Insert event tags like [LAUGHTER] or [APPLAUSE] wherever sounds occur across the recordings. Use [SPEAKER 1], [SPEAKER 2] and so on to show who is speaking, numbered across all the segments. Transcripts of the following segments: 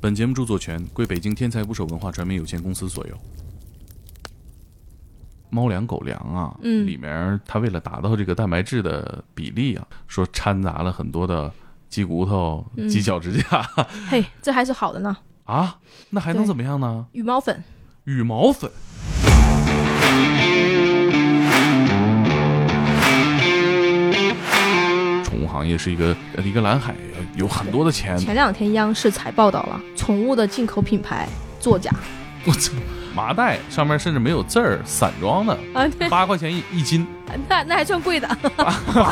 [SPEAKER 1] 本节目著作权归北京天才捕手文化传媒有限公司所有。猫粮、狗粮啊，
[SPEAKER 2] 嗯
[SPEAKER 1] 里面它为了达到这个蛋白质的比例啊，说掺杂了很多的鸡骨头、
[SPEAKER 2] 嗯
[SPEAKER 1] 鸡脚趾甲
[SPEAKER 2] 嘿，这还是好的呢，
[SPEAKER 1] 啊，那还能
[SPEAKER 2] 对
[SPEAKER 1] 怎么样呢？
[SPEAKER 2] 羽毛粉。
[SPEAKER 1] 羽毛粉。宠物行业是一个呃一个蓝海，呃有很多的
[SPEAKER 3] 嗯
[SPEAKER 1] 钱。
[SPEAKER 2] 前两天央视才报道了宠物的进口品牌作假
[SPEAKER 1] 我操，麻袋上面甚至没有字儿，散装的，
[SPEAKER 3] [LAUGHS]
[SPEAKER 2] 啊，对，
[SPEAKER 1] 八块钱一一斤，
[SPEAKER 2] 那那还算贵的。
[SPEAKER 1] 八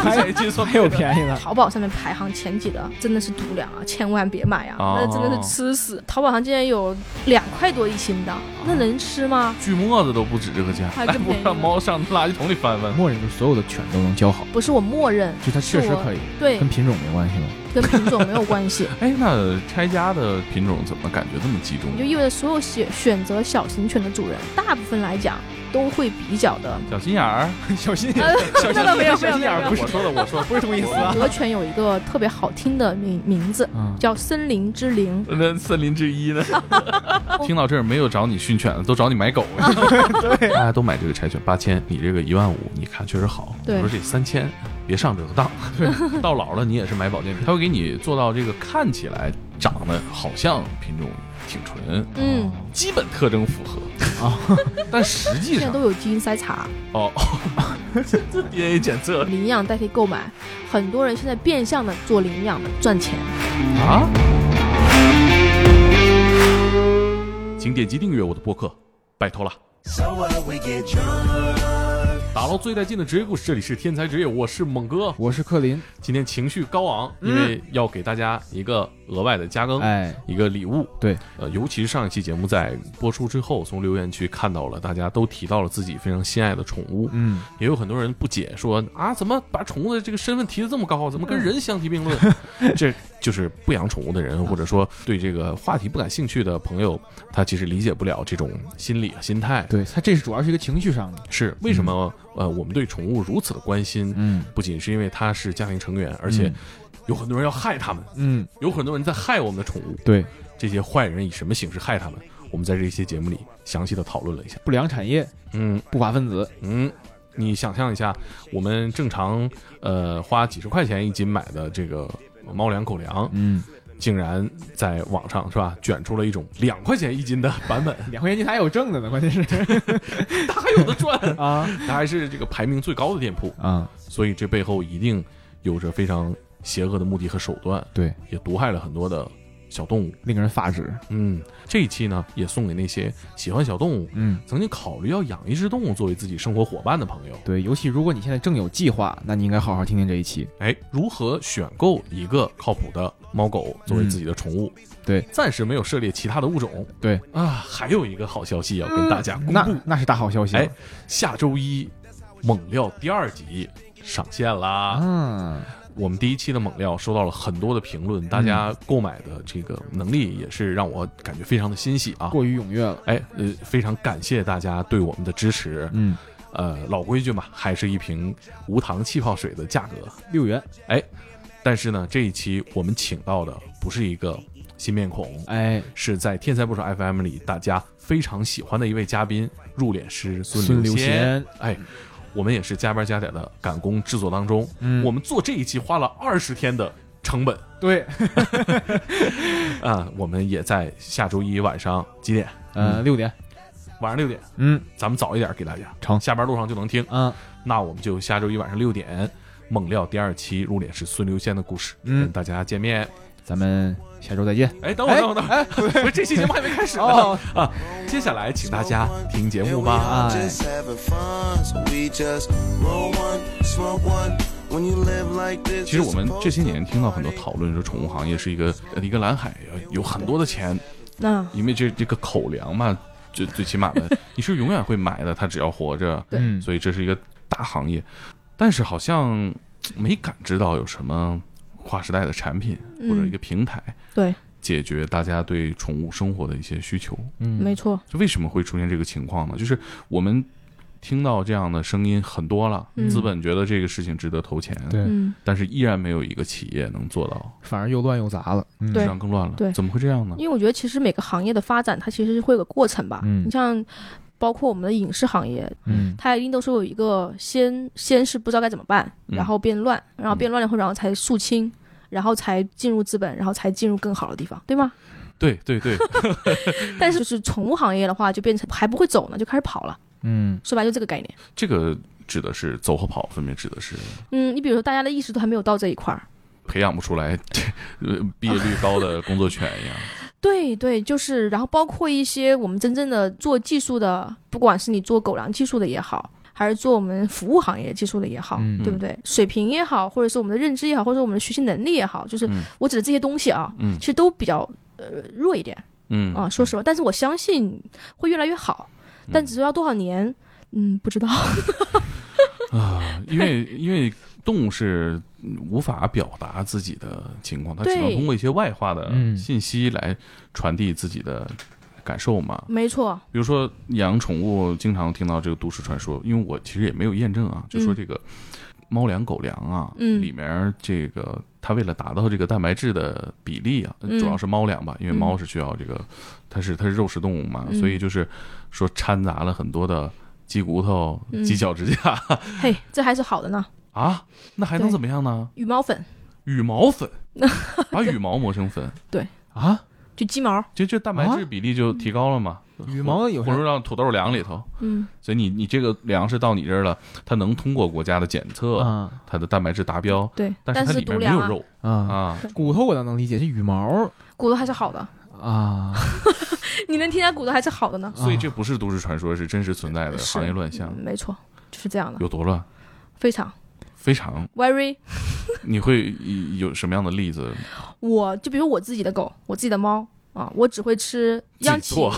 [SPEAKER 1] 块钱一斤算
[SPEAKER 3] 还有便宜的，
[SPEAKER 2] 淘宝上面排行前几的真的是毒粮啊，千万别买啊，
[SPEAKER 1] 哦
[SPEAKER 2] 那真的是吃死。淘宝上竟然有两块多一斤的，
[SPEAKER 3] 哦
[SPEAKER 2] 那能吃吗？
[SPEAKER 1] 锯沫子都不止这个价，
[SPEAKER 2] 还
[SPEAKER 1] 那 [LAUGHS]
[SPEAKER 2] 真
[SPEAKER 1] 不
[SPEAKER 2] 便宜
[SPEAKER 1] 让猫上垃圾桶里翻翻？
[SPEAKER 3] [LAUGHS] 默认就是所有的犬都能教好，
[SPEAKER 2] 不是我默认，
[SPEAKER 3] 就它确实
[SPEAKER 2] 是我
[SPEAKER 3] 可以，
[SPEAKER 2] 对
[SPEAKER 3] 跟，品种没关系吗？
[SPEAKER 2] 跟品种没有关系。 [LAUGHS]
[SPEAKER 1] 哎，那拆家的品种怎么感觉这么集中
[SPEAKER 2] 也？就意味着所有选选择小型犬的主人，大部分来讲都会比较的。
[SPEAKER 1] 小心眼儿，
[SPEAKER 3] [LAUGHS] 小心
[SPEAKER 2] 呃 [LAUGHS]
[SPEAKER 3] 小
[SPEAKER 2] 那倒没有没有没有没有
[SPEAKER 1] 我说的，我说的，
[SPEAKER 3] 不是这么意思
[SPEAKER 1] [LAUGHS]
[SPEAKER 3] 啊。
[SPEAKER 2] 德犬有一个特别好听的名名字，
[SPEAKER 3] 嗯，
[SPEAKER 2] 叫森林之灵。
[SPEAKER 1] 那森林之一呢？听到这儿没有找你训犬的，都找你买狗了。大家都买这个柴犬八千，你这个一万五，你看确实好。
[SPEAKER 2] 对
[SPEAKER 1] 我说这三千，别上这个当。 [LAUGHS] 到老了你也是买保健品，他会给你做到这个看起来长得好像品种挺纯，
[SPEAKER 2] 嗯，
[SPEAKER 1] 基本特征符合
[SPEAKER 3] 啊，
[SPEAKER 1] [LAUGHS] 但实际
[SPEAKER 2] 现在 [LAUGHS]
[SPEAKER 1] 上
[SPEAKER 2] 都有基因筛查，
[SPEAKER 1] 哦， [LAUGHS] 这 DNA 检测
[SPEAKER 2] 领养代替购买，很多人现在变相的做领养的赚钱。
[SPEAKER 1] 啊。请点击订阅我的播客，拜托了。
[SPEAKER 4] So what we get drunk.
[SPEAKER 1] 打捞最带劲的职业故事，这里是天才职业，我是猛哥。
[SPEAKER 3] 我是克林，
[SPEAKER 1] 今天情绪高昂，因为要给大家一个额外的加更，
[SPEAKER 3] 哎，
[SPEAKER 1] 一个礼物。
[SPEAKER 3] 对，
[SPEAKER 1] 呃，尤其是上一期节目在播出之后，从留言区看到了大家都提到了自己非常心爱的宠物，
[SPEAKER 3] 嗯，
[SPEAKER 1] 也有很多人不解说啊，怎么把宠物的这个身份提得这么高？怎么跟人相提并论？
[SPEAKER 3] [LAUGHS]
[SPEAKER 1] 这就是不养宠物的人，或者说对这个话题不感兴趣的朋友，他其实理解不了这种心理啊、心态。
[SPEAKER 3] 对，它这是主要是一个情绪上的，
[SPEAKER 1] 是为什么？呃，我们对宠物如此的关心，
[SPEAKER 3] 嗯
[SPEAKER 1] 不仅是因为它是家庭成员，而且有很多人要害它们，
[SPEAKER 3] 嗯，
[SPEAKER 1] 有很多人在害我们的宠物。
[SPEAKER 3] 对，
[SPEAKER 1] 这些坏人以什么形式害它们？我们在这些节目里详细的讨论了一下。
[SPEAKER 3] 不良产业、
[SPEAKER 1] 嗯
[SPEAKER 3] 不法分子，
[SPEAKER 1] 嗯，你想象一下，我们正常呃花几十块钱一斤买的这个猫粮、狗粮，
[SPEAKER 3] 嗯，
[SPEAKER 1] 竟然在网上是吧卷出了一种两块钱一斤的版本，
[SPEAKER 3] 两块钱一斤还有挣的呢，关键是
[SPEAKER 1] 它还有的赚，
[SPEAKER 3] [LAUGHS] 啊
[SPEAKER 1] [LAUGHS] 它还是这个排名最高的店铺，
[SPEAKER 3] [LAUGHS] 啊，
[SPEAKER 1] 所以这背后一定有着非常邪恶的目的和手段。
[SPEAKER 3] 对，
[SPEAKER 1] 也毒害了很多的小动物。
[SPEAKER 3] 令人发指，
[SPEAKER 1] 嗯，这一期呢，也送给那些喜欢小动物、
[SPEAKER 3] 嗯。
[SPEAKER 1] 曾经考虑要养一只动物作为自己生活伙伴的朋友。
[SPEAKER 3] 对，尤其如果你现在正有计划，那你应该好好听听这一期。
[SPEAKER 1] 哎，如何选购一个靠谱的猫狗作为自己的宠物？
[SPEAKER 3] 嗯对
[SPEAKER 1] 暂时没有涉猎其他的物种。
[SPEAKER 3] 对
[SPEAKER 1] 啊，还有一个好消息要跟大家公
[SPEAKER 3] 那
[SPEAKER 1] 布，
[SPEAKER 3] 那是大好消息了。
[SPEAKER 1] 哎下周一《猛料》第二集上线啦。
[SPEAKER 3] 啊，
[SPEAKER 1] 我们第一期的猛料收到了很多的评论，
[SPEAKER 3] 嗯
[SPEAKER 1] 大家购买的这个能力也是让我感觉非常的欣喜啊。
[SPEAKER 3] 过于踊跃了。
[SPEAKER 1] 哎，呃，非常感谢大家对我们的支持。
[SPEAKER 3] 嗯，
[SPEAKER 1] 呃，老规矩嘛，还是一瓶无糖气泡水的价格。
[SPEAKER 3] 六元，
[SPEAKER 1] 但是呢，这一期我们请到的不是一个新面孔，
[SPEAKER 3] 哎，
[SPEAKER 1] 是在《天才不手 FM》里大家非常喜欢的一位嘉宾——入殓师
[SPEAKER 3] 孙
[SPEAKER 1] 孙
[SPEAKER 3] 刘
[SPEAKER 1] 贤。
[SPEAKER 3] 贤，
[SPEAKER 1] 哎，我们也是加班加点的赶工制作当中，
[SPEAKER 3] 嗯
[SPEAKER 1] 我们做这一期花了二十天的成本
[SPEAKER 3] 对，
[SPEAKER 1] 啊！我们也在下周一晚上几点？
[SPEAKER 3] 呃，六点，
[SPEAKER 1] 晚上六点，
[SPEAKER 3] 嗯，
[SPEAKER 1] 咱们早一点给大家，
[SPEAKER 3] 成
[SPEAKER 1] 下班路上就能听。
[SPEAKER 3] 啊，
[SPEAKER 1] 那我们就下周一晚上六点，猛料第二期入殓是孙刘仙的故事，
[SPEAKER 3] 嗯
[SPEAKER 1] 跟大家见面。
[SPEAKER 3] 咱们下周再见。
[SPEAKER 1] 哎，等会儿，等会儿，等会
[SPEAKER 3] 哎，
[SPEAKER 1] 儿，不是这期节目还没开始呢、
[SPEAKER 3] 哦
[SPEAKER 1] 啊！接下来请大家听节
[SPEAKER 4] And
[SPEAKER 1] 目
[SPEAKER 4] we all
[SPEAKER 1] 吧。哎
[SPEAKER 4] just having fun. So we just roll one, smoke one. When you live like this,
[SPEAKER 1] 其实我们这些年听到很多讨论说，宠物行业是一个呃一个蓝海，呃有很多的钱，
[SPEAKER 2] 那
[SPEAKER 1] 因为这这个口粮嘛，最最起码
[SPEAKER 3] [LAUGHS]
[SPEAKER 1] 的，你是永远会买的，它只要活着，
[SPEAKER 2] 对
[SPEAKER 3] 嗯，
[SPEAKER 1] 所以这是一个大行业，但是好像没感知到有什么划时代的产品或者一个平台。
[SPEAKER 2] 嗯对，
[SPEAKER 1] 解决大家对宠物生活的一些需求。
[SPEAKER 3] 嗯
[SPEAKER 2] 没错，
[SPEAKER 1] 就为什么会出现这个情况呢？就是我们听到这样的声音很多了，
[SPEAKER 2] 嗯
[SPEAKER 1] 资本觉得这个事情值得投钱，
[SPEAKER 3] 对
[SPEAKER 2] 嗯，
[SPEAKER 1] 但是依然没有一个企业能做到，
[SPEAKER 3] 反而又乱又杂了。嗯
[SPEAKER 1] 这
[SPEAKER 2] 对
[SPEAKER 1] 样更乱了。
[SPEAKER 2] 对
[SPEAKER 1] 怎么会这样呢？
[SPEAKER 2] 因为我觉得其实每个行业的发展，它其实是会有个过程吧。
[SPEAKER 3] 嗯
[SPEAKER 2] 你像包括我们的影视行业，
[SPEAKER 3] 嗯
[SPEAKER 2] 它一定都是有一个先先是不知道该怎么办，
[SPEAKER 1] 嗯
[SPEAKER 2] 然后变乱，然后变乱了以后，然后才肃清，然后才进入资本，然后才进入更好的地方，对吗？
[SPEAKER 1] 对对对，
[SPEAKER 2] 但是就是宠物行业的话，就变成还不会走呢，就开始跑了。
[SPEAKER 3] 嗯
[SPEAKER 2] 说白了就这个概念。
[SPEAKER 1] 这个指的是走和跑，分别指的是
[SPEAKER 2] 嗯，你比如说大家的意识都还没有到这一块儿。
[SPEAKER 1] 培养不出来 [LAUGHS] 呃毕业率高的工作犬一样。
[SPEAKER 2] 对对，就是，然后包括一些我们真正的做技术的，不管是你做狗粮技术的也好，还是做我们服务行业技术的也好，
[SPEAKER 3] 嗯
[SPEAKER 2] 对不对？水平也好，或者是我们的认知也好，或者是我们的学习能力也好，就是
[SPEAKER 1] 嗯
[SPEAKER 2] 我指的这些东西啊，
[SPEAKER 1] 嗯
[SPEAKER 2] 其实都比较呃弱一点
[SPEAKER 1] 嗯
[SPEAKER 2] 啊。说实话，但是我相信会越来越好，但只要多少年，嗯，不知道。 [LAUGHS]
[SPEAKER 1] 啊，因为因为动物是无法表达自己的情况，它只能
[SPEAKER 2] 对
[SPEAKER 1] 通过一些外化的
[SPEAKER 3] 嗯
[SPEAKER 1] 信息来传递自己的感受嘛。[LAUGHS]
[SPEAKER 2] 没错，
[SPEAKER 1] 比如说养宠物，经常听到这个都市传说，因为我其实也没有验证啊，就说这个猫粮、狗粮啊，
[SPEAKER 2] 嗯
[SPEAKER 1] 里面这个它为了达到这个蛋白质的比例啊，
[SPEAKER 2] 嗯
[SPEAKER 1] 主要是猫粮吧，因为
[SPEAKER 2] 嗯
[SPEAKER 1] 猫是需要这个，它是它是肉食动物嘛，
[SPEAKER 2] 嗯
[SPEAKER 1] 所以就是说掺杂了很多的鸡骨头、
[SPEAKER 2] 嗯
[SPEAKER 1] 鸡脚指甲
[SPEAKER 2] 嘿，这还是好的呢，
[SPEAKER 1] 啊，那还能
[SPEAKER 2] 对
[SPEAKER 1] 怎么样呢？
[SPEAKER 2] 羽毛粉
[SPEAKER 1] 羽毛
[SPEAKER 2] [LAUGHS]
[SPEAKER 1] 粉，把羽毛磨成粉，
[SPEAKER 3] 啊，
[SPEAKER 2] 就鸡毛，
[SPEAKER 1] 这这蛋白质比例就提高了嘛，
[SPEAKER 3] 羽毛啊有
[SPEAKER 1] 混
[SPEAKER 3] 啥
[SPEAKER 1] 入到土豆粮里头。
[SPEAKER 2] 嗯，
[SPEAKER 1] 所以你你这个粮食到你这儿了，它能通过国家的检测，
[SPEAKER 3] 啊
[SPEAKER 1] 它的蛋白质达标，
[SPEAKER 2] 对，
[SPEAKER 1] 但
[SPEAKER 2] 但
[SPEAKER 1] 它
[SPEAKER 2] 是
[SPEAKER 1] 里
[SPEAKER 2] 毒
[SPEAKER 1] 面没
[SPEAKER 2] 粮
[SPEAKER 1] 有
[SPEAKER 2] 啊，
[SPEAKER 1] 肉
[SPEAKER 3] 啊！
[SPEAKER 1] 啊。
[SPEAKER 3] 骨头我倒能理解，这羽毛
[SPEAKER 2] 骨头还是好的， [LAUGHS]
[SPEAKER 3] 啊，
[SPEAKER 2] 你能听见骨头还是好的呢。
[SPEAKER 1] 所以这不是都市传说，是真实存在的行业乱象
[SPEAKER 2] 嗯，没错，就是这样的，
[SPEAKER 1] 有多乱？
[SPEAKER 2] 非常
[SPEAKER 1] 非常，
[SPEAKER 2] very。
[SPEAKER 1] 你会以有什么样的例子？
[SPEAKER 2] 我就比如我自己的狗，我自己的猫啊，我只会吃央
[SPEAKER 1] 自
[SPEAKER 2] 企
[SPEAKER 1] 己，做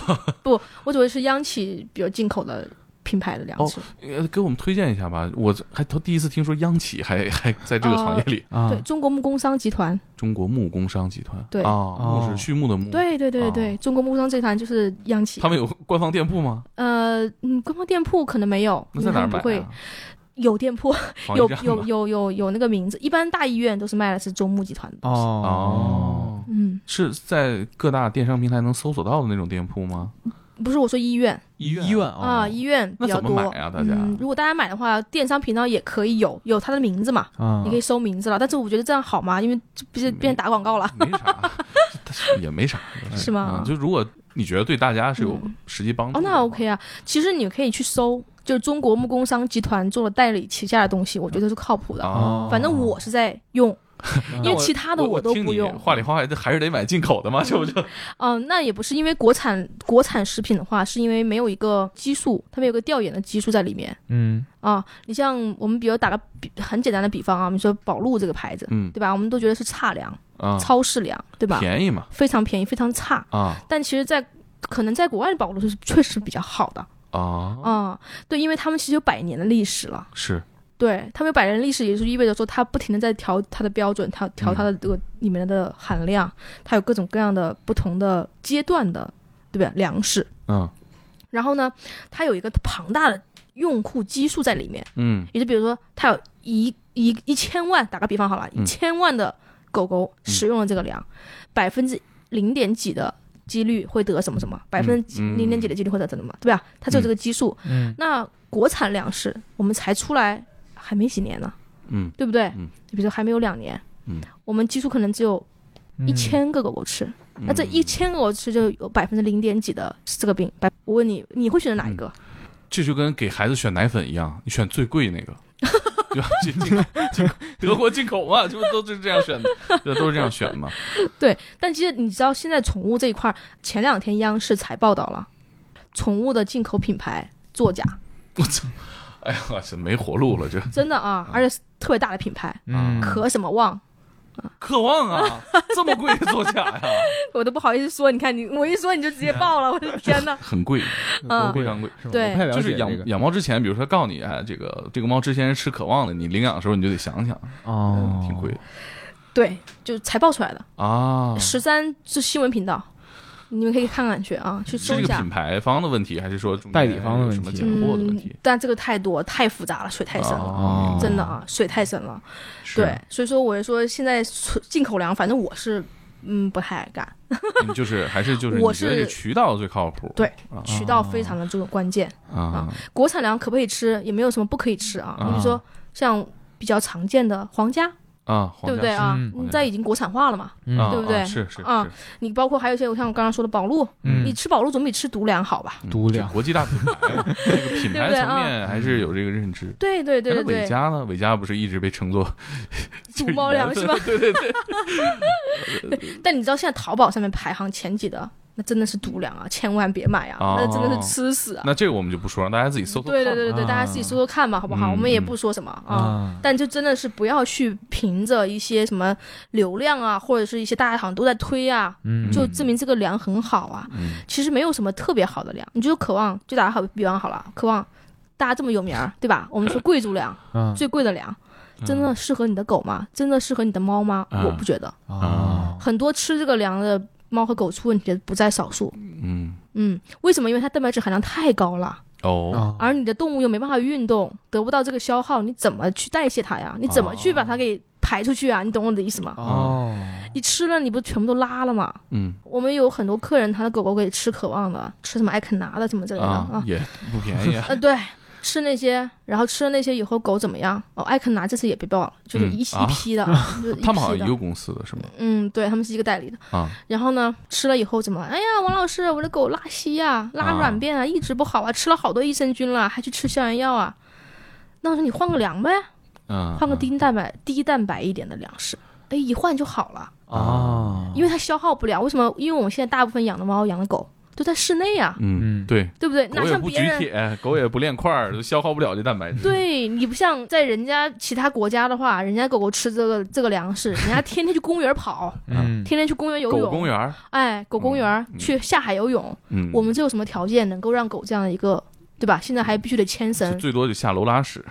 [SPEAKER 2] 不，我只会吃央企，比如进口的品牌的粮食。
[SPEAKER 1] 呃给我们推荐一下吧。我还头第一次听说央企还还在这个行业里，
[SPEAKER 3] 啊
[SPEAKER 2] 对，中国木工商集团，
[SPEAKER 1] 中国木工商集团
[SPEAKER 2] 对
[SPEAKER 1] 啊，木
[SPEAKER 3] 哦
[SPEAKER 1] 是畜牧的木，，
[SPEAKER 2] 对对对对，中国木工商集团就是央企。
[SPEAKER 1] 哦他们有官方店铺吗？
[SPEAKER 2] 呃，嗯，官方店铺可能没有，嗯
[SPEAKER 1] 那在哪儿
[SPEAKER 2] 他们
[SPEAKER 1] 买
[SPEAKER 2] 不会
[SPEAKER 1] 啊？
[SPEAKER 2] 有店铺，
[SPEAKER 1] 防疫
[SPEAKER 2] 有
[SPEAKER 1] 站
[SPEAKER 2] 有
[SPEAKER 1] 吗
[SPEAKER 2] 有有有那个名字。一般大医院都是卖的是中木集团的东西。
[SPEAKER 3] 哦
[SPEAKER 1] 哦，
[SPEAKER 2] 嗯，
[SPEAKER 1] 是在各大电商平台能搜索到的那种店铺吗？
[SPEAKER 2] 不是我说医院
[SPEAKER 1] 医院
[SPEAKER 3] 医院哦
[SPEAKER 2] 啊，医院比
[SPEAKER 1] 哦那
[SPEAKER 2] 较
[SPEAKER 1] 怎么
[SPEAKER 2] 多。
[SPEAKER 1] 买啊？大家
[SPEAKER 2] 嗯，如果大家买的话，电商频道也可以有有它的名字嘛。
[SPEAKER 3] 啊
[SPEAKER 1] 嗯
[SPEAKER 2] 你可以搜名字了，但是我觉得这样好吗？因为这不是
[SPEAKER 1] 没
[SPEAKER 2] 变打广告了，
[SPEAKER 1] 没啥， [LAUGHS] 但是也没啥，
[SPEAKER 2] 是吗
[SPEAKER 1] 嗯就如果你觉得对大家是有
[SPEAKER 2] 啊嗯
[SPEAKER 1] 实际帮助
[SPEAKER 2] 哦，
[SPEAKER 1] 的话，
[SPEAKER 2] 那 OK 啊。其实你可以去搜，就是中国木工商集团做的代理旗下的东西，我觉得是靠谱的。
[SPEAKER 1] 啊。
[SPEAKER 2] 反正我是在用，因为其他的
[SPEAKER 1] 嗯我
[SPEAKER 2] 都
[SPEAKER 1] 听
[SPEAKER 2] 不
[SPEAKER 1] 你
[SPEAKER 2] 用。
[SPEAKER 1] 话里话外，这还是得买进口的嘛，这不就
[SPEAKER 2] 嗯、那也不是因为国产国产食品的话，是因为没有一个激素，他们有个调研的激素在里面
[SPEAKER 3] 嗯
[SPEAKER 2] 啊。你像我们比如打个比很简单的比方啊，我们说宝路这个牌子，
[SPEAKER 1] 嗯
[SPEAKER 2] 对吧？我们都觉得是差粮、
[SPEAKER 1] 啊
[SPEAKER 2] 超市粮，对吧？
[SPEAKER 1] 便宜嘛
[SPEAKER 2] 非常便宜，非常差。
[SPEAKER 1] 啊
[SPEAKER 2] 但其实在，可能在国外的宝路是确实比较好的
[SPEAKER 1] 啊
[SPEAKER 2] 啊、对，因为他们其实有百年的历史了，
[SPEAKER 1] 是
[SPEAKER 2] 对他们有百年的历史，也就意味着说它不停的在调它的标准，调调它的这个里面的含量，它有各种各样的不同的阶段的，对不对？粮食，
[SPEAKER 1] 嗯
[SPEAKER 2] 然后呢，它有一个庞大的用户基数在里面，
[SPEAKER 1] 嗯
[SPEAKER 2] 也就比如说它有一一一千万，打个比方好了，
[SPEAKER 1] 嗯
[SPEAKER 2] 一千万的狗狗使用了这个粮，百分之零点几的几率会得什么什么，百分之
[SPEAKER 1] 嗯
[SPEAKER 2] 零点几的几率会得什么什么，对吧？它只有这个基数。
[SPEAKER 3] 嗯
[SPEAKER 2] 那国产粮食我们才出来还没几年呢，
[SPEAKER 1] 嗯
[SPEAKER 2] 对不对？
[SPEAKER 1] 嗯
[SPEAKER 2] 比如说还没有两年，
[SPEAKER 1] 嗯
[SPEAKER 2] 我们基数可能只有
[SPEAKER 3] 嗯
[SPEAKER 2] 一千个狗狗吃，那这一千个狗狗吃就有百分之零点几的这个病。百，我问你，你会选择哪一个？
[SPEAKER 1] 这就跟给孩子选奶粉一样，你选最贵那个。 [LAUGHS] 对吧？进进口进口 [LAUGHS] 德国进口嘛，就都是这样选的，对，都是这样选嘛。 [LAUGHS]
[SPEAKER 2] 但其实你知道，现在宠物这一块儿，前两天央视才报道了，宠物的进口品牌作假，
[SPEAKER 1] 我操！哎呀，这没活路了，这
[SPEAKER 2] 真的啊，
[SPEAKER 1] 嗯
[SPEAKER 2] 而且是特别大的品牌，
[SPEAKER 3] 嗯
[SPEAKER 2] 可什么旺， [LAUGHS]
[SPEAKER 1] 渴望啊， [LAUGHS] 这么贵的作假呀、 [LAUGHS]
[SPEAKER 2] 我都不好意思说。你看你，我一说你就直
[SPEAKER 1] 嗯
[SPEAKER 2] 接爆了，我的天
[SPEAKER 1] [LAUGHS]
[SPEAKER 2] 哪！
[SPEAKER 1] 很贵，
[SPEAKER 2] 嗯
[SPEAKER 1] 非常贵。
[SPEAKER 3] 是吧
[SPEAKER 2] 对
[SPEAKER 3] 我不太了
[SPEAKER 1] 就
[SPEAKER 3] 解
[SPEAKER 1] 是
[SPEAKER 3] 这个
[SPEAKER 1] 养养猫之前，比如说告诉你，哎，这个这个猫之前是吃渴望的，你领养的时候你就得想想，
[SPEAKER 3] 哦
[SPEAKER 1] 嗯，挺贵的
[SPEAKER 2] 对，就才爆出来的，
[SPEAKER 1] 啊。
[SPEAKER 2] 十三是新闻频道，你们可以看看去啊，去
[SPEAKER 1] 是
[SPEAKER 2] 搜
[SPEAKER 1] 这
[SPEAKER 2] 一
[SPEAKER 1] 个
[SPEAKER 2] 下嗯
[SPEAKER 1] 品。牌方的问题，还是说中间
[SPEAKER 3] 代理方的问题
[SPEAKER 1] 有什么进货的问题？
[SPEAKER 2] 但这个太多太复杂了，水太深哎了，
[SPEAKER 1] 哦
[SPEAKER 2] 真的啊，水太深了。
[SPEAKER 1] 是
[SPEAKER 2] 对，，所以说我就说现在纯进口粮，反正我是嗯不太干，
[SPEAKER 1] 你就是还是就是
[SPEAKER 2] 我
[SPEAKER 1] 你觉得
[SPEAKER 2] 是
[SPEAKER 1] 这渠道最靠谱？
[SPEAKER 2] 对
[SPEAKER 1] 啊
[SPEAKER 2] 渠道非常的这个关键。
[SPEAKER 1] 啊，
[SPEAKER 2] 国产粮可不可以吃，也没有什么不可以吃啊。
[SPEAKER 1] 啊
[SPEAKER 2] 比如说像比较常见的皇家，
[SPEAKER 1] 啊，皇
[SPEAKER 2] 对不
[SPEAKER 1] 家
[SPEAKER 2] 对啊
[SPEAKER 3] 嗯？
[SPEAKER 1] 皇
[SPEAKER 2] 你
[SPEAKER 1] 家
[SPEAKER 2] 在已经国产化了嘛？
[SPEAKER 3] 嗯
[SPEAKER 1] 啊
[SPEAKER 2] 对不对
[SPEAKER 1] 啊是是
[SPEAKER 2] 啊
[SPEAKER 1] 是，
[SPEAKER 2] 你包括还有一些像我刚刚说的宝路，
[SPEAKER 3] 嗯
[SPEAKER 2] 你吃宝路总比吃独粮好吧？
[SPEAKER 3] 独
[SPEAKER 1] 这
[SPEAKER 3] 粮
[SPEAKER 1] 国际大品牌，这个品牌
[SPEAKER 2] 对啊
[SPEAKER 1] 层面还是有这个认知。哎
[SPEAKER 2] 对对对
[SPEAKER 1] 那
[SPEAKER 2] 对
[SPEAKER 1] 伟
[SPEAKER 2] 对，
[SPEAKER 1] 嘉呢？伟嘉不是一直被称作
[SPEAKER 2] 祖猫
[SPEAKER 1] [LAUGHS]
[SPEAKER 2] 粮是吧？？
[SPEAKER 1] 对对对，
[SPEAKER 2] [LAUGHS] 但你知道现在淘宝上面排行前几的，那真的是独粮啊，千万别买啊，
[SPEAKER 1] 哦
[SPEAKER 2] 那真的是吃死啊！
[SPEAKER 1] 那这个我们就不说，让大家自己搜搜看
[SPEAKER 2] 对
[SPEAKER 1] 吧。
[SPEAKER 2] 对对对对，
[SPEAKER 3] 啊
[SPEAKER 2] 大家自己搜搜看吧，好不好？
[SPEAKER 1] 嗯
[SPEAKER 2] 我们也不说什么啊。
[SPEAKER 3] 啊，
[SPEAKER 2] 但就真的是不要去凭着一些什么流量啊，或者是一些大家好像都在推啊，
[SPEAKER 3] 嗯
[SPEAKER 2] 就证明这个粮很好啊。
[SPEAKER 1] 嗯
[SPEAKER 2] 其实没有什么特别好的粮，你就渴望，就打个好比方好了，渴望大家这么有名儿，对吧？我们说贵族粮，
[SPEAKER 3] 啊
[SPEAKER 2] 最贵的粮，真的适合你的狗吗？真的适合你的猫吗？
[SPEAKER 1] 啊
[SPEAKER 2] 我不觉得，
[SPEAKER 3] 啊
[SPEAKER 2] 很多吃这个粮的猫和狗出问题的不在少数。
[SPEAKER 1] 嗯
[SPEAKER 2] 嗯，为什么？因为它蛋白质含量太高了，
[SPEAKER 1] 哦，
[SPEAKER 3] 啊
[SPEAKER 2] 而你的动物又没办法运动，得不到这个消耗，你怎么去代谢它呀？你怎么去把它给排出去啊？你懂我的意思吗？
[SPEAKER 3] 哦
[SPEAKER 2] 你吃了，你不全部都拉了吗？
[SPEAKER 1] 嗯
[SPEAKER 2] 我们有很多客人，他的狗狗给吃渴望的，吃什么艾肯拿的什么之类的
[SPEAKER 1] 啊
[SPEAKER 2] 啊，
[SPEAKER 1] 也不便宜
[SPEAKER 2] [LAUGHS]
[SPEAKER 1] 啊。
[SPEAKER 2] 呃，对，吃那些，然后吃了那些以后狗怎么样？哦，艾肯拿这次也被爆了，就是
[SPEAKER 1] 嗯
[SPEAKER 2] 一、
[SPEAKER 1] 啊
[SPEAKER 2] 一
[SPEAKER 1] [LAUGHS]
[SPEAKER 2] 批的，就是一
[SPEAKER 1] 他们好像
[SPEAKER 2] 批的
[SPEAKER 1] 一个公司的是吗？
[SPEAKER 2] 嗯，对，他们是一个代理的。
[SPEAKER 1] 啊，
[SPEAKER 2] 然后呢，吃了以后怎么了？哎呀，王老师，我的狗拉稀呀、拉
[SPEAKER 1] 啊
[SPEAKER 2] 软便啊，一直不好啊，吃了好多益生菌了，还去吃消炎药啊。那我说你换个粮呗，
[SPEAKER 1] 嗯，
[SPEAKER 2] 换个低蛋白、低蛋白一点的粮食，哎，一换就好了，
[SPEAKER 3] 啊，
[SPEAKER 2] 因为它消耗不了。为什么？因为我们现在大部分养的猫、养的狗都在室内啊，
[SPEAKER 1] 嗯，
[SPEAKER 3] 嗯
[SPEAKER 1] 对，
[SPEAKER 2] 对不对？
[SPEAKER 1] 狗
[SPEAKER 2] 哪
[SPEAKER 1] 也
[SPEAKER 2] 像
[SPEAKER 1] 不
[SPEAKER 2] 别
[SPEAKER 1] 举
[SPEAKER 2] 人
[SPEAKER 1] 铁，狗也不练块儿，都消耗不了这蛋白质。
[SPEAKER 2] 对你不像在人家其他国家的话，人家狗狗吃这个这个粮食，人家天天去公园跑，
[SPEAKER 3] 嗯
[SPEAKER 2] 天天去公园游
[SPEAKER 1] 狗
[SPEAKER 2] 泳，
[SPEAKER 1] 公园儿，
[SPEAKER 2] 哎，狗公园、
[SPEAKER 1] 嗯
[SPEAKER 2] 去下海游泳，
[SPEAKER 1] 嗯，
[SPEAKER 2] 我们这有什么条件能够让狗这样的一个？对吧？现在
[SPEAKER 3] 嗯
[SPEAKER 2] 还必须得牵
[SPEAKER 1] 就
[SPEAKER 2] 绳，
[SPEAKER 1] 嗯最多就下楼拉屎。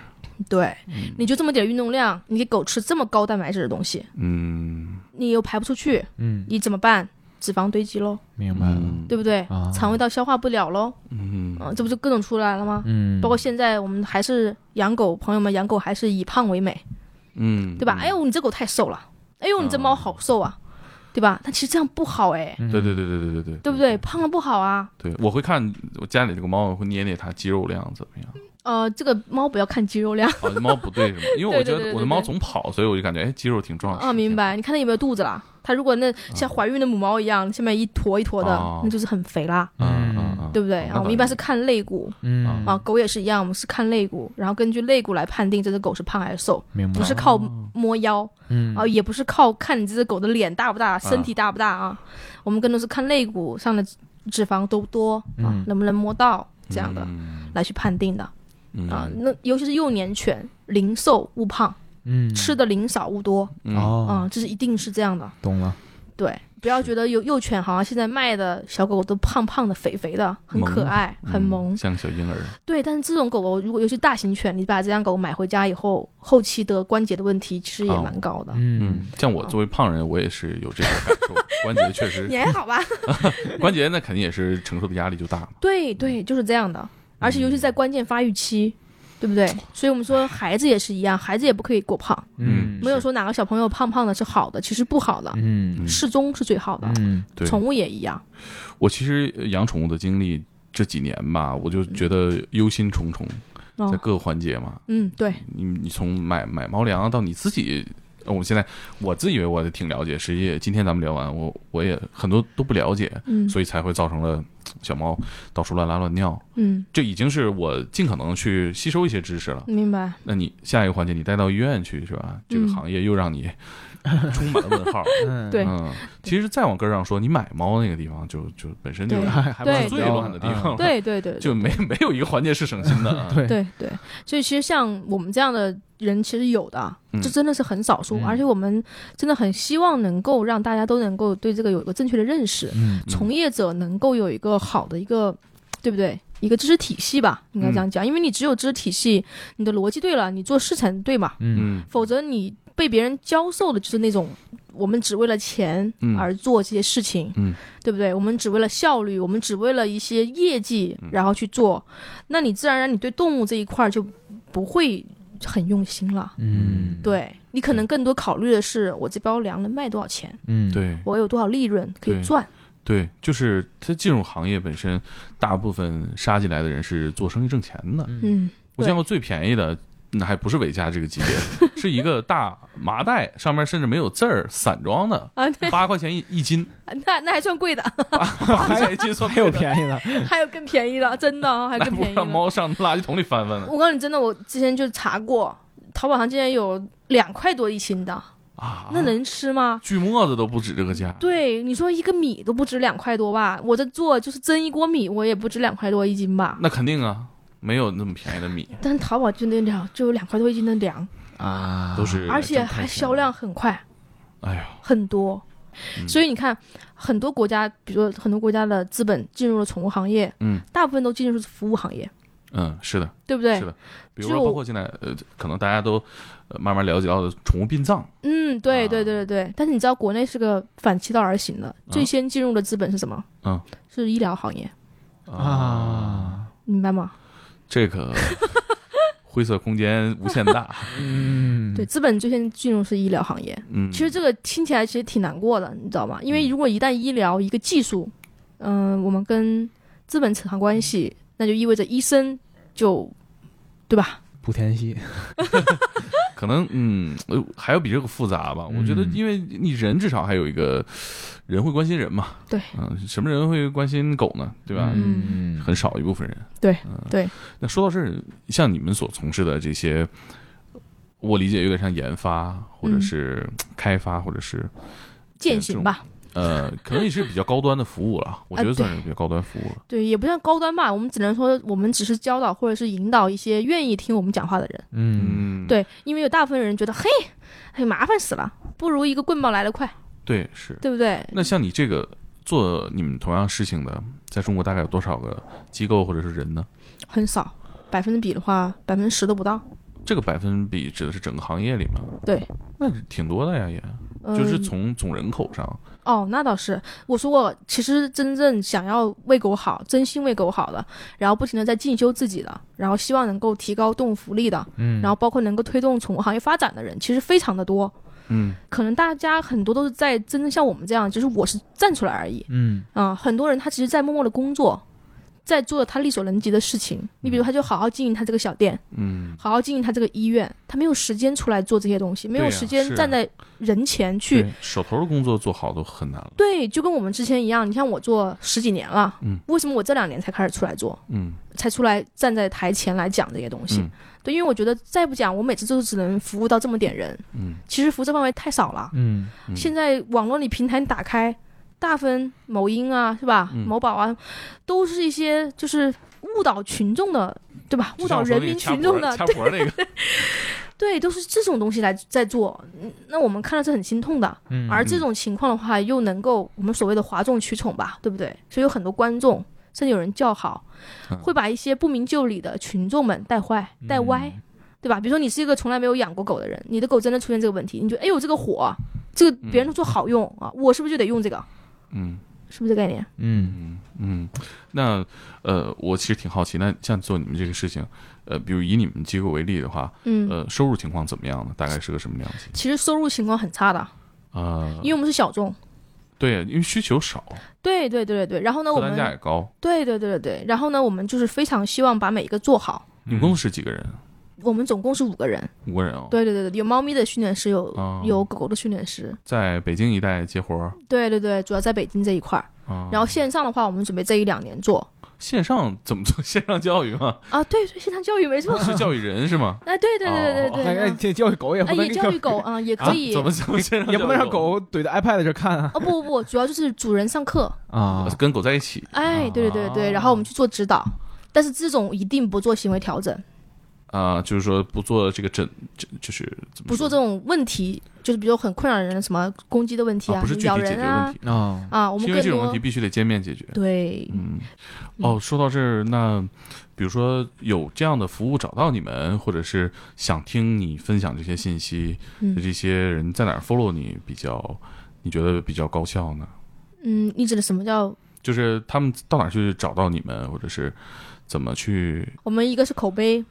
[SPEAKER 2] 对，
[SPEAKER 3] 嗯
[SPEAKER 2] 你就这么点运动量，你给狗吃这么高蛋白质的东西，
[SPEAKER 1] 嗯，
[SPEAKER 2] 你又排不出去，
[SPEAKER 3] 嗯，
[SPEAKER 2] 你怎么办？脂肪堆积喽，
[SPEAKER 3] 明白了，
[SPEAKER 1] 嗯
[SPEAKER 2] 对不对？
[SPEAKER 3] 啊
[SPEAKER 2] 肠胃道消化不了喽，
[SPEAKER 1] 嗯
[SPEAKER 2] 啊、这不就各种出来了吗？
[SPEAKER 3] 嗯，
[SPEAKER 2] 包括现在我们还是养狗，朋友们养狗还是以胖为美，
[SPEAKER 1] 嗯，
[SPEAKER 2] 对吧？哎呦，你这狗太瘦了，哎呦，你这猫好瘦啊，对吧？但其实这样不好哎，
[SPEAKER 3] 嗯
[SPEAKER 1] 对对对对对对对，
[SPEAKER 2] 对不对？胖了不好啊。
[SPEAKER 1] 对，我会看我家里这个猫，我会捏捏它肌肉量怎么
[SPEAKER 2] [LAUGHS]
[SPEAKER 1] 样。
[SPEAKER 2] 呃，这个猫不要看肌肉量
[SPEAKER 1] 啊，猫不对是吗？因为我
[SPEAKER 2] 对对
[SPEAKER 1] 觉
[SPEAKER 2] 对
[SPEAKER 1] 得
[SPEAKER 2] 对
[SPEAKER 1] 我的
[SPEAKER 2] 对
[SPEAKER 1] 猫
[SPEAKER 2] 对
[SPEAKER 1] 总跑，所以我就感觉哎，肌肉挺壮实。
[SPEAKER 2] 啊，明白？你看它有没有肚子啦？它如果
[SPEAKER 3] 啊
[SPEAKER 2] 那像怀孕的母猫一样，下面一坨一坨的
[SPEAKER 1] 哦，
[SPEAKER 2] 那就是很肥啦，
[SPEAKER 3] 啊
[SPEAKER 1] 挺。嗯嗯嗯，
[SPEAKER 2] 对不对？
[SPEAKER 1] 那
[SPEAKER 2] 啊，
[SPEAKER 1] 倒
[SPEAKER 2] 我们一般
[SPEAKER 1] 是
[SPEAKER 2] 是看肋骨
[SPEAKER 3] 嗯
[SPEAKER 2] 啊，，狗也是一样，我们是看肋骨，然后根据肋骨来判定这只狗是胖还是瘦，
[SPEAKER 3] 明白，
[SPEAKER 2] 不是靠摸腰
[SPEAKER 3] 啊嗯
[SPEAKER 2] 啊，也不是靠看你这只狗的脸大不大、身体大不大啊，我们更多是看肋骨上的脂肪多不多啊
[SPEAKER 3] 嗯，
[SPEAKER 2] 能不能摸到这样的
[SPEAKER 1] 嗯
[SPEAKER 2] 来去判定的。
[SPEAKER 1] 嗯
[SPEAKER 2] 啊，那尤其是幼年犬，零瘦勿胖，
[SPEAKER 3] 嗯
[SPEAKER 2] 吃的零少勿多
[SPEAKER 1] 嗯
[SPEAKER 2] 啊、
[SPEAKER 3] 哦，
[SPEAKER 2] 这是一定是这样的。
[SPEAKER 3] 懂了，
[SPEAKER 2] 对，不要觉得有幼犬好像现在卖的小狗狗都胖胖的、肥肥的，很可爱，
[SPEAKER 1] 嗯
[SPEAKER 2] 很萌。
[SPEAKER 1] 像小婴儿。
[SPEAKER 2] 对，但是这种狗狗，如果尤其大型犬，你把这样狗买回家以后，后期的关节的问题其实也
[SPEAKER 1] 哦
[SPEAKER 2] 蛮高的。
[SPEAKER 1] 嗯
[SPEAKER 3] 嗯，
[SPEAKER 1] 像
[SPEAKER 2] 哦
[SPEAKER 1] 我作为胖人，我也是有这种感
[SPEAKER 2] [LAUGHS]
[SPEAKER 1] 受，关节确实
[SPEAKER 2] 你，还
[SPEAKER 1] [LAUGHS]
[SPEAKER 2] 好吧？
[SPEAKER 1] 关节那肯定也是承受的压力就大
[SPEAKER 2] [LAUGHS]
[SPEAKER 1] 嘛。
[SPEAKER 2] 对对，就是这样的。而且尤其在关键发育期，对不对？所以我们说孩子也是一样，孩子也不可以过胖，
[SPEAKER 1] 嗯
[SPEAKER 2] 没有说哪个小朋友胖胖的是好的，其实不好的，
[SPEAKER 3] 嗯
[SPEAKER 1] 嗯
[SPEAKER 2] 适中是最好的。
[SPEAKER 3] 嗯
[SPEAKER 1] 对，
[SPEAKER 2] 宠物也一样。
[SPEAKER 1] 我其实呃养宠物的经历这几年吧，我就觉得忧心忡忡，在
[SPEAKER 2] 哦，
[SPEAKER 1] 各个环节嘛。
[SPEAKER 2] 嗯，对，
[SPEAKER 1] 你你从买买猫粮到你自己，呃我们现在我自以为我挺了解，实际今天咱们聊完，我我也很多都不了解，
[SPEAKER 2] 嗯，
[SPEAKER 1] 所以才会造成了小猫到处乱拉乱尿。
[SPEAKER 2] 嗯，
[SPEAKER 1] 这已经是我尽可能去吸收一些知识了。
[SPEAKER 2] 明白。
[SPEAKER 1] 那你下一个环节，你带到医院去是吧？这个行业又让你充满了问号。
[SPEAKER 2] 嗯
[SPEAKER 3] 嗯，
[SPEAKER 2] 对
[SPEAKER 1] 嗯，其实再往根儿上说，你买猫那个地方就就本身就
[SPEAKER 2] 对
[SPEAKER 1] 是
[SPEAKER 3] 还还蛮
[SPEAKER 2] 对
[SPEAKER 1] 最乱的地方，，
[SPEAKER 2] 对对对，
[SPEAKER 1] 嗯
[SPEAKER 2] 对
[SPEAKER 1] 就没没有一个环节是省心的啊。
[SPEAKER 3] 对，
[SPEAKER 2] 对对，所以其实像我们这样的人，其实有的，
[SPEAKER 1] 嗯
[SPEAKER 2] 这真的是很少数，
[SPEAKER 3] 嗯
[SPEAKER 2] 而且我们真的很希望能够让大家都能够对这个有一个正确的认识，
[SPEAKER 3] 嗯
[SPEAKER 2] 从业者能够有一个好的一个，对不对？一个知识体系吧，应
[SPEAKER 3] 嗯
[SPEAKER 2] 该这样讲，因为你只有知识体系，你的逻辑对了，你做事才对嘛，
[SPEAKER 3] 嗯
[SPEAKER 1] 嗯
[SPEAKER 2] 否则你被别人教授的就是那种我们只为了钱
[SPEAKER 3] 嗯
[SPEAKER 2] 而做这些事情，
[SPEAKER 3] 嗯
[SPEAKER 2] 对不对？我们只为了效率，我们只为了一些业绩然后去做，那你自然而然你对动物这一块儿就不会很用心了。
[SPEAKER 3] 嗯
[SPEAKER 2] 对你可能更多考虑的是我这包粮能卖多少钱，
[SPEAKER 3] 嗯，
[SPEAKER 1] 对
[SPEAKER 2] 我有多少利润可以
[SPEAKER 1] 对
[SPEAKER 2] 赚。
[SPEAKER 1] 对，就是他进入行业本身，大部分杀进来的人是做生意挣钱的。
[SPEAKER 2] 嗯，
[SPEAKER 1] 我见过最便宜的，那还不是伟嘉这个级别， [LAUGHS] 是一个大麻袋，上面甚至没有字儿，散装的，
[SPEAKER 2] 啊，对，
[SPEAKER 1] 八块钱一一
[SPEAKER 2] [LAUGHS]
[SPEAKER 1] 斤，
[SPEAKER 2] 那那还算贵的， [LAUGHS]
[SPEAKER 1] 八块钱一斤算
[SPEAKER 3] 还有
[SPEAKER 1] 便宜
[SPEAKER 3] 便宜的，
[SPEAKER 2] 还有更便宜的，真的啊还
[SPEAKER 1] 的，那
[SPEAKER 2] 有更
[SPEAKER 1] 不
[SPEAKER 2] 便宜
[SPEAKER 1] 让
[SPEAKER 2] 的。
[SPEAKER 1] 猫上垃圾桶里翻翻呢？
[SPEAKER 2] 我告诉你，真的，我之前就查过，淘宝上竟然有两块多一斤的，
[SPEAKER 1] 啊，
[SPEAKER 2] 那能吃吗？
[SPEAKER 1] 锯沫子都不止这个价。
[SPEAKER 2] 对，你说一个米都不值两块多吧？我这做就是蒸一锅米，我也不值两块多一斤吧？
[SPEAKER 1] 那肯定啊，没有那么便宜的米，
[SPEAKER 2] 但淘宝就那两就有两块多一斤的粮，
[SPEAKER 3] 啊，
[SPEAKER 1] 都是
[SPEAKER 2] 而且还销量很快。
[SPEAKER 1] 哎呀，
[SPEAKER 2] 很多
[SPEAKER 1] 嗯。
[SPEAKER 2] 所以你看，很多国家，比如说很多国家的资本进入了宠物行业，
[SPEAKER 1] 嗯，
[SPEAKER 2] 大部分都进入服务行业，
[SPEAKER 1] 嗯，是的，
[SPEAKER 2] 对不对
[SPEAKER 1] 是？的，比如
[SPEAKER 2] 就
[SPEAKER 1] 说包括现在呃，可能大家都呃慢慢了解到的宠物殡葬，
[SPEAKER 2] 嗯，对
[SPEAKER 1] 啊
[SPEAKER 2] 对对对对。但是你知道，国内是个反其道而行的，最先进入的资本是什么？
[SPEAKER 1] 嗯，
[SPEAKER 2] 是医疗行业，啊
[SPEAKER 1] 呃
[SPEAKER 3] 啊，
[SPEAKER 2] 明白吗？
[SPEAKER 1] 这
[SPEAKER 2] [LAUGHS]
[SPEAKER 1] 个灰色空间无限大。
[SPEAKER 3] 嗯，
[SPEAKER 2] 对，资本最先进入是医疗行业。
[SPEAKER 1] 嗯，
[SPEAKER 2] 其实这个听起来其实挺难过的，你知道吗？因为如果一旦医疗一个技术，嗯、我们跟资本扯上关系，那就意味着医生就，对吧？
[SPEAKER 3] 莆田系，
[SPEAKER 1] 可能嗯，呃还有比这个复杂吧。我觉得，
[SPEAKER 3] 嗯
[SPEAKER 1] 因为你人至少还有一个人会关心人嘛。
[SPEAKER 2] 对
[SPEAKER 1] 嗯、什么人会关心狗呢？对吧？
[SPEAKER 2] 嗯
[SPEAKER 1] 很少一部分人。
[SPEAKER 2] 对
[SPEAKER 1] 嗯
[SPEAKER 2] 对。
[SPEAKER 1] 那说到这儿，像你们所从事的这些，我理解有点像研发，或者
[SPEAKER 2] 嗯
[SPEAKER 1] 是开发，或者是
[SPEAKER 2] 践行吧。
[SPEAKER 1] 呃，可能也是比较高端的服务了。我觉得
[SPEAKER 2] 啊
[SPEAKER 1] 算是比较高端服务了。
[SPEAKER 2] 对，也不算高端吧，我们只能说，我们只是教导或者是引导一些愿意听我们讲话的人。
[SPEAKER 3] 嗯
[SPEAKER 1] 嗯，
[SPEAKER 2] 对，因为有大部分人觉得，嘿，嘿，麻烦死了，不如一个棍棒来得快，
[SPEAKER 1] 对是。
[SPEAKER 2] 对不对？
[SPEAKER 1] 那像你这个做你们同样事情的，在中国大概有多少个机构或者是人呢？
[SPEAKER 2] 很少，百分比的话，百分之十都不到。
[SPEAKER 1] 这个百分比指的是整个行业里吗？
[SPEAKER 2] 对，
[SPEAKER 1] 那挺多的呀，也
[SPEAKER 2] 嗯、
[SPEAKER 1] 就是从总人口上，
[SPEAKER 2] 哦，那倒是。我说过，其实真正想要为狗好、真心为狗好的，然后不停的在进修自己的，然后希望能够提高动物福利的，
[SPEAKER 3] 嗯
[SPEAKER 2] 然后包括能够推动宠物行业发展的人，其实非常的多。
[SPEAKER 1] 嗯
[SPEAKER 2] 可能大家很多都是在真正像我们这样，就是我是站出来而已。
[SPEAKER 3] 嗯
[SPEAKER 2] 啊、很多人他其实在默默的工作，在做他力所能及的事情。你比如，他就好好经营他这个小店，
[SPEAKER 1] 嗯，
[SPEAKER 2] 好好经营他这个医院，他没有时间出来做这些东西，没有
[SPEAKER 1] 对呀啊
[SPEAKER 2] 时间
[SPEAKER 1] 是
[SPEAKER 2] 站在人前去。
[SPEAKER 1] 对，手头的工作做好都很难了，
[SPEAKER 2] 对，就跟我们之前一样，你像我做十几年了，
[SPEAKER 1] 嗯
[SPEAKER 2] 为什么我这两年才开始出来做，
[SPEAKER 1] 嗯
[SPEAKER 2] 才出来站在台前来讲这些东西？
[SPEAKER 1] 嗯
[SPEAKER 2] 对，因为我觉得再不讲，我每次都只能服务到这么点人，
[SPEAKER 1] 嗯，
[SPEAKER 2] 其实服务这范围太少了。
[SPEAKER 3] 嗯
[SPEAKER 1] 嗯
[SPEAKER 2] 现在网络里平台你打开，大分、某音啊，是吧？
[SPEAKER 1] 嗯
[SPEAKER 2] 某宝啊，都是一些就是误导群众的，对吧？
[SPEAKER 1] 就
[SPEAKER 2] 误导
[SPEAKER 1] 像我说
[SPEAKER 2] 人
[SPEAKER 1] 那个
[SPEAKER 2] 民
[SPEAKER 1] 掐
[SPEAKER 2] 群
[SPEAKER 1] 脖
[SPEAKER 2] 众的，
[SPEAKER 1] 掐脖那 [LAUGHS] 个，
[SPEAKER 2] 对，都是这种东西来在做。嗯那我们看了是很心痛的。
[SPEAKER 3] 嗯
[SPEAKER 2] 而这种情况的话，又能够我们所谓的哗众取宠吧，对不对？所以有很多观众，甚至有人叫好
[SPEAKER 1] 嗯，
[SPEAKER 2] 会把一些不明就里的群众们带坏、带歪。对吧？比如说你是一个从来没有养过狗的人，你的狗真的出现这个问题，你觉得哎呦这个火，这个别人都说好用、啊，我是不是就得用这个？
[SPEAKER 1] 嗯
[SPEAKER 2] 是不是这概念？
[SPEAKER 3] 嗯
[SPEAKER 1] 嗯嗯，那呃，我其实挺好奇，那像做你们这个事情，呃，比如以你们机构为例的话，
[SPEAKER 2] 嗯，
[SPEAKER 1] 呃，收入情况怎么样呢？大概是个什么样子？
[SPEAKER 2] 其实收入情况很差的，
[SPEAKER 1] 啊，
[SPEAKER 2] 因为我们是小众。
[SPEAKER 1] 对，因为需求少，
[SPEAKER 2] 对对对对对，然后呢，我
[SPEAKER 1] 客单价也
[SPEAKER 2] 们
[SPEAKER 1] 高。
[SPEAKER 2] 对对对对对，然后呢，我们就是非常希望把每一个做好。
[SPEAKER 3] 嗯
[SPEAKER 1] 你们公司是几个人？
[SPEAKER 2] 我们总共是五个人，
[SPEAKER 1] 五个人哦。
[SPEAKER 2] 对对对对，有猫咪的训练师，有、
[SPEAKER 1] 哦
[SPEAKER 2] 有狗狗的训练师，
[SPEAKER 1] 在北京一带接活儿
[SPEAKER 2] 对对对，主要在北京这一块儿。
[SPEAKER 1] 啊。
[SPEAKER 2] 嗯然后线上的话，我们准备这一两年做
[SPEAKER 1] 线上怎么做？ [LAUGHS] 线上教育吗？
[SPEAKER 2] 啊，对对，线上教育
[SPEAKER 1] [LAUGHS]
[SPEAKER 2] 没错，
[SPEAKER 1] 是教育人是
[SPEAKER 2] [LAUGHS]
[SPEAKER 1] 吗？
[SPEAKER 2] 哎，对对对对
[SPEAKER 1] 哦
[SPEAKER 2] 对
[SPEAKER 3] 哎
[SPEAKER 2] 对
[SPEAKER 3] 哎，
[SPEAKER 2] 嗯，
[SPEAKER 3] 这教育狗也
[SPEAKER 2] 哎
[SPEAKER 3] 不能
[SPEAKER 2] 也教育狗，啊，也可
[SPEAKER 1] 啊
[SPEAKER 2] 以，
[SPEAKER 1] 怎么怎么线上教育？
[SPEAKER 3] [LAUGHS] 也不能让狗怼在 iPad 这看啊
[SPEAKER 2] [LAUGHS] 哦不不不，主要就是主人上课，
[SPEAKER 3] 啊
[SPEAKER 1] 跟狗在一起
[SPEAKER 2] 哎，对对对对，然后我们去做指导，但是这种一定不做行为调整，
[SPEAKER 1] 啊、就是说不做这个诊，就就是怎么
[SPEAKER 2] 不做这
[SPEAKER 1] 种
[SPEAKER 2] 种问题，就是比如很困扰人的什么攻击的问题
[SPEAKER 1] 啊，不是具
[SPEAKER 2] 咬
[SPEAKER 1] 体解
[SPEAKER 2] 人
[SPEAKER 1] 决
[SPEAKER 2] 啊
[SPEAKER 1] 问题，
[SPEAKER 3] 哦，
[SPEAKER 2] 啊，我
[SPEAKER 1] 是
[SPEAKER 2] 们
[SPEAKER 1] 因为这
[SPEAKER 2] 更
[SPEAKER 1] 种问
[SPEAKER 2] 多
[SPEAKER 1] 题必须得见面解决。
[SPEAKER 2] 对，
[SPEAKER 1] 嗯，哦，说到这儿，那比如说有这样的服务找到你们，或者是想听你分享这些信息，
[SPEAKER 2] 嗯
[SPEAKER 1] 这些人在哪儿 follow 你比较，你觉得比较高效呢？
[SPEAKER 2] 嗯，你指的什么叫？
[SPEAKER 1] 就是他们到哪儿去找到你们，或者是怎么去
[SPEAKER 2] 我们一个是口碑，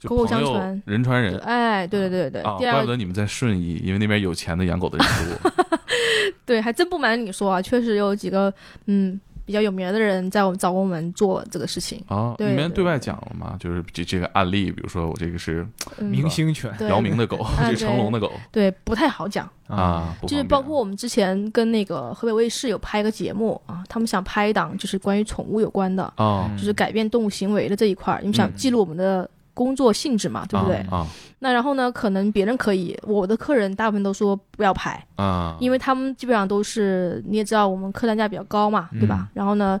[SPEAKER 1] 就
[SPEAKER 2] 口口
[SPEAKER 1] 朋
[SPEAKER 2] 相
[SPEAKER 1] 友
[SPEAKER 2] 传
[SPEAKER 1] 人传人
[SPEAKER 2] 哎，对对对对
[SPEAKER 1] 啊？
[SPEAKER 2] 对，第
[SPEAKER 1] 怪
[SPEAKER 2] 二
[SPEAKER 1] 不得你们在顺义，因为那边有钱的养狗的人
[SPEAKER 2] [LAUGHS]
[SPEAKER 1] 多。
[SPEAKER 2] 对，还真不瞒你说啊，确实有几个嗯比较有名的人在我们找过我们做这个事情，
[SPEAKER 1] 啊，
[SPEAKER 2] 对
[SPEAKER 1] 你们
[SPEAKER 2] 对
[SPEAKER 1] 对外讲了吗？就是这这个案例，比如说我这个是
[SPEAKER 2] 嗯，
[SPEAKER 3] 明星犬
[SPEAKER 2] 对
[SPEAKER 1] 姚明的狗，
[SPEAKER 2] 啊
[SPEAKER 1] 这个
[SPEAKER 2] 对
[SPEAKER 1] 成龙的狗
[SPEAKER 2] 对不太好讲，
[SPEAKER 1] 啊，不
[SPEAKER 2] 就是
[SPEAKER 1] 方便
[SPEAKER 2] 包括我们之前跟那个河北卫视有拍个节目啊，他们想拍一档就是关于宠物有关的，
[SPEAKER 1] 啊，
[SPEAKER 2] 就是改变动物行为的这一块儿，因为想记录我们的工作性质嘛，对不对？
[SPEAKER 1] 嗯啊
[SPEAKER 2] 那然后呢，可能别人可以，我的客人大部分都说不要拍，
[SPEAKER 1] 啊啊，
[SPEAKER 2] 因
[SPEAKER 1] 为
[SPEAKER 2] 为他们基本上都是你也知道，我们客单价比较高嘛，对
[SPEAKER 1] 嗯
[SPEAKER 2] 吧？然后呢，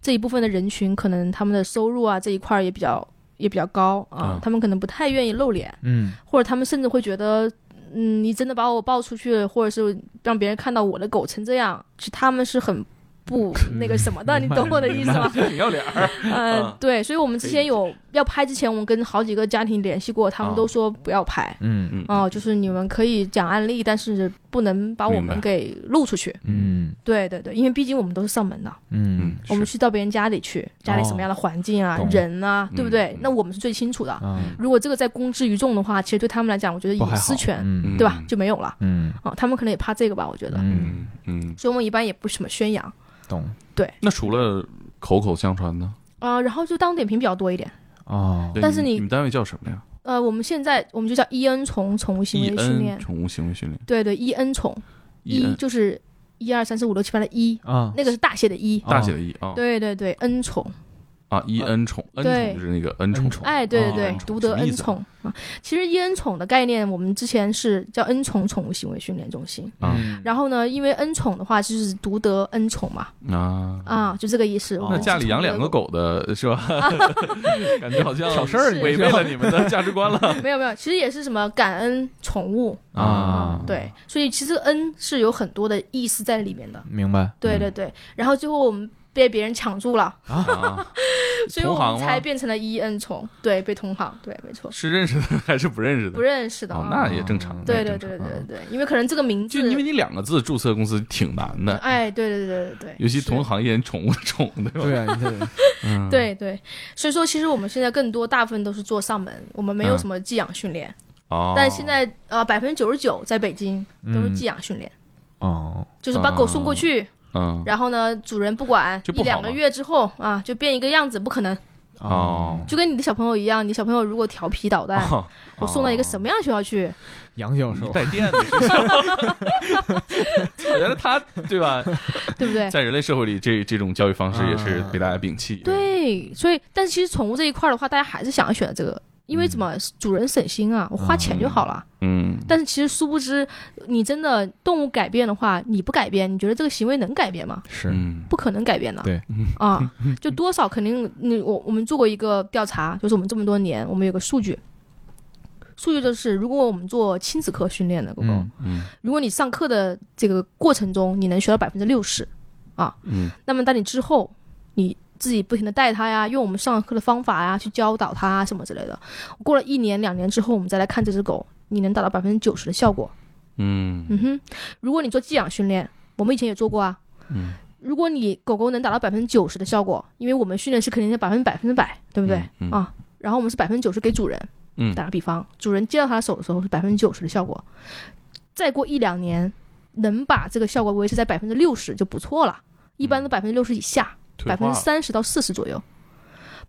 [SPEAKER 2] 这一部分的人群可能他们的收入啊这一块儿也比较也比较高啊，
[SPEAKER 1] 嗯
[SPEAKER 2] 他们可能不太愿意露脸，
[SPEAKER 3] 嗯
[SPEAKER 2] 或者他们甚至会觉得，嗯，你真的把我抱出去，或者是让别人看到我的狗成这样，其实他们是很。
[SPEAKER 1] [LAUGHS]
[SPEAKER 2] 不，那个什么的，你懂我的意思吗？
[SPEAKER 1] 你要脸儿
[SPEAKER 2] 呃
[SPEAKER 1] 嗯，
[SPEAKER 2] 对，所以我们之前有要拍之前，我们跟好几个家庭联系过，他
[SPEAKER 1] 啊
[SPEAKER 2] 们都说不要拍。
[SPEAKER 3] 嗯
[SPEAKER 2] 哦，就是你们可以讲案例，但是不能把我
[SPEAKER 1] 明白
[SPEAKER 2] 们给录出去。
[SPEAKER 3] 嗯
[SPEAKER 2] 对对对，因为毕竟我们都是上门的，
[SPEAKER 3] 嗯
[SPEAKER 2] 我们
[SPEAKER 1] 是
[SPEAKER 2] 去到别人家里去，家里什么样的环境啊、
[SPEAKER 3] 懂
[SPEAKER 2] 人啊，对不对？
[SPEAKER 1] 嗯
[SPEAKER 2] 那我们是最清楚的。
[SPEAKER 3] 啊，
[SPEAKER 2] 如果这个再公之于众的话，其实对他们来讲，我觉得
[SPEAKER 3] 不
[SPEAKER 2] 隐
[SPEAKER 3] 还好
[SPEAKER 2] 私权，
[SPEAKER 3] 嗯
[SPEAKER 2] 对吧，
[SPEAKER 1] 嗯
[SPEAKER 2] 就没有了
[SPEAKER 3] 嗯
[SPEAKER 2] 啊、他们可能也怕这个吧，我觉得。
[SPEAKER 3] 嗯，
[SPEAKER 1] 嗯嗯，
[SPEAKER 2] 所以我们一般也不怎么宣扬
[SPEAKER 3] 懂
[SPEAKER 1] 那除了口口相传呢？
[SPEAKER 2] 啊、然后就当点评比较多一点。
[SPEAKER 3] 哦
[SPEAKER 1] 对
[SPEAKER 2] 但是
[SPEAKER 1] 你
[SPEAKER 2] 你
[SPEAKER 1] 你们单位叫什么呀
[SPEAKER 2] 呃，我们现在我们就叫伊恩虫宠物行
[SPEAKER 1] ？E
[SPEAKER 2] 为训
[SPEAKER 1] N
[SPEAKER 2] 练，
[SPEAKER 1] 宠物行为训练
[SPEAKER 2] 对对，伊恩虫，
[SPEAKER 1] ，E
[SPEAKER 2] 一
[SPEAKER 1] N
[SPEAKER 2] 就是一二三四五六七八的一，
[SPEAKER 3] 啊哦
[SPEAKER 2] 那个是大写的一。
[SPEAKER 1] 大写的 E 啊
[SPEAKER 2] 对对对，恩宠，
[SPEAKER 1] 啊，E N 宠 N
[SPEAKER 2] 对
[SPEAKER 1] 宠就是那个 N 宠
[SPEAKER 3] 恩宠
[SPEAKER 2] 哎，对
[SPEAKER 1] 哦
[SPEAKER 2] 对对
[SPEAKER 1] 恩，宠
[SPEAKER 2] 独
[SPEAKER 1] 什
[SPEAKER 2] 得
[SPEAKER 1] 么意
[SPEAKER 2] 恩
[SPEAKER 1] 思啊
[SPEAKER 2] 宠啊。其实伊恩宠的概念，我们之前是叫恩宠宠物行为训练中心。
[SPEAKER 3] 嗯
[SPEAKER 1] 啊
[SPEAKER 2] 然后呢，因为恩宠的话就是独得恩宠嘛，
[SPEAKER 3] 嗯
[SPEAKER 1] 啊。
[SPEAKER 2] 啊，就这个意思。我
[SPEAKER 1] 那
[SPEAKER 2] 们
[SPEAKER 1] 家里
[SPEAKER 2] 是
[SPEAKER 1] 养两个
[SPEAKER 2] 宠
[SPEAKER 1] 狗的是吧？感觉好像
[SPEAKER 3] 挑事儿
[SPEAKER 2] 你
[SPEAKER 1] 违
[SPEAKER 3] 这
[SPEAKER 1] 背
[SPEAKER 3] 是
[SPEAKER 1] 了你们的价值观了 [LAUGHS]
[SPEAKER 2] 物的，没有没有，其实也是什么感恩宠物，
[SPEAKER 3] 啊，
[SPEAKER 2] 对，
[SPEAKER 1] 嗯
[SPEAKER 2] 所以其实恩是有很多的意思在里面的。
[SPEAKER 3] 明白
[SPEAKER 2] 对
[SPEAKER 1] 嗯
[SPEAKER 2] 对对，然后最后我们被别人抢住了，
[SPEAKER 1] 啊！
[SPEAKER 2] [LAUGHS] 所以我
[SPEAKER 1] 同行
[SPEAKER 2] 们
[SPEAKER 1] 吗
[SPEAKER 2] 才变成了伊恩宠，对，被同行，对，没错，
[SPEAKER 1] 是认识的还是不认识的？
[SPEAKER 2] [LAUGHS] 不认识的
[SPEAKER 1] 哦，
[SPEAKER 2] 啊。
[SPEAKER 1] 那也正常。那
[SPEAKER 2] 对
[SPEAKER 1] 也
[SPEAKER 2] 对
[SPEAKER 1] 正
[SPEAKER 2] 对
[SPEAKER 1] 常
[SPEAKER 2] 对
[SPEAKER 1] 啊
[SPEAKER 2] 对，因为可能这个名字
[SPEAKER 1] 就，因为你两个字注册公司挺难 [LAUGHS] 的，
[SPEAKER 2] 哎，对对对对对，
[SPEAKER 1] 尤其
[SPEAKER 2] 是
[SPEAKER 1] 同行业宠物的宠，对吧？
[SPEAKER 3] 对啊，你
[SPEAKER 1] [LAUGHS]
[SPEAKER 3] 这
[SPEAKER 1] 嗯，
[SPEAKER 2] 对对，所以说其实我们现在更多大部分都是做上门，我们没有什么寄养训练，
[SPEAKER 1] 嗯哦，
[SPEAKER 2] 但现在呃百分之九十九在北京都是寄养训练，
[SPEAKER 3] 嗯哦
[SPEAKER 2] 就是把狗送过去，
[SPEAKER 1] 嗯
[SPEAKER 2] 然后呢主人不管，
[SPEAKER 1] 这不好
[SPEAKER 2] 一两个
[SPEAKER 1] 吗
[SPEAKER 2] 月之后啊就变一个样子，不可能，
[SPEAKER 1] 哦，
[SPEAKER 2] 就跟你的小朋友一样，你小朋友如果调皮捣蛋，
[SPEAKER 1] 哦
[SPEAKER 2] 我送到一个什么样的学校去？
[SPEAKER 3] 杨教授
[SPEAKER 1] 带电的学校， [LAUGHS] 我觉得他对吧，
[SPEAKER 2] 对不对？
[SPEAKER 1] 在人类社会里，这这种教育方式也是被大家摒弃。，
[SPEAKER 2] 对，所以但是其实宠物这一块的话，大家还是想要选择这个，因为怎么主人省心啊，我花钱就好了。
[SPEAKER 1] 嗯，
[SPEAKER 2] 但是其实殊不知，你真的动物改变的话，你不改变，你觉得这个行为能改变吗？
[SPEAKER 3] 是
[SPEAKER 1] 嗯
[SPEAKER 2] 不可能改变的。
[SPEAKER 3] 对
[SPEAKER 2] 啊，就多少肯定你我我们做过一个调查，就是我们这么多年，我们有个数据。数据就是，如果我们做亲子课训练的狗狗，
[SPEAKER 3] 嗯
[SPEAKER 1] 嗯
[SPEAKER 2] 如果你上课的这个过程中，你能学到百分之六十，
[SPEAKER 1] 嗯
[SPEAKER 2] 那么当你之后，你自己不停的带它呀，用我们上课的方法呀去教导它啊什么之类的。过了一年两年之后，我们再来看这只狗，你能达到百分之九十的效果。
[SPEAKER 1] 嗯
[SPEAKER 2] 嗯哼，如果你做寄养训练，我们以前也做过啊。
[SPEAKER 1] 嗯，
[SPEAKER 2] 如果你狗狗能达到百分之九十的效果，因为我们训练是肯定是百分之百分之百，对不对、哦
[SPEAKER 1] 嗯嗯
[SPEAKER 2] 啊？然后我们是百分之九十给主人，
[SPEAKER 1] 嗯
[SPEAKER 2] 打个比方，主人接到它的手的时候是百分之九十的效果，再过一两年能把这个效果维持在百分之六十就不错了，一般都百分之六十以下。
[SPEAKER 1] 嗯退
[SPEAKER 2] 百分
[SPEAKER 1] 化
[SPEAKER 2] 之三十到四十左右，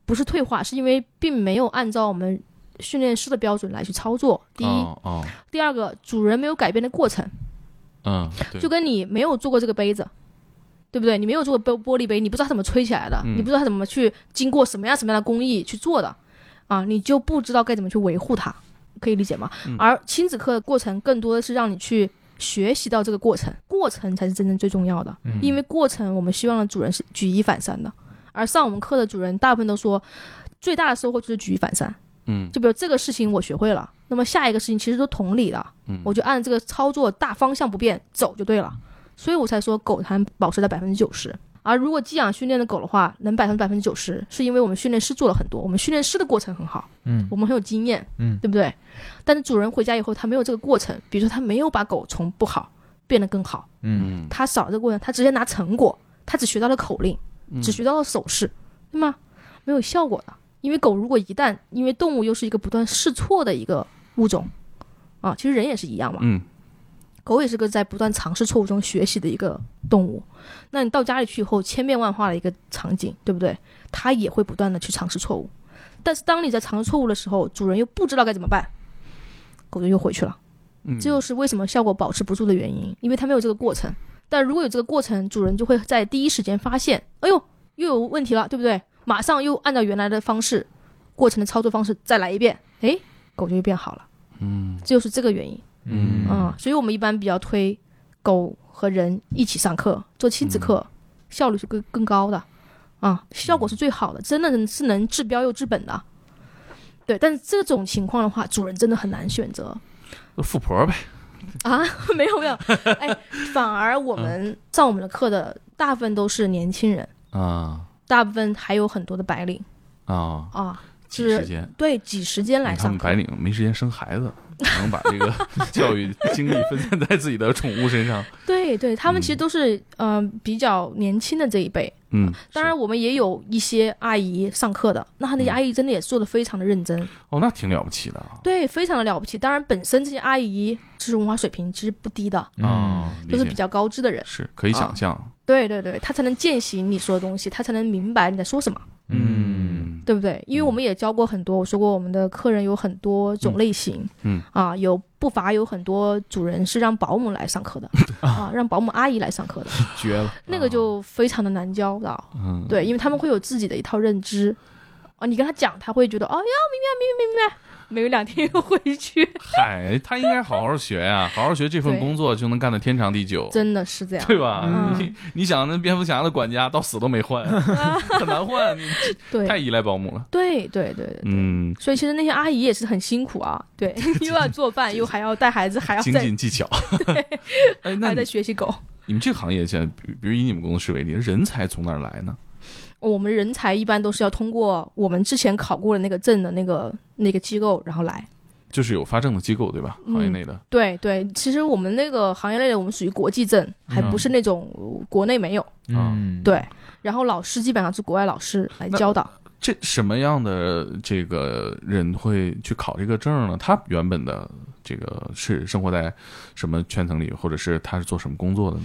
[SPEAKER 2] 不是退化，是因为并没有按照我们训练师的标准来去操作。第一，
[SPEAKER 1] 哦哦
[SPEAKER 2] 第二个，主人没有改变的过程，
[SPEAKER 1] 嗯，对
[SPEAKER 2] 就跟你没有做过这个杯子，对不对？你没有做过玻玻璃杯，你不知道它怎么吹起来的，
[SPEAKER 1] 嗯
[SPEAKER 2] 你不知道它怎么去经过什么样什么样的工艺去做的，啊，你就不知道该怎么去维护它，可以理解吗？
[SPEAKER 1] 嗯
[SPEAKER 2] 而亲子课的过程更多的是让你去。学习到这个过程，过程才是真正最重要的。
[SPEAKER 1] 嗯
[SPEAKER 2] 因为过程我们希望的主人是举一反三的，而上我们课的主人大部分都说，最大的收获就是举一反三。
[SPEAKER 3] 嗯
[SPEAKER 2] 就比如这个事情我学会了，那么下一个事情其实都同理的，
[SPEAKER 3] 嗯
[SPEAKER 2] 我就按这个操作大方向不变走就对了。所以我才说狗它保持在百分之九十。而如果寄养训练的狗的话，能百分之百分之九十，是因为我们训练师做了很多，我们训练师的过程很好，
[SPEAKER 3] 嗯
[SPEAKER 2] 我们很有经验，
[SPEAKER 3] 嗯
[SPEAKER 2] 对不对？但是主人回家以后，他没有这个过程，比如说他没有把狗从不好变得更好，
[SPEAKER 3] 嗯
[SPEAKER 1] 嗯
[SPEAKER 2] 他少了这个过程，他直接拿成果，他只学到了口令，
[SPEAKER 3] 嗯
[SPEAKER 2] 只学到了手势，对吗？没有效果的，因为狗如果一旦因为动物又是一个不断试错的一个物种啊，其实人也是一样嘛，
[SPEAKER 1] 嗯
[SPEAKER 2] 狗也是个在不断尝试错误中学习的一个动物。那你到家里去以后，千变万化的一个场景，对不对？它也会不断的去尝试错误。但是当你在尝试错误的时候，主人又不知道该怎么办，狗就又回去了。
[SPEAKER 1] 嗯，
[SPEAKER 2] 这就是为什么效果保持不住的原因，因为它没有这个过程。但如果有这个过程，主人就会在第一时间发现，哎呦，又有问题了，对不对？马上又按照原来的方式，过程的操作方式再来一遍，哎，狗就又变好了。嗯，这就是这个原因。
[SPEAKER 1] 嗯
[SPEAKER 2] 嗯，所以我们一般比较推狗和人一起上课，做亲
[SPEAKER 1] 嗯
[SPEAKER 2] 子课，效率是更更高的，啊，效果是最好的，真的是能治标又治本的。对，但是这种情况的话，主人真的很难选择 [LAUGHS]
[SPEAKER 1] 富婆呗，
[SPEAKER 2] 啊，没有没有，哎，反而我
[SPEAKER 1] 嗯
[SPEAKER 2] 们上我们的课的大部分都是年轻人，
[SPEAKER 1] 啊
[SPEAKER 2] 大部分还有很多的白领
[SPEAKER 1] 啊，
[SPEAKER 2] 啊，
[SPEAKER 1] 挤
[SPEAKER 2] 是
[SPEAKER 1] 时间。
[SPEAKER 2] 对，挤时间来
[SPEAKER 1] 嗯他
[SPEAKER 2] 上
[SPEAKER 1] 们
[SPEAKER 2] 课
[SPEAKER 1] 白，领没时间生孩子，只能把这
[SPEAKER 2] [LAUGHS]
[SPEAKER 1] 个教育精力分散在自己的宠物身上。
[SPEAKER 2] 对对，他们其实都是嗯、呃比较年轻的这一辈，
[SPEAKER 1] 嗯，
[SPEAKER 2] 当然，我们也有一些阿姨上课的，那那些
[SPEAKER 1] 嗯
[SPEAKER 2] 阿姨真的也做的非常的认真，
[SPEAKER 1] 哦，那挺了不起的啊。
[SPEAKER 2] 对，非常的了不起。当然，本身这些阿姨知识文化水平其实不低的，
[SPEAKER 3] 嗯
[SPEAKER 1] 啊，
[SPEAKER 2] 都嗯是
[SPEAKER 1] 理
[SPEAKER 2] 比
[SPEAKER 1] 解
[SPEAKER 2] 较啊高知的人。
[SPEAKER 1] 是可以想象。
[SPEAKER 2] 对对对，她才能践行你说的东西，她才能明白你在说什么，
[SPEAKER 3] 嗯
[SPEAKER 2] 对不对？因为我们也教过很多，我说过我们的客人有很多种类型，
[SPEAKER 1] 嗯
[SPEAKER 2] 啊，有不乏有很多主人是让保姆来
[SPEAKER 1] [LAUGHS]
[SPEAKER 2] 上课的啊，让保姆阿姨来上课的，
[SPEAKER 3] 绝了，
[SPEAKER 2] 那个就非常的难教的。
[SPEAKER 1] 嗯，
[SPEAKER 2] 对，因为他们会有自己的一套认知。啊，你跟他讲，他会觉得哦呀，明白，明白，明白，没有两天又回去，
[SPEAKER 1] 嗨，他应该好好学呀，好好学这份
[SPEAKER 2] 对
[SPEAKER 1] 工作就能干得天长地久。
[SPEAKER 2] 真的是这样。
[SPEAKER 1] 对吧？
[SPEAKER 2] 嗯
[SPEAKER 1] 你 [LAUGHS] 你想那蝙蝠侠的管家到死都没
[SPEAKER 2] [LAUGHS]
[SPEAKER 1] 换，很难换，你
[SPEAKER 2] 对，
[SPEAKER 1] 太依赖保姆了。
[SPEAKER 2] 对，对，对，对。
[SPEAKER 1] 嗯，
[SPEAKER 2] 所以其实那些阿姨也是很辛苦啊，对，又要做饭，又还要带孩子，还要
[SPEAKER 1] 精
[SPEAKER 2] 再
[SPEAKER 1] 进技
[SPEAKER 2] [LAUGHS]
[SPEAKER 1] 巧。哎，那
[SPEAKER 2] 还在
[SPEAKER 1] 你
[SPEAKER 2] 学习狗。
[SPEAKER 1] 你们这个行业现在，比比如以你们公司为例，人才从哪儿来呢？
[SPEAKER 2] 我们人才一般都是要通过我们之前考过的那个证的那个那个机构，然后来。
[SPEAKER 1] 就是有发证的机构对吧？
[SPEAKER 2] 嗯
[SPEAKER 1] 行业内的，
[SPEAKER 2] 对对，其实我们那个行业类的，我们属于国际证，还不是那种呃国内没有。
[SPEAKER 1] 哦
[SPEAKER 3] 嗯，
[SPEAKER 2] 对，然后老师基本上是国外老师来
[SPEAKER 1] 那
[SPEAKER 2] 教导。
[SPEAKER 1] 这什么样的这个人会去考这个证呢？他原本的这个是生活在什么圈层里，或者是他是做什么工作的呢？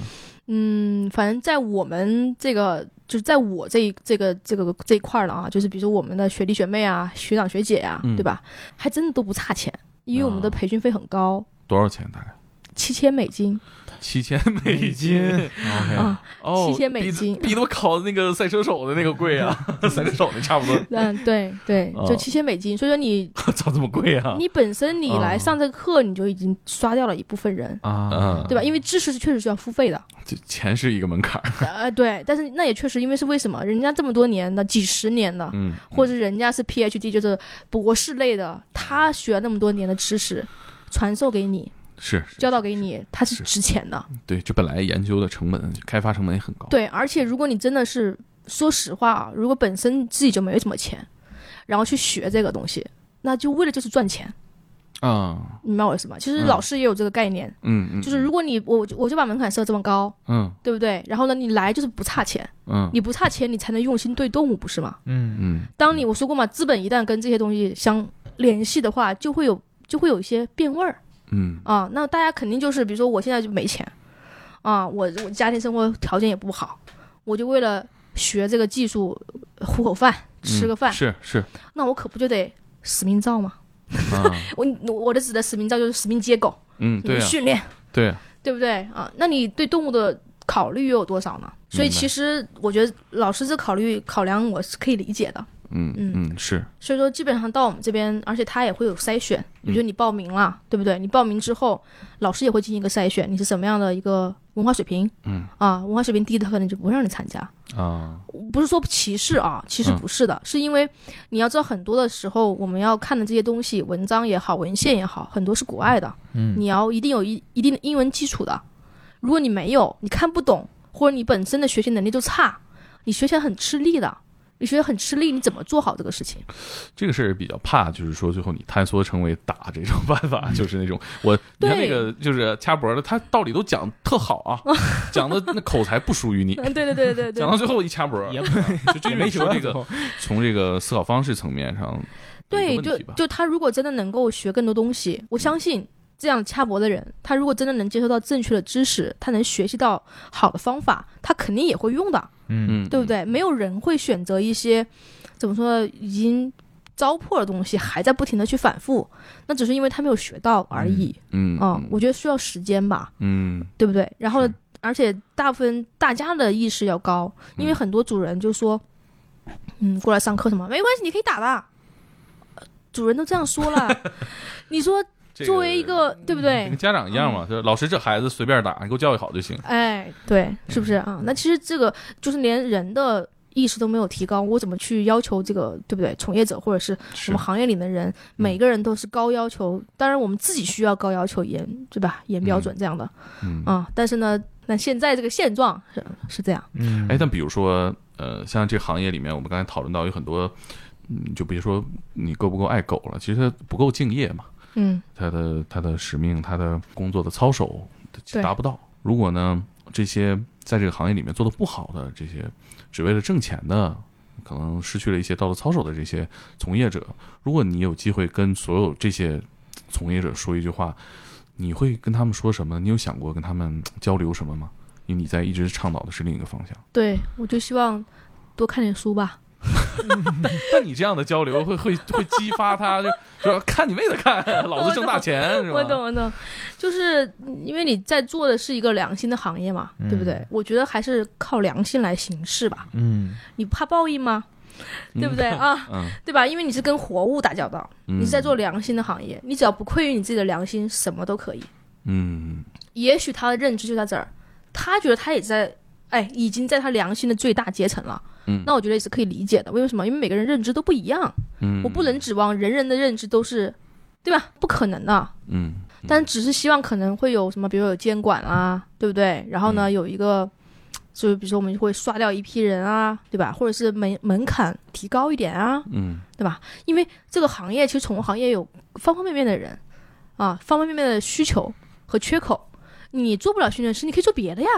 [SPEAKER 2] 嗯，反正在我们这个，就是在我这一这个这个这一块儿了啊，就是比如说我们的学弟学妹啊、学长学姐啊，
[SPEAKER 1] 嗯
[SPEAKER 2] 对吧？还真的都不差钱，因为我们的
[SPEAKER 1] 啊
[SPEAKER 2] 培训费很高，
[SPEAKER 1] 多少钱大概？
[SPEAKER 2] 七千美金
[SPEAKER 1] 七千美
[SPEAKER 3] 美
[SPEAKER 1] 金
[SPEAKER 3] 金，OK，
[SPEAKER 2] 啊，
[SPEAKER 1] 哦，
[SPEAKER 2] 7000美金
[SPEAKER 1] 比比我考那个赛车手的那个贵 [LAUGHS] 啊，赛车手那差不多，
[SPEAKER 2] 嗯，对对，就
[SPEAKER 1] 啊
[SPEAKER 2] 七千美金。所以说你
[SPEAKER 1] [LAUGHS] 咋这么贵啊？
[SPEAKER 2] 你本身你来
[SPEAKER 1] 啊
[SPEAKER 2] 上这个课，你就已经刷掉了一部分人。
[SPEAKER 3] 啊
[SPEAKER 1] 嗯，
[SPEAKER 2] 对吧？因为知识是确实是要付
[SPEAKER 1] [LAUGHS]
[SPEAKER 2] 费的，
[SPEAKER 1] 这钱是一个门槛儿，
[SPEAKER 2] 呃，对，但是那也确实，因为是为什么？人家这么多年的，几十年的，
[SPEAKER 1] 嗯，嗯
[SPEAKER 2] 或者人家是 PhD，就是博士类的，他学了那么多年的知识，传授给你，
[SPEAKER 1] 是嗯
[SPEAKER 2] 教导给你，它是值钱的。
[SPEAKER 1] 对，这本来研究的成本、开发成本也很高，，
[SPEAKER 2] 对，而且如果你真的是说实话啊，如果本身自己就没什么钱，然后去学这个东西，那就为了就是赚钱，
[SPEAKER 1] 啊，
[SPEAKER 2] 你明白我意思吗？其实
[SPEAKER 1] 嗯
[SPEAKER 2] 老师也有这个概念，
[SPEAKER 1] 嗯嗯，
[SPEAKER 2] 就是如果你我我就把门槛设这么高，
[SPEAKER 1] 嗯
[SPEAKER 2] 对不对？然后呢，你来就是不差钱，
[SPEAKER 1] 嗯
[SPEAKER 2] 你不差钱，你才能用心对动物，不是吗？
[SPEAKER 1] [LAUGHS]
[SPEAKER 3] 嗯
[SPEAKER 1] 嗯
[SPEAKER 2] 当你我说过嘛，资本一旦跟这些东西相联系的话，就会有就会有一些变味儿
[SPEAKER 1] 嗯
[SPEAKER 2] 啊。那大家肯定就是，比如说我现在就没钱啊，我我家庭生活条件也不好，我就为了学这个技术糊口饭吃个饭，
[SPEAKER 1] 嗯是 [LAUGHS] 是
[SPEAKER 2] 那我可不就得使命召吗？
[SPEAKER 1] 啊，
[SPEAKER 2] 我我的指的使命召就是使命接狗，
[SPEAKER 1] 嗯，对
[SPEAKER 2] 你
[SPEAKER 1] 啊，
[SPEAKER 2] 训练
[SPEAKER 1] 对啊，
[SPEAKER 2] 对不对啊？那你对动物的考虑又有多少呢？所以
[SPEAKER 1] 明白
[SPEAKER 2] 其实我觉得老师这考虑考量我是可以理解的，
[SPEAKER 3] 嗯
[SPEAKER 2] 嗯
[SPEAKER 3] 嗯，是，
[SPEAKER 2] 所以说，基本上到我们这边，而且他也会有筛选，比
[SPEAKER 3] 嗯
[SPEAKER 2] 如说你报名了，对不对？你报名之后，老师也会进行一个筛选，你是什么样的一个文化水平？
[SPEAKER 3] 嗯
[SPEAKER 2] 啊，文化水平低的他可能就不会让你参加。
[SPEAKER 3] 啊，
[SPEAKER 2] 不是说歧视啊，其实不是的，是因为你要知道，很多的时候我们要看的这些东西，文章也好，文献也好，很多是国外的，
[SPEAKER 3] 嗯
[SPEAKER 2] 你要一定有一一定的英文基础的。如果你没有，你看不懂，或者你本身的学习能力就差，你学起来很吃力的，你学得很吃力，你怎么做好这个事情？
[SPEAKER 1] 这个事儿比较怕，就是说最后你坍缩成为打这种办法，就是那种我你看那
[SPEAKER 2] 对
[SPEAKER 1] 个就是掐脖的，他道理都讲特好
[SPEAKER 2] [LAUGHS]
[SPEAKER 1] 啊，讲的那口才不输于你，
[SPEAKER 2] 嗯，对对对对
[SPEAKER 1] 讲到最后一掐脖，
[SPEAKER 3] 也
[SPEAKER 1] 就这
[SPEAKER 3] 也
[SPEAKER 1] 没
[SPEAKER 3] 没辙
[SPEAKER 1] 说这个从这个思考方式层面上有一
[SPEAKER 2] 对，
[SPEAKER 1] 个
[SPEAKER 2] 就
[SPEAKER 1] 问题吧，
[SPEAKER 2] 就他如果真的能够学更多东西，我相信这样掐脖的人，他如果真的能接受到正确的知识，他能学习到好的方法，他肯定也会用的。
[SPEAKER 3] 嗯
[SPEAKER 1] 嗯，
[SPEAKER 2] 对不？对？没有人会选择一些怎么说已经糟粕的东西，还在不停的去反复，那只是因为他没有学到而已。
[SPEAKER 1] 嗯
[SPEAKER 2] 嗯，我觉得需要时间吧，
[SPEAKER 1] 嗯
[SPEAKER 2] 对不对？然后
[SPEAKER 1] 是
[SPEAKER 2] 呢，而且大部分大家的意识要高，因为
[SPEAKER 1] 嗯
[SPEAKER 2] 很多主人就说，嗯，过来上课什么没关系，你可以打的。呃主人都这样说了，
[SPEAKER 1] [LAUGHS]
[SPEAKER 2] 你说
[SPEAKER 1] 这嗯
[SPEAKER 2] 作为一个嗯对不对
[SPEAKER 1] 跟？家长一样嘛，就是老师这孩子随便打，你给我教育好就行。
[SPEAKER 2] 哎，对，
[SPEAKER 1] 嗯
[SPEAKER 2] 是不是啊？那其实这个就是连人的意识都没有提高，我怎么去要求这个对不对？从业者或者是我
[SPEAKER 1] 是嗯
[SPEAKER 2] 们行业里的人，每个人都是高要求，当然我们自己需要高要求严，对吧？严标准这样的
[SPEAKER 1] 嗯
[SPEAKER 2] 啊、但是呢，那现在这个现状是是这样，
[SPEAKER 3] 嗯
[SPEAKER 1] 哎，但比如说，呃，像这个行业里面，我们刚才讨论到有很多，嗯，就别说你够不够爱狗了，其实它不够敬业嘛，
[SPEAKER 2] 嗯，
[SPEAKER 1] 它的它的使命、它的工作的操守
[SPEAKER 2] 对
[SPEAKER 1] 达不到。如果呢，这些在这个行业里面做的不好的这些，只为了挣钱的，可能失去了一些道德操守的这些从业者，如果你有机会跟所有这些从业者说一句话，你会跟他们说什么？你有想过跟他们交流什么吗？因为你在一直倡导的是另一个方向。 [LAUGHS]
[SPEAKER 2] 对我就希望多看点书吧。
[SPEAKER 1] 但你这样的交流会会会激发他，就说看你妹的看， [LAUGHS] 老子挣大钱是吧？
[SPEAKER 2] 我懂，我懂，就是因为你在做的是一个良心的行业嘛，对不对？
[SPEAKER 1] 嗯
[SPEAKER 2] 我觉得还是靠良心来行事吧。
[SPEAKER 3] 嗯
[SPEAKER 2] 你怕报应吗？
[SPEAKER 1] 嗯
[SPEAKER 2] 对不对啊？
[SPEAKER 1] 嗯，
[SPEAKER 2] 对吧？因为你是跟活物打交道，
[SPEAKER 1] 嗯
[SPEAKER 2] 你是在做良心的行业，你只要不愧于你自己的良心，什么都可以。
[SPEAKER 1] 嗯
[SPEAKER 2] 也许他的认知就在这儿，他觉得他也在，哎，已经在他良心的最大阶层了。
[SPEAKER 1] 嗯
[SPEAKER 2] 那我觉得也是可以理解的。为什么？因为每个人认知都不一样，
[SPEAKER 1] 嗯，
[SPEAKER 2] 我不能指望人人的认知都是，对吧？不可能的。
[SPEAKER 1] 嗯，
[SPEAKER 2] 但只是希望可能会有什么，比如有监管啊，对不对？然后
[SPEAKER 1] 嗯
[SPEAKER 2] 呢，有一个，就是比如说我们会刷掉一批人啊，对吧？或者是门门槛提高一点啊，
[SPEAKER 1] 嗯
[SPEAKER 2] 因为这个行业其实宠物行业有方方面面的人啊，方方面面的需求和缺口，你做不了训练师，你可以做别的呀，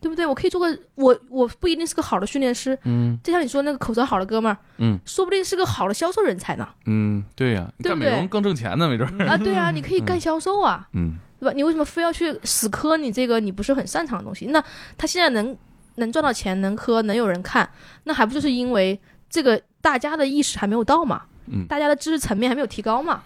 [SPEAKER 2] 对不对？我可以做个我我不一定是个好的训练师，
[SPEAKER 1] 嗯
[SPEAKER 2] 就像你说那个口才好的哥们儿，
[SPEAKER 1] 嗯，
[SPEAKER 2] 说不定是个好的销售人才呢
[SPEAKER 1] 嗯，对呀，
[SPEAKER 2] 对
[SPEAKER 1] 干
[SPEAKER 2] 不
[SPEAKER 1] 美
[SPEAKER 2] 对
[SPEAKER 1] 容更挣钱呢，没准儿。
[SPEAKER 2] 啊，对啊，你可以干销售啊，
[SPEAKER 1] 嗯
[SPEAKER 2] 对吧？你为什么非要去死磕你这个你不是很擅长的东西？那他现在能能赚到钱，能磕，能有人看，那还不就是因为这个大家的意识还没有到嘛，
[SPEAKER 1] 嗯
[SPEAKER 2] 大家的知识层面还没有提高嘛，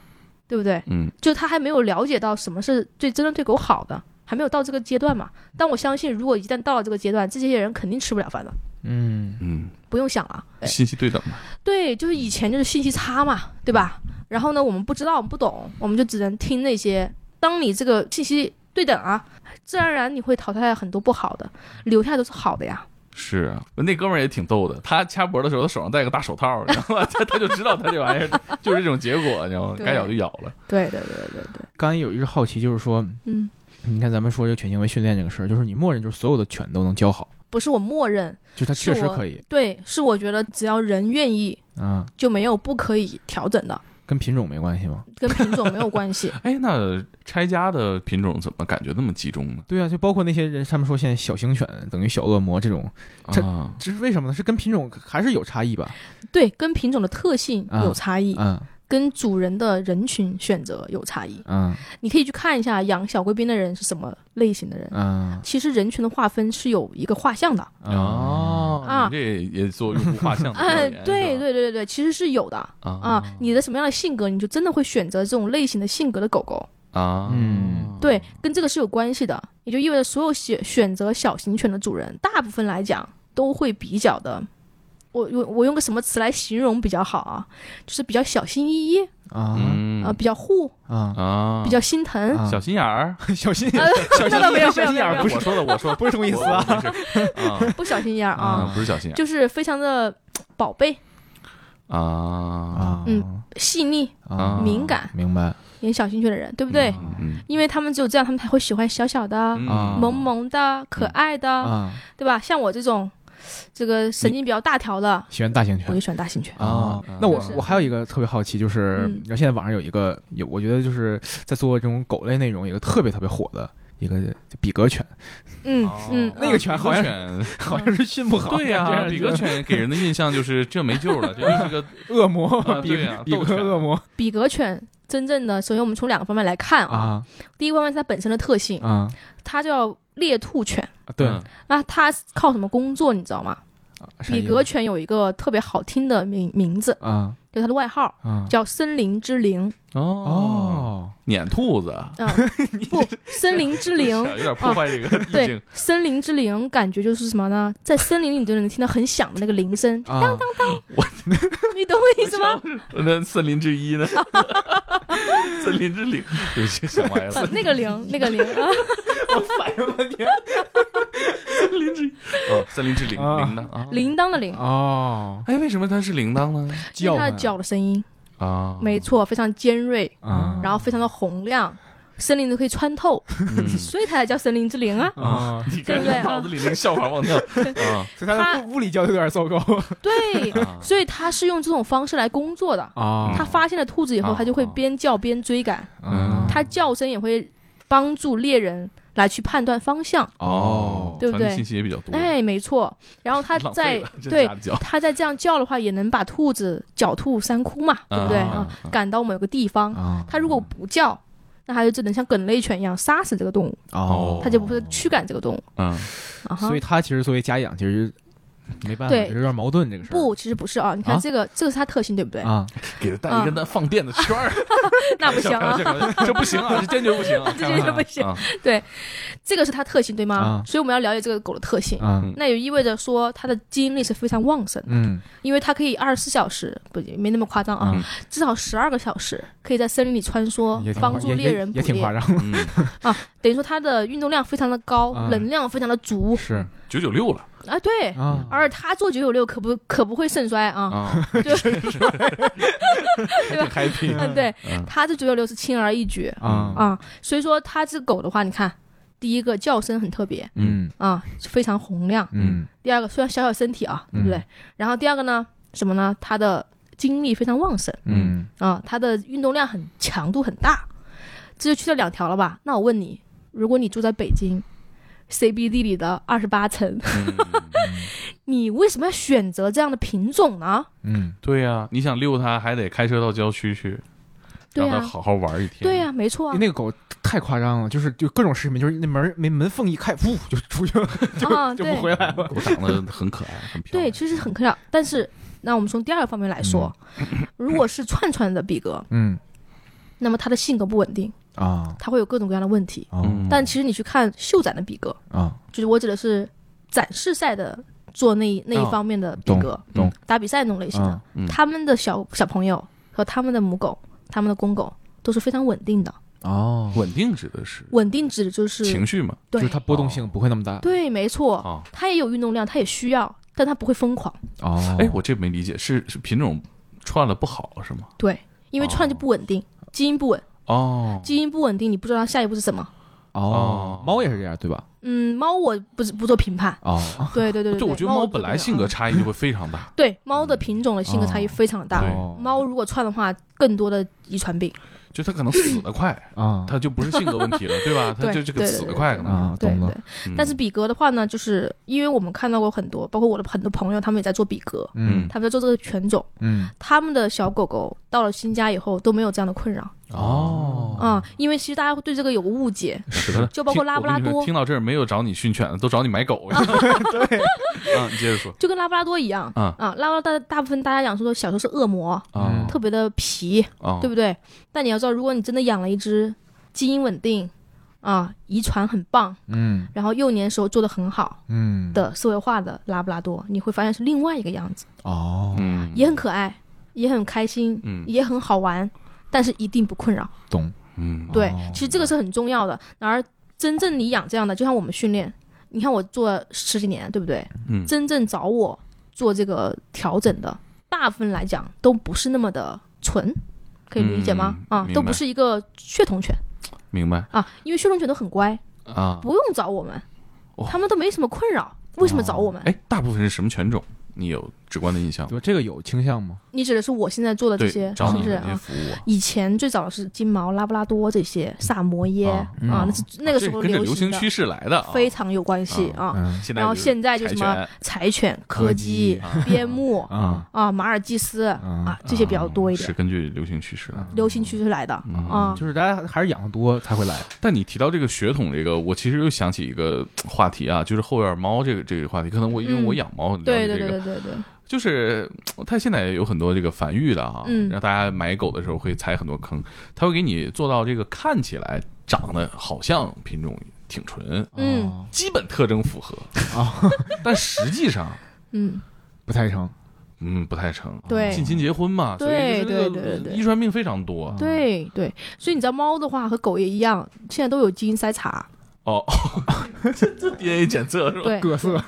[SPEAKER 2] 对不对？
[SPEAKER 1] 嗯
[SPEAKER 2] 就他还没有了解到什么是对真正对狗好的，还没有到这个阶段嘛。但我相信，如果一旦到了这个阶段，这些人肯定吃不了饭的，
[SPEAKER 3] 嗯
[SPEAKER 1] 嗯，
[SPEAKER 2] 不用想了。哎
[SPEAKER 1] 信息对等嘛。
[SPEAKER 2] 对，就是以前就是信息差嘛，对吧？然后呢，我们不知道，我们不懂，我们就只能听那些。当你这个信息对等啊，自然而然你会淘汰很多不好的，留下都是好的呀。
[SPEAKER 1] 是啊，那哥们儿也挺逗的。他掐脖的时候，他手上戴个大手套，你知道吗？他他就知道他这玩意儿就是这种结果，你知道吗？
[SPEAKER 2] 对
[SPEAKER 1] 该咬就咬了。
[SPEAKER 2] 对对对对对，
[SPEAKER 3] 刚才有一个好奇，就是说，
[SPEAKER 2] 嗯，
[SPEAKER 3] 你看咱们说这个犬行为训练这个事儿，就是你默认就是所有的犬都能教好，
[SPEAKER 2] 不是我默认，
[SPEAKER 3] 就是它确
[SPEAKER 2] 是
[SPEAKER 3] 实
[SPEAKER 2] 我
[SPEAKER 3] 可以
[SPEAKER 2] 对，是我觉得只要人愿意，
[SPEAKER 3] 啊，
[SPEAKER 2] 就没有不可以调整的，
[SPEAKER 3] 跟品种没关系吗？
[SPEAKER 2] 跟品种没有关 [LAUGHS] 系。
[SPEAKER 1] 哎，那拆家的品种怎么感觉那么集中呢？
[SPEAKER 3] 对啊，就包括那些人，他们说现在小型犬等于小恶魔这种，这
[SPEAKER 1] 啊，
[SPEAKER 3] 这是为什么呢？是跟品种还是有差异吧？
[SPEAKER 2] 对，跟品种的特性有差异，
[SPEAKER 3] 嗯
[SPEAKER 2] 跟主人的人群选择有差异。
[SPEAKER 3] 嗯
[SPEAKER 2] 你可以去看一下养小贵宾的人是什么类型的人。
[SPEAKER 3] 嗯
[SPEAKER 2] 其实人群的划分是有一个画像的，
[SPEAKER 1] 哦，
[SPEAKER 2] 啊
[SPEAKER 1] 你这也做用户画像的调
[SPEAKER 2] 哎，
[SPEAKER 1] 研，
[SPEAKER 2] 对
[SPEAKER 1] 嗯是吧
[SPEAKER 2] 对对对对，其实是有的啊
[SPEAKER 1] 啊。
[SPEAKER 2] 你的什么样的性格，你就真的会选择这种类型的性格的狗狗，
[SPEAKER 1] 啊，
[SPEAKER 3] 嗯
[SPEAKER 2] 对，跟这个是有关系的。也就意味着所有选选择小型犬的主人，大部分来讲都会比较的我用我用个什么词来形容比较好啊？就是比较小心翼翼啊、
[SPEAKER 3] 啊
[SPEAKER 1] 嗯
[SPEAKER 2] 比较护，
[SPEAKER 3] 啊
[SPEAKER 1] 啊
[SPEAKER 2] 比较心疼。
[SPEAKER 3] 啊
[SPEAKER 1] 小心眼儿，
[SPEAKER 3] 小心
[SPEAKER 2] 啊 [LAUGHS]
[SPEAKER 3] 小
[SPEAKER 2] 那
[SPEAKER 3] 心
[SPEAKER 2] 倒没有没有
[SPEAKER 3] 小心眼
[SPEAKER 2] 没
[SPEAKER 3] 儿
[SPEAKER 2] 有
[SPEAKER 3] 不
[SPEAKER 1] 我
[SPEAKER 3] 是
[SPEAKER 1] 说的，我
[SPEAKER 2] [LAUGHS]
[SPEAKER 1] 说
[SPEAKER 3] 不是这么意思啊，
[SPEAKER 1] 我
[SPEAKER 3] [LAUGHS]
[SPEAKER 1] 我不是
[SPEAKER 2] 不小心眼儿啊，
[SPEAKER 1] 啊，不是小心眼
[SPEAKER 2] 就是非常的宝贝、
[SPEAKER 1] 儿啊，
[SPEAKER 3] 啊
[SPEAKER 2] 嗯细腻、
[SPEAKER 1] 啊
[SPEAKER 2] 敏感、
[SPEAKER 3] 明白
[SPEAKER 2] 也小心缺的人，对不对？
[SPEAKER 1] 嗯
[SPEAKER 2] 因为他们只有这样，他们才会喜欢小小的、
[SPEAKER 3] 啊
[SPEAKER 2] 萌萌的、可爱的，
[SPEAKER 3] 啊，
[SPEAKER 2] 对吧？像我这种，这个神经比较大条的，
[SPEAKER 3] 喜欢大型
[SPEAKER 2] 我
[SPEAKER 3] 犬
[SPEAKER 2] 就。喜欢大型犬。
[SPEAKER 3] 啊
[SPEAKER 1] 嗯，
[SPEAKER 3] 那我
[SPEAKER 2] 就是
[SPEAKER 3] 我还有一个特别好奇，就是
[SPEAKER 2] 嗯
[SPEAKER 3] 你知道现在网上有一个有，我觉得就是在做这种狗类内容，有一个特别特别火的一个比格犬， [LAUGHS]
[SPEAKER 2] 嗯
[SPEAKER 1] 哦
[SPEAKER 2] 嗯，
[SPEAKER 3] 那个犬好像
[SPEAKER 1] 犬，
[SPEAKER 3] [LAUGHS]
[SPEAKER 1] [LAUGHS]
[SPEAKER 3] 好像是训不好，
[SPEAKER 1] 对呀，比格
[SPEAKER 3] 犬
[SPEAKER 1] 犬给人的印象就是这没救了，这就是个
[SPEAKER 3] 恶魔
[SPEAKER 1] 啊，
[SPEAKER 3] 比
[SPEAKER 1] 对呀
[SPEAKER 3] 比
[SPEAKER 1] 斗
[SPEAKER 3] 格
[SPEAKER 1] 犬
[SPEAKER 3] 恶魔
[SPEAKER 2] 比格犬真正的，首先我们从两个方面来看啊，
[SPEAKER 3] 啊
[SPEAKER 2] 第一个方面是它本身的特性，
[SPEAKER 3] 啊，
[SPEAKER 2] 它叫猎兔犬。
[SPEAKER 3] [LAUGHS] 对，
[SPEAKER 1] 嗯
[SPEAKER 2] 那它靠什么工作，你知道吗？
[SPEAKER 3] 啥意
[SPEAKER 2] 比
[SPEAKER 3] 思
[SPEAKER 2] 格犬有一个特别好听的名名字，
[SPEAKER 3] 啊
[SPEAKER 2] 就它的外号
[SPEAKER 3] 啊
[SPEAKER 2] 叫“森林之
[SPEAKER 3] [LAUGHS]
[SPEAKER 2] 灵
[SPEAKER 1] 哦，
[SPEAKER 3] 哦
[SPEAKER 1] 撵兔子，”。哎
[SPEAKER 2] 嗯，不，森林之
[SPEAKER 3] [LAUGHS]
[SPEAKER 2] 灵，啊
[SPEAKER 1] 有点破坏这个意
[SPEAKER 2] 对
[SPEAKER 1] 境，
[SPEAKER 2] 森林之灵感觉就是什么呢？在森林里你就能听到很响的那个铃声，
[SPEAKER 3] 啊
[SPEAKER 2] [LAUGHS] 你懂我意思吗？
[SPEAKER 1] 那森林之
[SPEAKER 2] [LAUGHS]
[SPEAKER 1] 一呢？ [LAUGHS] 森林之灵，有些想歪
[SPEAKER 2] [LAUGHS]
[SPEAKER 1] 了。
[SPEAKER 2] 啊那个铃，那个
[SPEAKER 1] [LAUGHS]
[SPEAKER 2] 铃啊，
[SPEAKER 3] 哎呦我的天
[SPEAKER 1] 森林之一哦，森林之铃
[SPEAKER 3] 啊
[SPEAKER 1] 铃铛啊。
[SPEAKER 2] 铃铛的铃，
[SPEAKER 3] 哦
[SPEAKER 1] 哎，为什么它是铃铛呢？
[SPEAKER 2] 因
[SPEAKER 3] 叫
[SPEAKER 2] 为它
[SPEAKER 3] 唤
[SPEAKER 2] 的叫的声音，
[SPEAKER 1] 啊，
[SPEAKER 2] 没错，非常尖锐，
[SPEAKER 1] 哦
[SPEAKER 3] 啊
[SPEAKER 2] 然后非常的洪亮，森林都可以穿透，
[SPEAKER 1] 嗯
[SPEAKER 2] 所以它才叫森林之灵
[SPEAKER 1] [LAUGHS]
[SPEAKER 2] 啊。
[SPEAKER 3] 啊，
[SPEAKER 1] 你看这 [LAUGHS] 脑子里那个笑话忘掉啊
[SPEAKER 3] 所以它的物理教的有点糟
[SPEAKER 2] [LAUGHS]
[SPEAKER 3] 糕
[SPEAKER 2] 对，
[SPEAKER 1] 啊
[SPEAKER 2] 所以它是用这种方式来工作的。
[SPEAKER 3] 啊
[SPEAKER 2] 它发现了兔子以后，
[SPEAKER 1] 哦
[SPEAKER 2] 它就会边叫边追赶，
[SPEAKER 1] 嗯
[SPEAKER 2] 它叫声也会帮助猎人来去判断方向。
[SPEAKER 1] 哦，
[SPEAKER 2] 对不对
[SPEAKER 1] 传递信息也比较多。
[SPEAKER 2] 哎，没错。然后它
[SPEAKER 1] 浪
[SPEAKER 2] 在
[SPEAKER 1] 费 [LAUGHS] 了这
[SPEAKER 2] 对
[SPEAKER 1] 家叫
[SPEAKER 2] 它在这样叫的话，也能把兔子狡兔三窟嘛，对不对嗯
[SPEAKER 1] 啊
[SPEAKER 2] 啊？赶到某个地方，
[SPEAKER 3] 啊
[SPEAKER 2] 它如果不叫，那它就只能像梗类犬一样杀死这个动物，
[SPEAKER 1] 哦
[SPEAKER 2] 它就不会驱赶这个动物。
[SPEAKER 1] 嗯，
[SPEAKER 2] 啊哈
[SPEAKER 3] 所以。它其实作为家养，其实没办法，
[SPEAKER 2] 对
[SPEAKER 3] 这有点矛盾这个事儿
[SPEAKER 2] 不，其实不是啊！你看
[SPEAKER 3] 啊
[SPEAKER 2] 这个，这个是它特性，对不对？
[SPEAKER 3] 啊，
[SPEAKER 1] 给它带一个那放电的圈儿，
[SPEAKER 2] [LAUGHS] 那不行
[SPEAKER 1] 开玩
[SPEAKER 3] [LAUGHS]
[SPEAKER 2] 啊
[SPEAKER 1] 笑，，开 [LAUGHS] 玩笑这不行啊，这坚决不行啊，
[SPEAKER 2] [LAUGHS] 这就是不行。
[SPEAKER 1] 啊
[SPEAKER 2] 这个是它特性，对吗
[SPEAKER 3] 啊？
[SPEAKER 2] 所以我们要了解这个狗的特性。
[SPEAKER 3] 啊
[SPEAKER 1] 嗯
[SPEAKER 2] 那也意味着说，它的精力是非常旺盛的，
[SPEAKER 3] 嗯
[SPEAKER 2] 因为它可以二十四小时，不没那么夸张啊，
[SPEAKER 1] 嗯
[SPEAKER 2] 至少十二个小时可以在森林里穿梭
[SPEAKER 3] 也，
[SPEAKER 2] 嗯
[SPEAKER 3] 挺
[SPEAKER 2] 帮
[SPEAKER 3] 夸
[SPEAKER 2] 助
[SPEAKER 3] 也
[SPEAKER 2] 猎人捕
[SPEAKER 3] 也也挺夸
[SPEAKER 2] 猎。
[SPEAKER 3] 张，
[SPEAKER 1] 嗯，
[SPEAKER 2] 等于说它的运动量非常的高，
[SPEAKER 3] 啊
[SPEAKER 2] 能量非常的足
[SPEAKER 3] 是
[SPEAKER 1] 九九六了
[SPEAKER 2] 啊，对。
[SPEAKER 3] 啊
[SPEAKER 2] 而它做九九六可不可不会肾衰啊？
[SPEAKER 1] 啊，
[SPEAKER 2] 对
[SPEAKER 1] 真是挺 happy
[SPEAKER 2] 嗯，对，
[SPEAKER 1] 嗯
[SPEAKER 2] 它这九九六是轻而易举
[SPEAKER 3] 啊
[SPEAKER 2] 啊，所以说它这狗的话，你看，第一个叫声很特别
[SPEAKER 3] 嗯
[SPEAKER 2] 啊，非常洪亮。
[SPEAKER 3] 嗯
[SPEAKER 2] 第二个虽然小小身体啊，对不对？
[SPEAKER 3] 嗯
[SPEAKER 2] 然后第二个呢，什么呢？它的精力非常旺盛
[SPEAKER 3] 嗯
[SPEAKER 2] 啊，它的运动量很强度很大，这就去掉两条了吧？那我问你，如果你住在北京 CBD 里的二十八层， [LAUGHS] 你为什么要选择这样的品种呢？
[SPEAKER 3] 嗯
[SPEAKER 1] 对呀、你想遛它，还得开车到郊区去，
[SPEAKER 2] 对
[SPEAKER 1] 让
[SPEAKER 2] 呀、
[SPEAKER 1] 它好好玩一天。
[SPEAKER 2] 对呀、、没错啊
[SPEAKER 3] 哎那，个狗太夸张了，就是就各种视频，就是那门那门缝一开，呜就出去了，
[SPEAKER 2] 啊，
[SPEAKER 3] [LAUGHS] 就就不
[SPEAKER 2] 对
[SPEAKER 3] 回来了。
[SPEAKER 1] 狗长得很可爱，很漂
[SPEAKER 2] 对，
[SPEAKER 1] 亮。
[SPEAKER 2] 其实很可以。但是，那我们从第二个方面来说， [CLEARS THROAT] 如果是串串的比格，
[SPEAKER 3] 嗯
[SPEAKER 2] 那么它的性格不稳定，
[SPEAKER 3] 啊
[SPEAKER 2] 它会有各种各样的问题。
[SPEAKER 3] 啊
[SPEAKER 1] 嗯，
[SPEAKER 2] 但其实你去看秀展的比格，
[SPEAKER 3] 啊
[SPEAKER 2] 就是我指的是展示赛的做那一那一方面的比格，
[SPEAKER 3] 哦懂
[SPEAKER 2] 打比赛那种类型的，
[SPEAKER 3] 啊
[SPEAKER 1] 嗯
[SPEAKER 2] 他们的小小朋友和他们的母狗、他们的公狗都是非常稳定的，
[SPEAKER 3] 哦，
[SPEAKER 1] 嗯稳定指的是
[SPEAKER 2] 稳定指的就是
[SPEAKER 1] 情绪嘛？
[SPEAKER 3] 就
[SPEAKER 2] 对
[SPEAKER 3] 是它哦波动性不会那么大
[SPEAKER 2] 对，没错，
[SPEAKER 1] 啊，
[SPEAKER 2] 它也有运动量，它也需要，但它不会疯狂，
[SPEAKER 3] 哦
[SPEAKER 1] 哎，我这没理解，是是品种串了不好是吗？
[SPEAKER 2] 对，因为
[SPEAKER 3] 哦
[SPEAKER 2] 串就不稳定，基因不稳，
[SPEAKER 1] 哦，
[SPEAKER 2] 基因不稳定，你不知道它下一步是什么。
[SPEAKER 1] 哦
[SPEAKER 3] 哦，猫也是这样对吧？
[SPEAKER 2] 嗯，猫我不是不做评判，
[SPEAKER 3] 哦
[SPEAKER 2] 对对对对
[SPEAKER 1] 对，
[SPEAKER 2] 对，
[SPEAKER 1] 我觉得猫
[SPEAKER 2] 我嗯
[SPEAKER 1] 本
[SPEAKER 2] 做
[SPEAKER 1] 来
[SPEAKER 2] 评
[SPEAKER 1] 性
[SPEAKER 2] 判啊
[SPEAKER 1] 格差异就会非常大。
[SPEAKER 2] 对猫的品种的性格差异非常大。
[SPEAKER 1] 对啊
[SPEAKER 3] 哦
[SPEAKER 2] 猫如果串的话，更多的遗传病。
[SPEAKER 1] 就它可能死得
[SPEAKER 2] [LAUGHS]
[SPEAKER 1] 快，
[SPEAKER 3] 啊
[SPEAKER 1] 它就不是性格问题了，对吧？它
[SPEAKER 2] 对
[SPEAKER 1] 就这个
[SPEAKER 2] 对
[SPEAKER 1] 死得
[SPEAKER 2] 对
[SPEAKER 1] 快可能。嗯
[SPEAKER 3] 啊
[SPEAKER 2] 对
[SPEAKER 3] 懂了
[SPEAKER 2] 对，但是比格的话呢，就是因为我们看到过很多，包括我的很多朋友，他们也在做比格，
[SPEAKER 1] 嗯
[SPEAKER 2] 他们在做这个犬种，
[SPEAKER 3] 嗯
[SPEAKER 2] 他们的小狗狗到了新家以后都没有这样的困扰
[SPEAKER 1] 哦，
[SPEAKER 2] 啊、因为其实大家会对这个有个误解，
[SPEAKER 1] 是
[SPEAKER 2] 就包括拉布拉多
[SPEAKER 1] 听到这儿没有找你训犬的，都找你买狗。
[SPEAKER 2] [LAUGHS]
[SPEAKER 1] 对，啊，你接着说
[SPEAKER 2] 就跟拉布拉多一样
[SPEAKER 1] 啊
[SPEAKER 2] 拉布拉多大大部分大家讲说小时候是恶魔，
[SPEAKER 1] 啊
[SPEAKER 2] 特别的皮，
[SPEAKER 1] 啊
[SPEAKER 2] 对，不对？但你要知道，如果你真的养了一只基因稳定、啊，遗传很棒，
[SPEAKER 3] 嗯
[SPEAKER 2] 然后幼年时候做的很好
[SPEAKER 3] 嗯
[SPEAKER 2] 的社会化的拉布拉多，你会发现是另外一个样子，
[SPEAKER 3] 哦，
[SPEAKER 1] 嗯，
[SPEAKER 2] 也很可爱，也很开心，
[SPEAKER 1] 嗯
[SPEAKER 2] 也很好玩，但是一定不困扰。
[SPEAKER 3] 懂
[SPEAKER 1] 嗯
[SPEAKER 2] 对
[SPEAKER 3] 哦，
[SPEAKER 2] 其实这个是很重要的。然而，真正你养这样的，就像我们训练，你看我做十几年，对不对？
[SPEAKER 1] 嗯
[SPEAKER 2] 真正找我做这个调整的，大部分来讲都不是那么的纯，可以理解吗？
[SPEAKER 1] 嗯
[SPEAKER 2] 啊
[SPEAKER 1] 明，白
[SPEAKER 2] 都不是一个血统犬
[SPEAKER 1] 明白
[SPEAKER 2] 啊，因为血统犬都很乖，
[SPEAKER 1] 啊。
[SPEAKER 2] 不用找我们
[SPEAKER 1] 哦，
[SPEAKER 2] 他们都没什么困扰。为什么找我们？
[SPEAKER 1] 哎，大部分是什么犬种？你有直观的印象吗？
[SPEAKER 3] 对这个有倾向吗？
[SPEAKER 2] 你指的是我现在做的这
[SPEAKER 1] 对，
[SPEAKER 2] 些，
[SPEAKER 1] 找
[SPEAKER 2] 是不
[SPEAKER 1] 你
[SPEAKER 2] 是
[SPEAKER 1] 的这些
[SPEAKER 2] 啊？
[SPEAKER 1] 服务啊，
[SPEAKER 2] 以前最早是金毛、拉布拉多这些，萨摩耶
[SPEAKER 1] 啊
[SPEAKER 2] 啊，
[SPEAKER 3] 嗯
[SPEAKER 2] 那是那个时候
[SPEAKER 1] 这跟着流
[SPEAKER 2] 行
[SPEAKER 1] 行
[SPEAKER 2] 的，
[SPEAKER 1] 趋势来的啊，
[SPEAKER 2] 非常有关系啊。
[SPEAKER 3] 嗯
[SPEAKER 1] 现在
[SPEAKER 2] 然后
[SPEAKER 1] 就是
[SPEAKER 2] 现在就
[SPEAKER 1] 柴
[SPEAKER 2] 什么
[SPEAKER 1] 犬
[SPEAKER 2] 柴犬、
[SPEAKER 3] 柯
[SPEAKER 2] 柯
[SPEAKER 3] 基
[SPEAKER 2] 基、边牧
[SPEAKER 3] 啊
[SPEAKER 2] 啊、马尔济斯啊
[SPEAKER 3] 啊，
[SPEAKER 2] 这些比较多一
[SPEAKER 1] 是嗯
[SPEAKER 2] 点，
[SPEAKER 1] 根据流行趋势来的。
[SPEAKER 2] 流行趋势来的啊。
[SPEAKER 3] 就是大家还是养的多才会来，
[SPEAKER 1] 但你提到这个血统，这个我其实又想起一个呃话题啊，就是后院猫这个这个话题。可能我因为
[SPEAKER 2] 嗯
[SPEAKER 1] 我养猫，
[SPEAKER 2] 对
[SPEAKER 1] 了
[SPEAKER 2] 对
[SPEAKER 1] 解这
[SPEAKER 2] 对
[SPEAKER 1] 个
[SPEAKER 2] 对对对，
[SPEAKER 1] 就是呃它现在有很多这个繁育的啊，
[SPEAKER 2] 嗯
[SPEAKER 1] 让大家买狗的时候会踩很多坑，它会给你做到这个看起来长得好像品种挺纯，
[SPEAKER 2] 嗯
[SPEAKER 3] 哦，
[SPEAKER 1] 基本特征 [LAUGHS] 符合
[SPEAKER 3] 啊，
[SPEAKER 1] 但实际上。
[SPEAKER 2] 嗯，
[SPEAKER 3] 不太成，
[SPEAKER 1] 嗯，不太成。
[SPEAKER 2] 对
[SPEAKER 1] 近亲结婚嘛，所以
[SPEAKER 2] 对
[SPEAKER 1] 就是这个
[SPEAKER 2] 对对对对
[SPEAKER 1] 遗传病非常多。啊
[SPEAKER 2] 对对，所以你知道猫的话和狗也一样，现在都有基因筛查。
[SPEAKER 1] 哦，这这 DNA 检测是吧？
[SPEAKER 2] 对
[SPEAKER 3] 各色，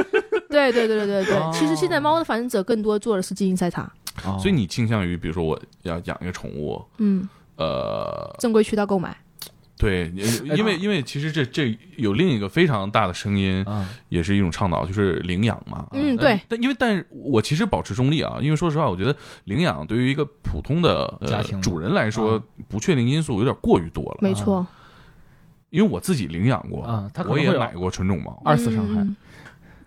[SPEAKER 2] [LAUGHS] 对对对对对
[SPEAKER 1] 哦
[SPEAKER 2] 对，其实现在猫的繁殖者更多做的是基因筛查，
[SPEAKER 3] 哦
[SPEAKER 1] 所以你倾向于，比如说我要养一个宠物，
[SPEAKER 2] 嗯，
[SPEAKER 1] 呃，
[SPEAKER 2] 正规渠道购买。
[SPEAKER 1] 对，因因为因为其实这这有另一个非常大的声音，
[SPEAKER 3] 啊
[SPEAKER 1] 也是一种倡导，就是领养嘛。
[SPEAKER 2] 嗯
[SPEAKER 1] 啊
[SPEAKER 2] 对。
[SPEAKER 1] 但因为但是我其实保持中立啊，因为说实话，我觉得领养对于一个普通的、呃
[SPEAKER 3] 家庭
[SPEAKER 1] 主人来说
[SPEAKER 3] 啊，
[SPEAKER 1] 不确定因素有点过于多了。
[SPEAKER 2] 没错，
[SPEAKER 1] 因为我自己领养过
[SPEAKER 3] 啊它可能
[SPEAKER 1] 我也
[SPEAKER 3] 会有
[SPEAKER 1] 买过纯种猫，
[SPEAKER 3] 二次伤害
[SPEAKER 2] 嗯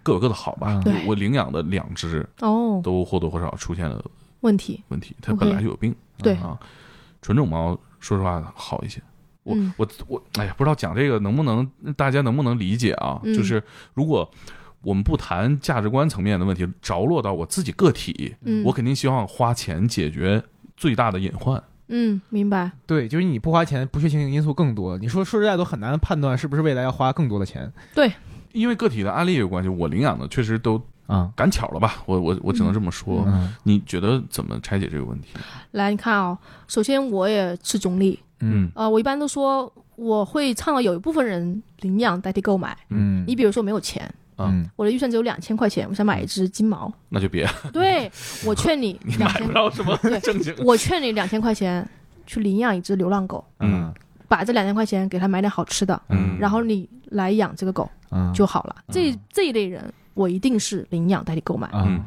[SPEAKER 1] 各有各的好吧
[SPEAKER 3] 啊。
[SPEAKER 1] 我
[SPEAKER 2] 对
[SPEAKER 1] 我领养的两只
[SPEAKER 2] 哦，
[SPEAKER 1] 都或多或少出现了
[SPEAKER 2] 问题
[SPEAKER 1] 问题，它
[SPEAKER 2] OK
[SPEAKER 1] 本来就有病。
[SPEAKER 2] 对
[SPEAKER 1] 啊，纯种猫说实话好一些。我、
[SPEAKER 2] 嗯
[SPEAKER 1] 我我，哎呀，不知道讲这个能不能大家能不能理解啊？
[SPEAKER 2] 嗯
[SPEAKER 1] 就是如果我们不谈价值观层面的问题，着落到我自己个体，
[SPEAKER 2] 嗯
[SPEAKER 1] 我肯定希望花钱解决最大的隐患。
[SPEAKER 2] 嗯，明白。
[SPEAKER 3] 对，就是你不花钱，不确定因素更多。你说说实在都很难判断是不是未来要花更多的钱
[SPEAKER 1] 因为个体的案例有关系，我领养的确实都
[SPEAKER 3] 啊。
[SPEAKER 1] 赶巧了吧？我我我只能这么说。
[SPEAKER 3] 嗯
[SPEAKER 1] 你觉得怎么拆解这个问题？
[SPEAKER 2] 来，你看哦，首先我也是中立，
[SPEAKER 3] 嗯
[SPEAKER 2] 呃，我一般都说我会倡导有一部分人领养代替购买。
[SPEAKER 3] 嗯
[SPEAKER 2] 你比如说没有钱，
[SPEAKER 3] 嗯
[SPEAKER 2] 我的预算只有两千块钱，我想买一只
[SPEAKER 1] [LAUGHS]
[SPEAKER 2] 金毛，
[SPEAKER 1] 那就别
[SPEAKER 2] 对我劝
[SPEAKER 1] [LAUGHS]
[SPEAKER 2] 你两
[SPEAKER 1] 买不
[SPEAKER 2] 千，
[SPEAKER 1] 到什么
[SPEAKER 2] 对
[SPEAKER 1] 正经的。
[SPEAKER 2] 我劝你两千块钱去领养一只流浪狗，
[SPEAKER 1] 嗯
[SPEAKER 2] 把这两千块钱给它买点好吃的，
[SPEAKER 1] 嗯
[SPEAKER 2] 然后你来养这个狗
[SPEAKER 3] 嗯
[SPEAKER 2] 就好了。这这一类人，我一定是领养代替购买。
[SPEAKER 1] 嗯
[SPEAKER 3] 嗯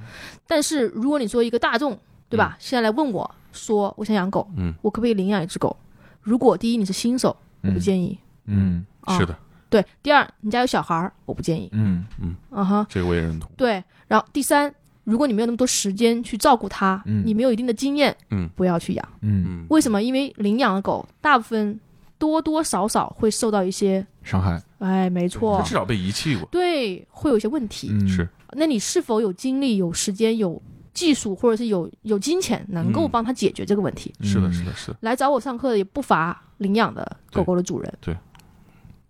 [SPEAKER 2] 但是如果你作为一个大众，对吧？现在来问我说我想养狗，
[SPEAKER 1] 嗯，
[SPEAKER 2] 我可不可以领养一只狗？如果第一你是新手，我不
[SPEAKER 3] 嗯
[SPEAKER 2] 建议。
[SPEAKER 3] 嗯
[SPEAKER 2] 啊
[SPEAKER 1] 是的，
[SPEAKER 2] 对，第二你家有小孩儿，我不建议。
[SPEAKER 3] 嗯
[SPEAKER 2] 嗯哼，
[SPEAKER 1] 这个我也认同。
[SPEAKER 2] 对。然后第三，如果你没有那么多时间去照顾它，
[SPEAKER 3] 嗯
[SPEAKER 2] 你没有一定的经验，
[SPEAKER 1] 嗯
[SPEAKER 2] 不要去养。
[SPEAKER 3] 嗯
[SPEAKER 1] 嗯，
[SPEAKER 2] 为什么？因为领养的狗大部分多多少少会受到一些，
[SPEAKER 3] 伤害
[SPEAKER 2] 哎，没
[SPEAKER 1] 他
[SPEAKER 2] 错
[SPEAKER 1] 至，少被遗弃过。
[SPEAKER 2] 对，会有一些问题。
[SPEAKER 3] 嗯
[SPEAKER 1] 是
[SPEAKER 2] 那你是否有精力、有时间、有技术，或者是有有金钱，能够
[SPEAKER 1] 嗯
[SPEAKER 2] 帮他解决这个问题？
[SPEAKER 1] 是
[SPEAKER 3] 嗯
[SPEAKER 1] 的，是的，是的。
[SPEAKER 2] 来找我上课的也不乏领养的狗狗的主人。
[SPEAKER 1] 对对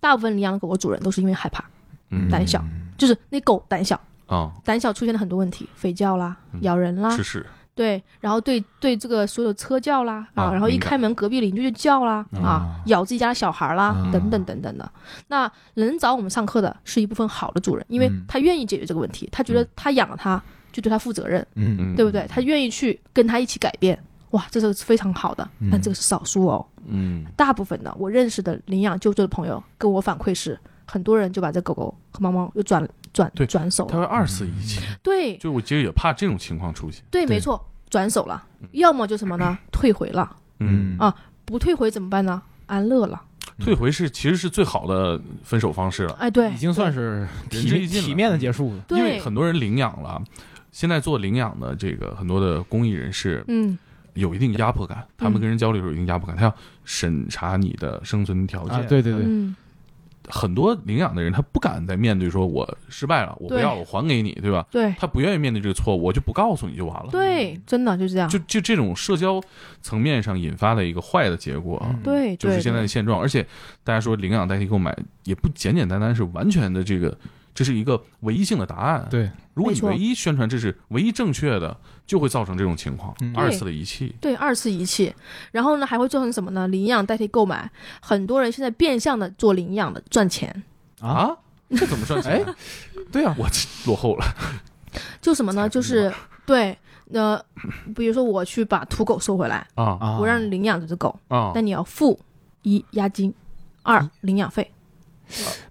[SPEAKER 2] 大部分领养的狗狗主人都是因为害怕、
[SPEAKER 1] 嗯
[SPEAKER 2] 胆小，就是那狗胆小，
[SPEAKER 1] 啊，
[SPEAKER 2] 胆小出现了很多问题，吠叫啦、
[SPEAKER 1] 嗯
[SPEAKER 2] 咬人啦
[SPEAKER 1] 是，是，
[SPEAKER 2] 对，然后对对这个所有车叫啦
[SPEAKER 1] 啊
[SPEAKER 2] 然后一
[SPEAKER 1] 敏感
[SPEAKER 2] 开门隔壁邻居就叫啦
[SPEAKER 3] 啊
[SPEAKER 2] 啊，咬自己家的小孩啦、
[SPEAKER 3] 啊
[SPEAKER 2] 等等等等的。那能找我们上课的是一部分好的主人，因为
[SPEAKER 3] 嗯
[SPEAKER 2] 他愿意解决这个问题，他觉得他养了他就对他负责任，
[SPEAKER 3] 嗯
[SPEAKER 1] 嗯，
[SPEAKER 2] 对不对？他愿意去跟他一起改变，哇，这是非常好的。但这个是少数哦，
[SPEAKER 1] 嗯
[SPEAKER 2] 大部分的我认识的领养救助的朋友跟我反馈是，很多人就把这狗狗和猫猫又转转
[SPEAKER 1] 对
[SPEAKER 2] 转手
[SPEAKER 1] 他
[SPEAKER 2] 了。
[SPEAKER 1] 会二次遗弃，
[SPEAKER 2] 对
[SPEAKER 1] 就我其实也怕这种情况出现。
[SPEAKER 2] 对，
[SPEAKER 3] 对
[SPEAKER 2] 没错，转手了，要么就什么
[SPEAKER 1] [CLEARS THROAT]
[SPEAKER 2] 呢？退回了，
[SPEAKER 1] 嗯，
[SPEAKER 2] 啊不退回怎么办呢？安乐了。
[SPEAKER 1] 退回是其实是最好的分手方式了，
[SPEAKER 2] 哎，对
[SPEAKER 3] 已，经算是体
[SPEAKER 1] 仁至义尽了
[SPEAKER 3] 体面的结束了。嗯
[SPEAKER 1] 因为
[SPEAKER 2] 对，
[SPEAKER 1] 很多人领养了。现在做领养的这个很多的公益人士
[SPEAKER 2] 嗯，
[SPEAKER 1] 有一定压迫感，他们
[SPEAKER 2] 嗯
[SPEAKER 3] 啊
[SPEAKER 2] 啊
[SPEAKER 1] 跟人交流有一定压迫感，他要审查你的生存条件。，
[SPEAKER 3] 对对对，
[SPEAKER 2] 嗯
[SPEAKER 1] 很多领养的人他不敢再面对说我失败了，我不
[SPEAKER 2] 对
[SPEAKER 1] 要了，我还给你，对吧？
[SPEAKER 2] 对
[SPEAKER 1] 他不愿意面对这个错误，我就不告诉你就完了。
[SPEAKER 2] 对，啊真的就是这样。
[SPEAKER 1] 嗯就就这种社交层面上引发的一个坏的结果啊，
[SPEAKER 3] 嗯
[SPEAKER 2] 对，
[SPEAKER 1] 就是
[SPEAKER 2] 对
[SPEAKER 1] 现在的现状。而且大家说领养代替购买，也不简简单单是完全的这个，这是一个唯一性的答案。，
[SPEAKER 3] 对，
[SPEAKER 1] 如果
[SPEAKER 2] 没
[SPEAKER 1] 你
[SPEAKER 2] 错
[SPEAKER 1] 唯一宣传这是唯一正确的，就会造成这种情况，
[SPEAKER 3] 嗯
[SPEAKER 1] 二次的遗
[SPEAKER 2] [LAUGHS]
[SPEAKER 1] 弃。
[SPEAKER 2] 对二次遗弃，然后呢还会做成什么呢？领养代替购买，很多人现在变相的做领养的赚钱，
[SPEAKER 1] 啊，这怎么赚钱、啊？
[SPEAKER 3] 对啊，
[SPEAKER 1] 我这落后了。
[SPEAKER 2] 就什么呢？
[SPEAKER 3] 财富
[SPEAKER 2] 就是 [LAUGHS] 对，呃，比如说我去把土狗收回来，
[SPEAKER 1] 啊
[SPEAKER 3] 啊，
[SPEAKER 2] 我让你领养这只狗，
[SPEAKER 1] 啊！
[SPEAKER 2] 但你要付一押金，二
[SPEAKER 1] 嗯
[SPEAKER 3] 一
[SPEAKER 2] 领养费。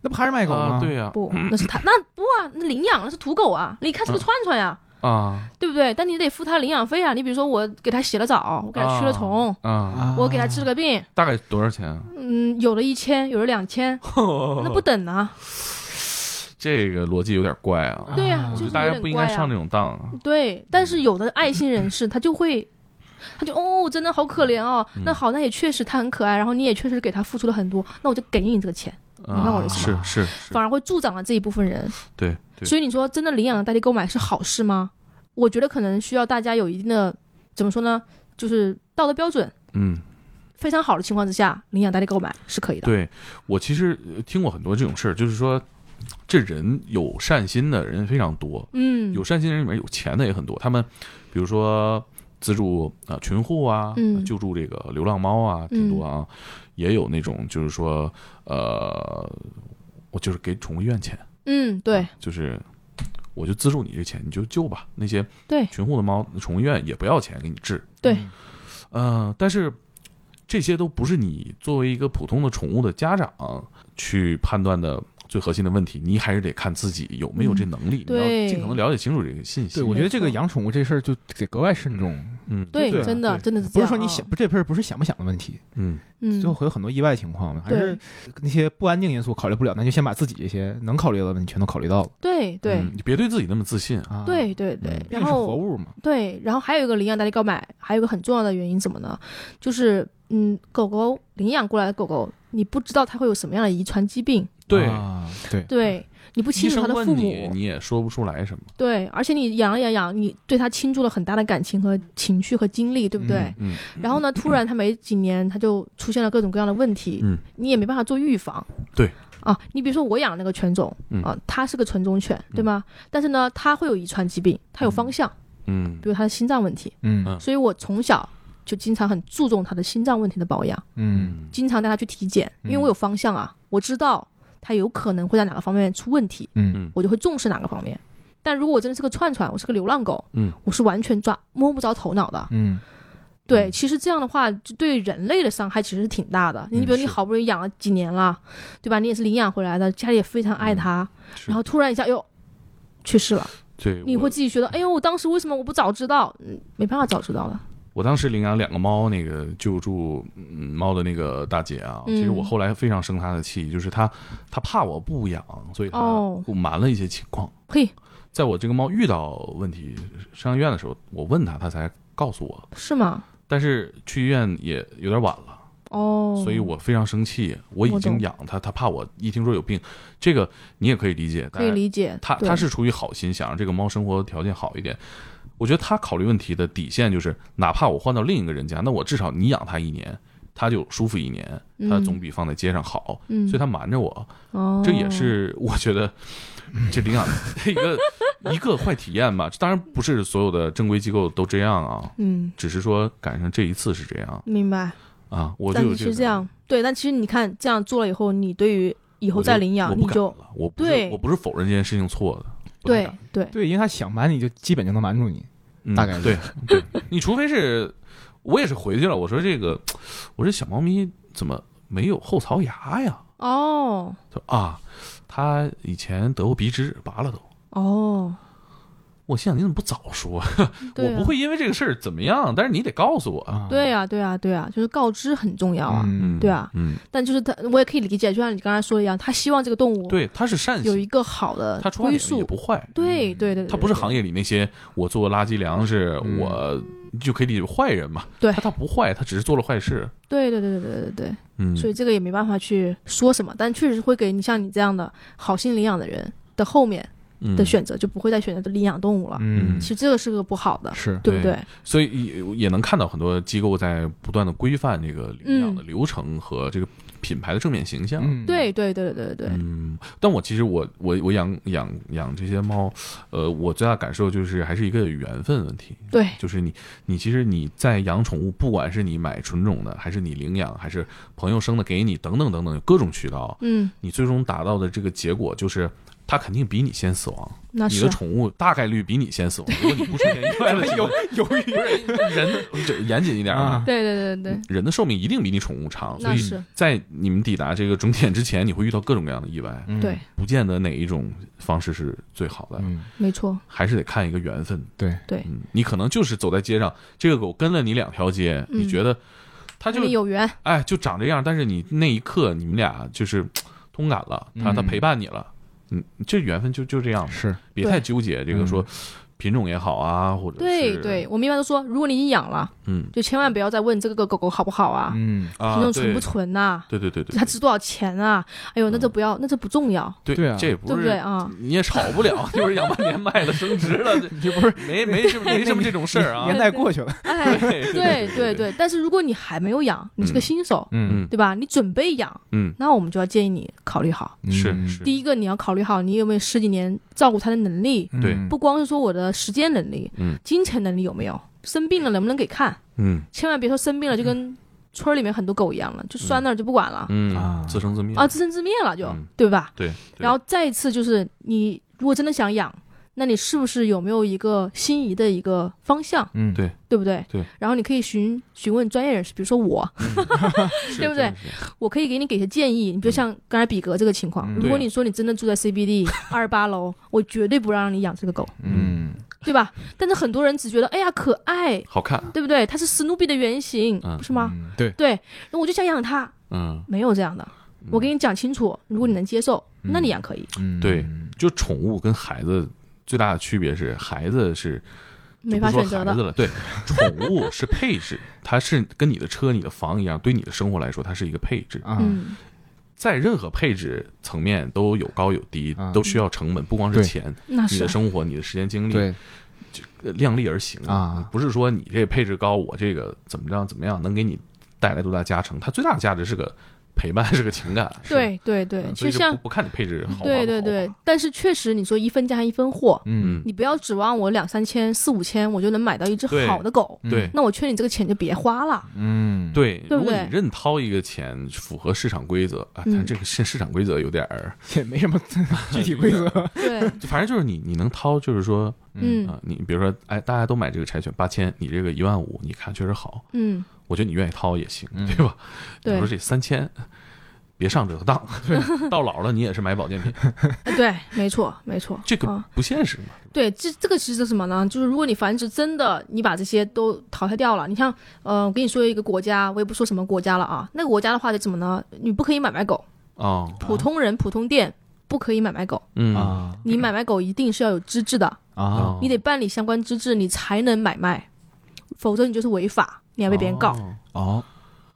[SPEAKER 3] 那不还是卖狗吗？
[SPEAKER 1] 啊对呀、
[SPEAKER 2] 不，那是他那不啊，那领养那是土狗啊，你看是个串串呀、
[SPEAKER 1] 啊，
[SPEAKER 2] 对不对？但你得付他领养费啊。你比如说我给他洗了澡，我给他驱了虫，
[SPEAKER 1] 啊
[SPEAKER 3] 啊，
[SPEAKER 2] 我给他治了个病，
[SPEAKER 1] 大概多少钱、啊？
[SPEAKER 2] 嗯，有了一千，有了两千，
[SPEAKER 1] 哦
[SPEAKER 2] 那不等啊。
[SPEAKER 1] 这个逻辑有点怪啊。
[SPEAKER 2] 对呀、
[SPEAKER 3] 啊
[SPEAKER 1] 我觉
[SPEAKER 2] 就是
[SPEAKER 1] 得大
[SPEAKER 2] 有
[SPEAKER 1] 家
[SPEAKER 2] 点
[SPEAKER 1] 不
[SPEAKER 2] 怪
[SPEAKER 1] 应该上
[SPEAKER 2] 啊
[SPEAKER 1] 这。种当啊。
[SPEAKER 2] 对，但是有的爱心人士他就会，他就哦，真的好可怜哦。
[SPEAKER 1] 嗯
[SPEAKER 2] 那好，那也确实他很可爱，然后你也确实给他付出了很多，那我就给你这个钱，
[SPEAKER 1] 啊
[SPEAKER 2] 那我就是
[SPEAKER 1] 是是，
[SPEAKER 2] 反而会助长了这一部分人。
[SPEAKER 1] 对对。
[SPEAKER 2] 所以你说真的领养代替购买是好事吗？我觉得可能需要大家有一定的怎么说呢，就是道德标准。
[SPEAKER 1] 嗯，
[SPEAKER 2] 非常好的情况之下，领养代替购买是可以的。
[SPEAKER 1] 对我其实呃听过很多这种事儿，就是说，这人有善心的人非常多，
[SPEAKER 2] 嗯，
[SPEAKER 1] 有善心的人里面有钱的也很多，他们比如说资助啊、呃群护啊，
[SPEAKER 2] 嗯
[SPEAKER 1] 救助这个流浪猫啊，挺多啊，也有那种就是说呃，我就是给宠物医院钱，
[SPEAKER 2] 嗯，对
[SPEAKER 1] 啊，就是。我就资助你这钱，你就救吧。那些
[SPEAKER 2] 对
[SPEAKER 1] 群护的猫，宠物医院也不要钱给你治。
[SPEAKER 2] 对
[SPEAKER 3] 嗯，
[SPEAKER 1] 嗯，但是这些都不是你作为一个普通的宠物的家长去判断的最核心的问题，你还是得看自己有没有这能力，
[SPEAKER 2] 嗯
[SPEAKER 1] 你
[SPEAKER 2] 对
[SPEAKER 1] 要尽可能了解清楚这个信息。
[SPEAKER 3] 对，我觉得这个
[SPEAKER 2] 没错
[SPEAKER 3] 养宠物这事儿就得格外慎重，
[SPEAKER 1] 嗯
[SPEAKER 2] 对，
[SPEAKER 3] 对啊
[SPEAKER 2] 真的
[SPEAKER 3] 对
[SPEAKER 2] 真的是这
[SPEAKER 3] 不是
[SPEAKER 2] 样
[SPEAKER 3] 说
[SPEAKER 2] 啊
[SPEAKER 3] 你想，不这事儿不是想不想的问题，
[SPEAKER 1] 嗯
[SPEAKER 2] 嗯
[SPEAKER 3] 最后会有很多意外情况的，还
[SPEAKER 2] 对
[SPEAKER 3] 是那些不安定因素考虑不了，那就先把自己这些能考虑到的问题全都考虑到了
[SPEAKER 2] 对对
[SPEAKER 1] 嗯你别对自己那么自信啊。
[SPEAKER 3] 啊。
[SPEAKER 2] 对对对
[SPEAKER 3] 嗯，毕竟
[SPEAKER 2] 然
[SPEAKER 3] 是活
[SPEAKER 2] 后
[SPEAKER 3] 物嘛，
[SPEAKER 2] 对，然后还有一个领养代替购买，还有一个很重要的原因什么呢？就是嗯，狗狗领养过来的狗狗，你不知道它会有什么样的遗传疾病，
[SPEAKER 1] 对，
[SPEAKER 3] 啊对，
[SPEAKER 2] 对，你不
[SPEAKER 1] 医
[SPEAKER 2] 清楚
[SPEAKER 1] 生
[SPEAKER 2] 它的
[SPEAKER 1] 问
[SPEAKER 2] 父
[SPEAKER 1] 你，
[SPEAKER 2] 母，
[SPEAKER 1] 你也说不出来什么，
[SPEAKER 2] 对，而且你养了养养，你对它倾注了很大的感情和情绪和精力，对不对？
[SPEAKER 1] 嗯
[SPEAKER 2] 然后呢，突然它没几年，它就出现了各种各样的问题，
[SPEAKER 1] 嗯
[SPEAKER 2] 你也没办法做预防。
[SPEAKER 1] 对
[SPEAKER 2] 啊，你比如说我养那个犬种
[SPEAKER 1] 嗯
[SPEAKER 2] 啊，它是个纯种犬，对吗？但是呢，它会有遗传疾病，它有方向，
[SPEAKER 1] 嗯
[SPEAKER 2] 比如它的心脏问题，
[SPEAKER 3] 嗯
[SPEAKER 2] 所以我从小就经常很注重它的心脏问题的保养，
[SPEAKER 3] 嗯，
[SPEAKER 2] 经常带它去体检，因为
[SPEAKER 3] 嗯
[SPEAKER 2] 我有方向啊，我知道它有可能会在哪个方面出问题，
[SPEAKER 3] 嗯
[SPEAKER 1] 嗯
[SPEAKER 2] 我就会重视哪个方面。但如果我真的是个串串，我是个流浪狗，
[SPEAKER 1] 嗯，
[SPEAKER 2] 我是完全抓摸不着头脑的，
[SPEAKER 3] 嗯
[SPEAKER 2] 对，
[SPEAKER 1] 嗯
[SPEAKER 2] 其实这样的话，就对人类的伤害其实是挺大的。你
[SPEAKER 3] 嗯
[SPEAKER 2] 比如你
[SPEAKER 1] 是
[SPEAKER 2] 好不容易养了几年了，对吧？你也是领养回来的，家里也非常爱它，
[SPEAKER 1] 嗯是
[SPEAKER 2] 然后突然一下哟去世了，
[SPEAKER 1] 对，
[SPEAKER 2] 你
[SPEAKER 1] 我
[SPEAKER 2] 会自己觉得，哎呦，我当时为什么我不早知道？嗯，没办法早知道了。
[SPEAKER 1] 我当时领养两个猫，那个救助嗯猫的那个大姐啊，
[SPEAKER 2] 嗯
[SPEAKER 1] 其实我后来非常生她的气，就是她她怕我不养，所以她
[SPEAKER 2] 哦
[SPEAKER 1] 给我瞒了一些情况。
[SPEAKER 2] 嘿，
[SPEAKER 1] 在我这个猫遇到问题上医院的时候，我问她，她才告诉我。
[SPEAKER 2] 是吗？
[SPEAKER 1] 但是去医院也有点晚了，
[SPEAKER 2] 哦，
[SPEAKER 1] 所以我非常生气。我已
[SPEAKER 2] 我
[SPEAKER 1] 经
[SPEAKER 2] 懂
[SPEAKER 1] 养它，它怕我一听说有病，这个你也可以理解。
[SPEAKER 2] 可以理解，
[SPEAKER 1] 他
[SPEAKER 2] 对
[SPEAKER 1] 他是出于好心，想让这个猫生活条件好一点。我觉得他考虑问题的底线就是，哪怕我换到另一个人家，那我至少你养它一年，它就舒服一年，它总比放在街上好。
[SPEAKER 2] 嗯，
[SPEAKER 1] 所以他瞒着我，
[SPEAKER 2] 哦，
[SPEAKER 1] 这也是我觉得 [LAUGHS] 这领养 [LAUGHS] 一个一个坏体验吧。当然不是所有的正规机构都这样啊，
[SPEAKER 2] 嗯，
[SPEAKER 1] 只是说赶上这一次是这样
[SPEAKER 2] 明白。
[SPEAKER 1] 啊。我就
[SPEAKER 2] 但
[SPEAKER 1] 有
[SPEAKER 2] 你
[SPEAKER 1] 这个
[SPEAKER 2] 是这样，对，但其实你看这样做了以后，你对于以
[SPEAKER 1] 我
[SPEAKER 2] 后
[SPEAKER 1] 就
[SPEAKER 2] 再领养，
[SPEAKER 1] 我
[SPEAKER 2] 你
[SPEAKER 1] 不敢
[SPEAKER 2] 就
[SPEAKER 1] 了我不是
[SPEAKER 2] 对
[SPEAKER 1] 我不是否认这件事情错的，不太
[SPEAKER 2] 对
[SPEAKER 1] 敢
[SPEAKER 2] 对
[SPEAKER 3] 对，因为他想瞒你就基本就能瞒住你，
[SPEAKER 1] 嗯
[SPEAKER 3] 大概率 [LAUGHS]
[SPEAKER 1] 对对，你除非是，我也是回去了，我说这个，我这小猫咪怎么没有后槽牙呀？
[SPEAKER 2] 哦
[SPEAKER 1] 他说啊，它以前得过鼻支，拔了都。
[SPEAKER 2] 哦，
[SPEAKER 1] 我心想你怎么不早说？
[SPEAKER 2] 对
[SPEAKER 1] 我
[SPEAKER 2] 啊
[SPEAKER 1] 不会因为这个事儿怎么样，但是你得告诉我啊。
[SPEAKER 2] 对呀、对呀、对呀、就是告知很重要啊。
[SPEAKER 3] 嗯，
[SPEAKER 2] 对啊，
[SPEAKER 1] 嗯，
[SPEAKER 2] 但就是他，我也可以理解，就像你刚才说的一样，他希望这个动物
[SPEAKER 1] 对，他是善
[SPEAKER 2] 有
[SPEAKER 1] 行，
[SPEAKER 2] 一个好的
[SPEAKER 1] 他出发
[SPEAKER 2] 归
[SPEAKER 1] 点也
[SPEAKER 2] 宿。
[SPEAKER 1] 不坏，
[SPEAKER 2] 对对对，
[SPEAKER 1] 他不是行业里那些我做垃圾粮食，
[SPEAKER 3] 嗯
[SPEAKER 1] 我就可以理解为坏人嘛。
[SPEAKER 2] 对
[SPEAKER 1] 他他不坏，他只是做了坏事。
[SPEAKER 2] 对。对对对对对对对，
[SPEAKER 1] 嗯，
[SPEAKER 2] 所以这个也没办法去说什么，但确实会给你像你这样的好心领养的人的后面
[SPEAKER 1] 嗯
[SPEAKER 2] 的，选择，就不会再选择领养动物了。
[SPEAKER 3] 嗯
[SPEAKER 2] 其实这个是个不好的，
[SPEAKER 3] 是
[SPEAKER 2] 对不
[SPEAKER 1] 对嗯
[SPEAKER 2] 对？
[SPEAKER 1] 所以也也能看到很多机构在不断的规范这个领养的
[SPEAKER 2] 嗯
[SPEAKER 1] 流程和这个品牌的正面形象。
[SPEAKER 3] 嗯
[SPEAKER 2] 对对对对对对，
[SPEAKER 1] 嗯，但我其实我我我养养养这些猫，呃，我最大感受就是还是一个缘分问题，
[SPEAKER 2] 对
[SPEAKER 1] 就是你你其实你在养宠物，不管是你买纯种的，还是你领养，还是朋友生的给你，等等等等，有各种渠道，
[SPEAKER 2] 嗯，
[SPEAKER 1] 你最终达到的这个结果就是。它肯定比你先死亡，
[SPEAKER 2] 那
[SPEAKER 1] 你
[SPEAKER 2] 是
[SPEAKER 1] 的
[SPEAKER 2] 啊
[SPEAKER 1] 宠物大概率比你先死亡。如果你不出现意外的情
[SPEAKER 3] [LAUGHS]
[SPEAKER 1] 况，
[SPEAKER 3] 犹豫，
[SPEAKER 1] 人这严谨一点啊
[SPEAKER 3] 啊，
[SPEAKER 2] 对对对对，
[SPEAKER 1] 人的寿命一定比你宠物长，所
[SPEAKER 2] 那
[SPEAKER 1] 以
[SPEAKER 2] 是
[SPEAKER 1] 在你们抵达这个终点之前，你会遇到各种各样的意外，
[SPEAKER 3] 嗯
[SPEAKER 2] 对，，
[SPEAKER 1] 不见得哪一种方式是最好的，
[SPEAKER 3] 嗯，
[SPEAKER 2] 没错，
[SPEAKER 1] 还是得看一个缘分。
[SPEAKER 3] 对，
[SPEAKER 1] 嗯，你可能就是走在街上，这个狗跟了你两条街，
[SPEAKER 2] 嗯
[SPEAKER 1] 你觉得它
[SPEAKER 2] 跟
[SPEAKER 1] 就
[SPEAKER 2] 你有缘，
[SPEAKER 1] 哎就长这样，但是你那一刻你们俩就是通感了，它它
[SPEAKER 3] 嗯
[SPEAKER 1] 陪伴你了，嗯，这缘分就就这样，
[SPEAKER 3] 是，
[SPEAKER 1] 别太纠结这个
[SPEAKER 3] 嗯
[SPEAKER 1] 说品种也好啊，或者
[SPEAKER 2] 对
[SPEAKER 1] 是
[SPEAKER 2] 对，，我们一般都说，如果你已经养了，
[SPEAKER 1] 嗯
[SPEAKER 2] 就千万不要再问这个狗狗好不好啊，
[SPEAKER 3] 嗯，
[SPEAKER 1] [LAUGHS] 啊，
[SPEAKER 2] 品种
[SPEAKER 1] 对
[SPEAKER 2] 纯不纯呐、
[SPEAKER 1] 对对啊对对，
[SPEAKER 2] 它值多少钱啊？哎呦，那这不要，那这不重要，
[SPEAKER 1] 对
[SPEAKER 3] 对啊
[SPEAKER 1] 这也不
[SPEAKER 2] 对不
[SPEAKER 1] 是
[SPEAKER 2] 对
[SPEAKER 1] [LAUGHS]
[SPEAKER 2] 啊？
[SPEAKER 1] 你也吵不了，就是养半年卖了升值了，这
[SPEAKER 3] 这不是
[SPEAKER 1] 没没什么没什么这种事 [LAUGHS] 儿啊。
[SPEAKER 3] 年代过去了，
[SPEAKER 2] 哎，
[SPEAKER 1] 对
[SPEAKER 2] 对对对，但是如果你还没有养，你是个
[SPEAKER 1] 嗯
[SPEAKER 2] 新手，
[SPEAKER 1] 嗯
[SPEAKER 2] 对吧？你准备养，
[SPEAKER 1] 嗯，
[SPEAKER 2] 那我们就要建议你考虑好。
[SPEAKER 3] 嗯
[SPEAKER 1] 是是，
[SPEAKER 2] 第一个，你要考虑好你有没有十几年照顾它的能力，
[SPEAKER 3] 嗯
[SPEAKER 1] 对
[SPEAKER 2] 不光是说我的时间能力，
[SPEAKER 1] 嗯，
[SPEAKER 2] 金钱能力有没有？生病了能不能给看？
[SPEAKER 1] 嗯
[SPEAKER 2] 千万别说生病了就跟村儿里面很多狗一样了，就拴那儿就不管了、
[SPEAKER 1] 嗯
[SPEAKER 3] 啊
[SPEAKER 1] 自生自灭
[SPEAKER 2] 啊，，自生自灭了就，
[SPEAKER 1] 嗯
[SPEAKER 2] 对吧？
[SPEAKER 1] 对。对
[SPEAKER 2] 然后再一次就是，你如果真的想养，那你是不是有没有一个心仪的一个方向，
[SPEAKER 3] 嗯
[SPEAKER 1] 对
[SPEAKER 2] 对不对？
[SPEAKER 1] 对。
[SPEAKER 2] 然后你可以询询问专业人士，比如说我，
[SPEAKER 1] 是
[SPEAKER 2] 对不对？
[SPEAKER 1] 真的是
[SPEAKER 2] 我可以给你给些建议。你比如像刚才比格这个情况，
[SPEAKER 3] 嗯
[SPEAKER 2] 如果
[SPEAKER 1] 嗯对
[SPEAKER 2] 你说你真的住
[SPEAKER 1] [LAUGHS]
[SPEAKER 2] 在 CBD 二十八楼，我绝对不让你养这个狗，
[SPEAKER 3] 嗯
[SPEAKER 1] [LAUGHS]
[SPEAKER 2] 对吧？但是很多人只觉得，哎呀可爱，
[SPEAKER 1] 好看，
[SPEAKER 2] 对不对？它是史努比的原型，
[SPEAKER 1] 嗯
[SPEAKER 2] 不是吗？
[SPEAKER 3] 嗯对，
[SPEAKER 2] 对，那我就想养它，
[SPEAKER 1] 嗯，
[SPEAKER 2] 没有这样的。我给
[SPEAKER 1] 你
[SPEAKER 2] 你讲清楚，如果你能接受，那你养可以，
[SPEAKER 3] 嗯
[SPEAKER 1] 对就宠物跟孩子最大的区别是，孩子是
[SPEAKER 2] 没法
[SPEAKER 1] 就
[SPEAKER 2] 选
[SPEAKER 1] 不说
[SPEAKER 2] 择
[SPEAKER 1] 孩子
[SPEAKER 2] 的。
[SPEAKER 1] 了，对，宠物是配置，它是跟你的车、你的房一样，对你的生活来说，它是一个配置。
[SPEAKER 3] 啊，
[SPEAKER 2] 嗯，
[SPEAKER 1] 在任何配置层面都有高有低
[SPEAKER 3] 啊，
[SPEAKER 1] 都需要成本，不光是啊
[SPEAKER 3] 对
[SPEAKER 1] 钱，
[SPEAKER 2] 那
[SPEAKER 1] 你
[SPEAKER 2] 是啊
[SPEAKER 1] 的生活、你的时间精力，
[SPEAKER 3] 对
[SPEAKER 1] 呃量力而行，
[SPEAKER 3] 啊，
[SPEAKER 1] 不是说你这配置高，我这个怎么着怎么样能给你带来多大加成？它最大的价值是个陪伴，是个情感。是吧，
[SPEAKER 2] 对对对，
[SPEAKER 1] 嗯
[SPEAKER 2] 其
[SPEAKER 1] 所以
[SPEAKER 2] 实
[SPEAKER 1] 就
[SPEAKER 2] 像
[SPEAKER 1] 不不看你配置好不好
[SPEAKER 2] 对对对，，但是确实你说一分家一分货，
[SPEAKER 1] 嗯
[SPEAKER 2] 你不要指望我两三千、四五千我就能买到一只
[SPEAKER 1] 对
[SPEAKER 2] 好的狗，
[SPEAKER 3] 嗯
[SPEAKER 1] 对
[SPEAKER 2] 那我劝你这个钱就别花了。
[SPEAKER 3] 嗯，
[SPEAKER 1] 对，
[SPEAKER 2] 对
[SPEAKER 1] 如
[SPEAKER 2] 不
[SPEAKER 1] 果
[SPEAKER 2] 对
[SPEAKER 1] 你认掏一个钱符合市场规则啊，
[SPEAKER 2] 嗯
[SPEAKER 1] 但这个市市场规则有点儿，
[SPEAKER 3] 也没
[SPEAKER 1] [LAUGHS]
[SPEAKER 3] 什么具体规则，
[SPEAKER 2] 对，
[SPEAKER 1] 反正就是你你能掏，就是说
[SPEAKER 2] 嗯
[SPEAKER 1] 嗯啊，你比如说哎，大家都买这个柴犬八千，你这个一万五，你看确实好，
[SPEAKER 2] 嗯，
[SPEAKER 1] 我觉得你愿意掏也行，
[SPEAKER 3] 嗯
[SPEAKER 1] 对吧？你
[SPEAKER 2] 对
[SPEAKER 1] 说，这三千，别上这个
[SPEAKER 2] [LAUGHS]
[SPEAKER 1] 当，到老了你也是买保健品，
[SPEAKER 2] 哎对，没错，没错，
[SPEAKER 1] 这个
[SPEAKER 2] 啊，
[SPEAKER 1] 不现实嘛。
[SPEAKER 2] 对，这这个其实是什么呢？就是如果你繁殖真的你把这些都淘汰掉了，你像呃，我跟你说一个国家，我也不说什么国家了啊，那个国家的话就怎么呢？你不可以买卖狗，
[SPEAKER 1] 哦，
[SPEAKER 2] 普通人、普通店不可以买卖狗，
[SPEAKER 1] 嗯
[SPEAKER 3] 啊
[SPEAKER 2] 你买卖狗一定是要有资质
[SPEAKER 1] 哦
[SPEAKER 2] 的，
[SPEAKER 3] 啊，
[SPEAKER 2] 你得办理相关资质，你才能买卖，否则你就是违法，你还被别人告。哎
[SPEAKER 1] 哦
[SPEAKER 3] 哦，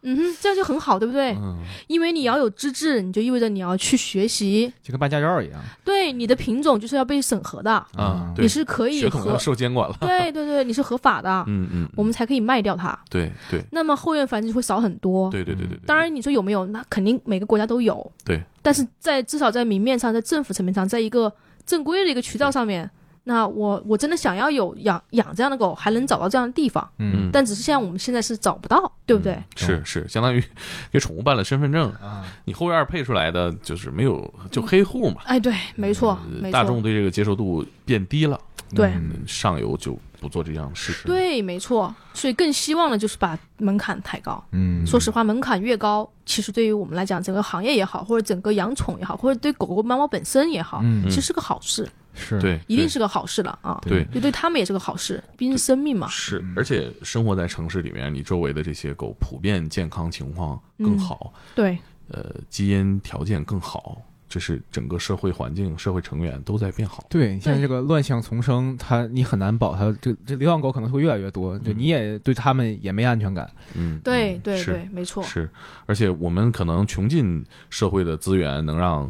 [SPEAKER 2] 嗯哼，这样就很好，对不对？
[SPEAKER 1] 嗯
[SPEAKER 2] 因为你要有资质，你就意味着你要去学习，
[SPEAKER 3] 就跟办驾照一样
[SPEAKER 2] 对你的品种就是要被审核的，
[SPEAKER 1] 啊，对
[SPEAKER 2] 你，是可以
[SPEAKER 1] 血统
[SPEAKER 2] 合 [LAUGHS]
[SPEAKER 1] 要，受监管了。
[SPEAKER 2] 对对对，你是合法的，
[SPEAKER 1] 嗯嗯，
[SPEAKER 2] 我们才可以卖掉它。
[SPEAKER 1] 对对
[SPEAKER 2] 那么后院繁殖会少很多。
[SPEAKER 1] 对对对对，对
[SPEAKER 2] 哦当然，你说有没有？那肯定每个国家都有。
[SPEAKER 1] 对。
[SPEAKER 2] 但是在至少在明面上，在政府层面上，在一个正规的一个渠道上面，那我我真的想要有养养这样的狗，还能找到这样的地方。
[SPEAKER 1] 嗯，
[SPEAKER 2] 但只是像我们现在是找不到，对不对？
[SPEAKER 1] 嗯是是，相当于给宠物办了身份证，
[SPEAKER 3] 啊，
[SPEAKER 1] 你后院配出来的就是没有就黑户嘛，
[SPEAKER 2] 哎，对，没错，没
[SPEAKER 1] 呃大众
[SPEAKER 2] 错，
[SPEAKER 1] 对这个接受度变低了，
[SPEAKER 2] 对
[SPEAKER 1] 嗯上游就不做这样的事情。
[SPEAKER 2] 对，没错。所以更希望的就是把门槛抬高。
[SPEAKER 3] 嗯，
[SPEAKER 2] 说实话，门槛越高，其实对于我们来讲，整个行业也好，或者整个养宠也好，或者对狗狗、猫猫本身也好，
[SPEAKER 3] 嗯
[SPEAKER 2] 其实是个好事。
[SPEAKER 3] 是，
[SPEAKER 1] 对，
[SPEAKER 2] 一定是个好事了啊！
[SPEAKER 1] 对
[SPEAKER 2] 就对他们也是个好事，毕竟是生命嘛。
[SPEAKER 1] 是
[SPEAKER 3] 嗯，
[SPEAKER 1] 而且生活在城市里面，你周围的这些狗普遍健康情况
[SPEAKER 2] 嗯
[SPEAKER 1] 更好，
[SPEAKER 2] 对，
[SPEAKER 1] 呃，基因条件更好，这是整个社会环境、社会成员都在变好。
[SPEAKER 3] 对你现在
[SPEAKER 2] 对
[SPEAKER 3] 这个乱象丛生，它你很难保它这这流浪狗可能会越来越多，就
[SPEAKER 1] 嗯
[SPEAKER 3] 你也对它们也没安全感。
[SPEAKER 1] 嗯，
[SPEAKER 2] 对，
[SPEAKER 1] 嗯
[SPEAKER 2] 对，
[SPEAKER 1] 是
[SPEAKER 2] 对，没错。
[SPEAKER 1] 是，而且我们可能穷尽社会的资源，能让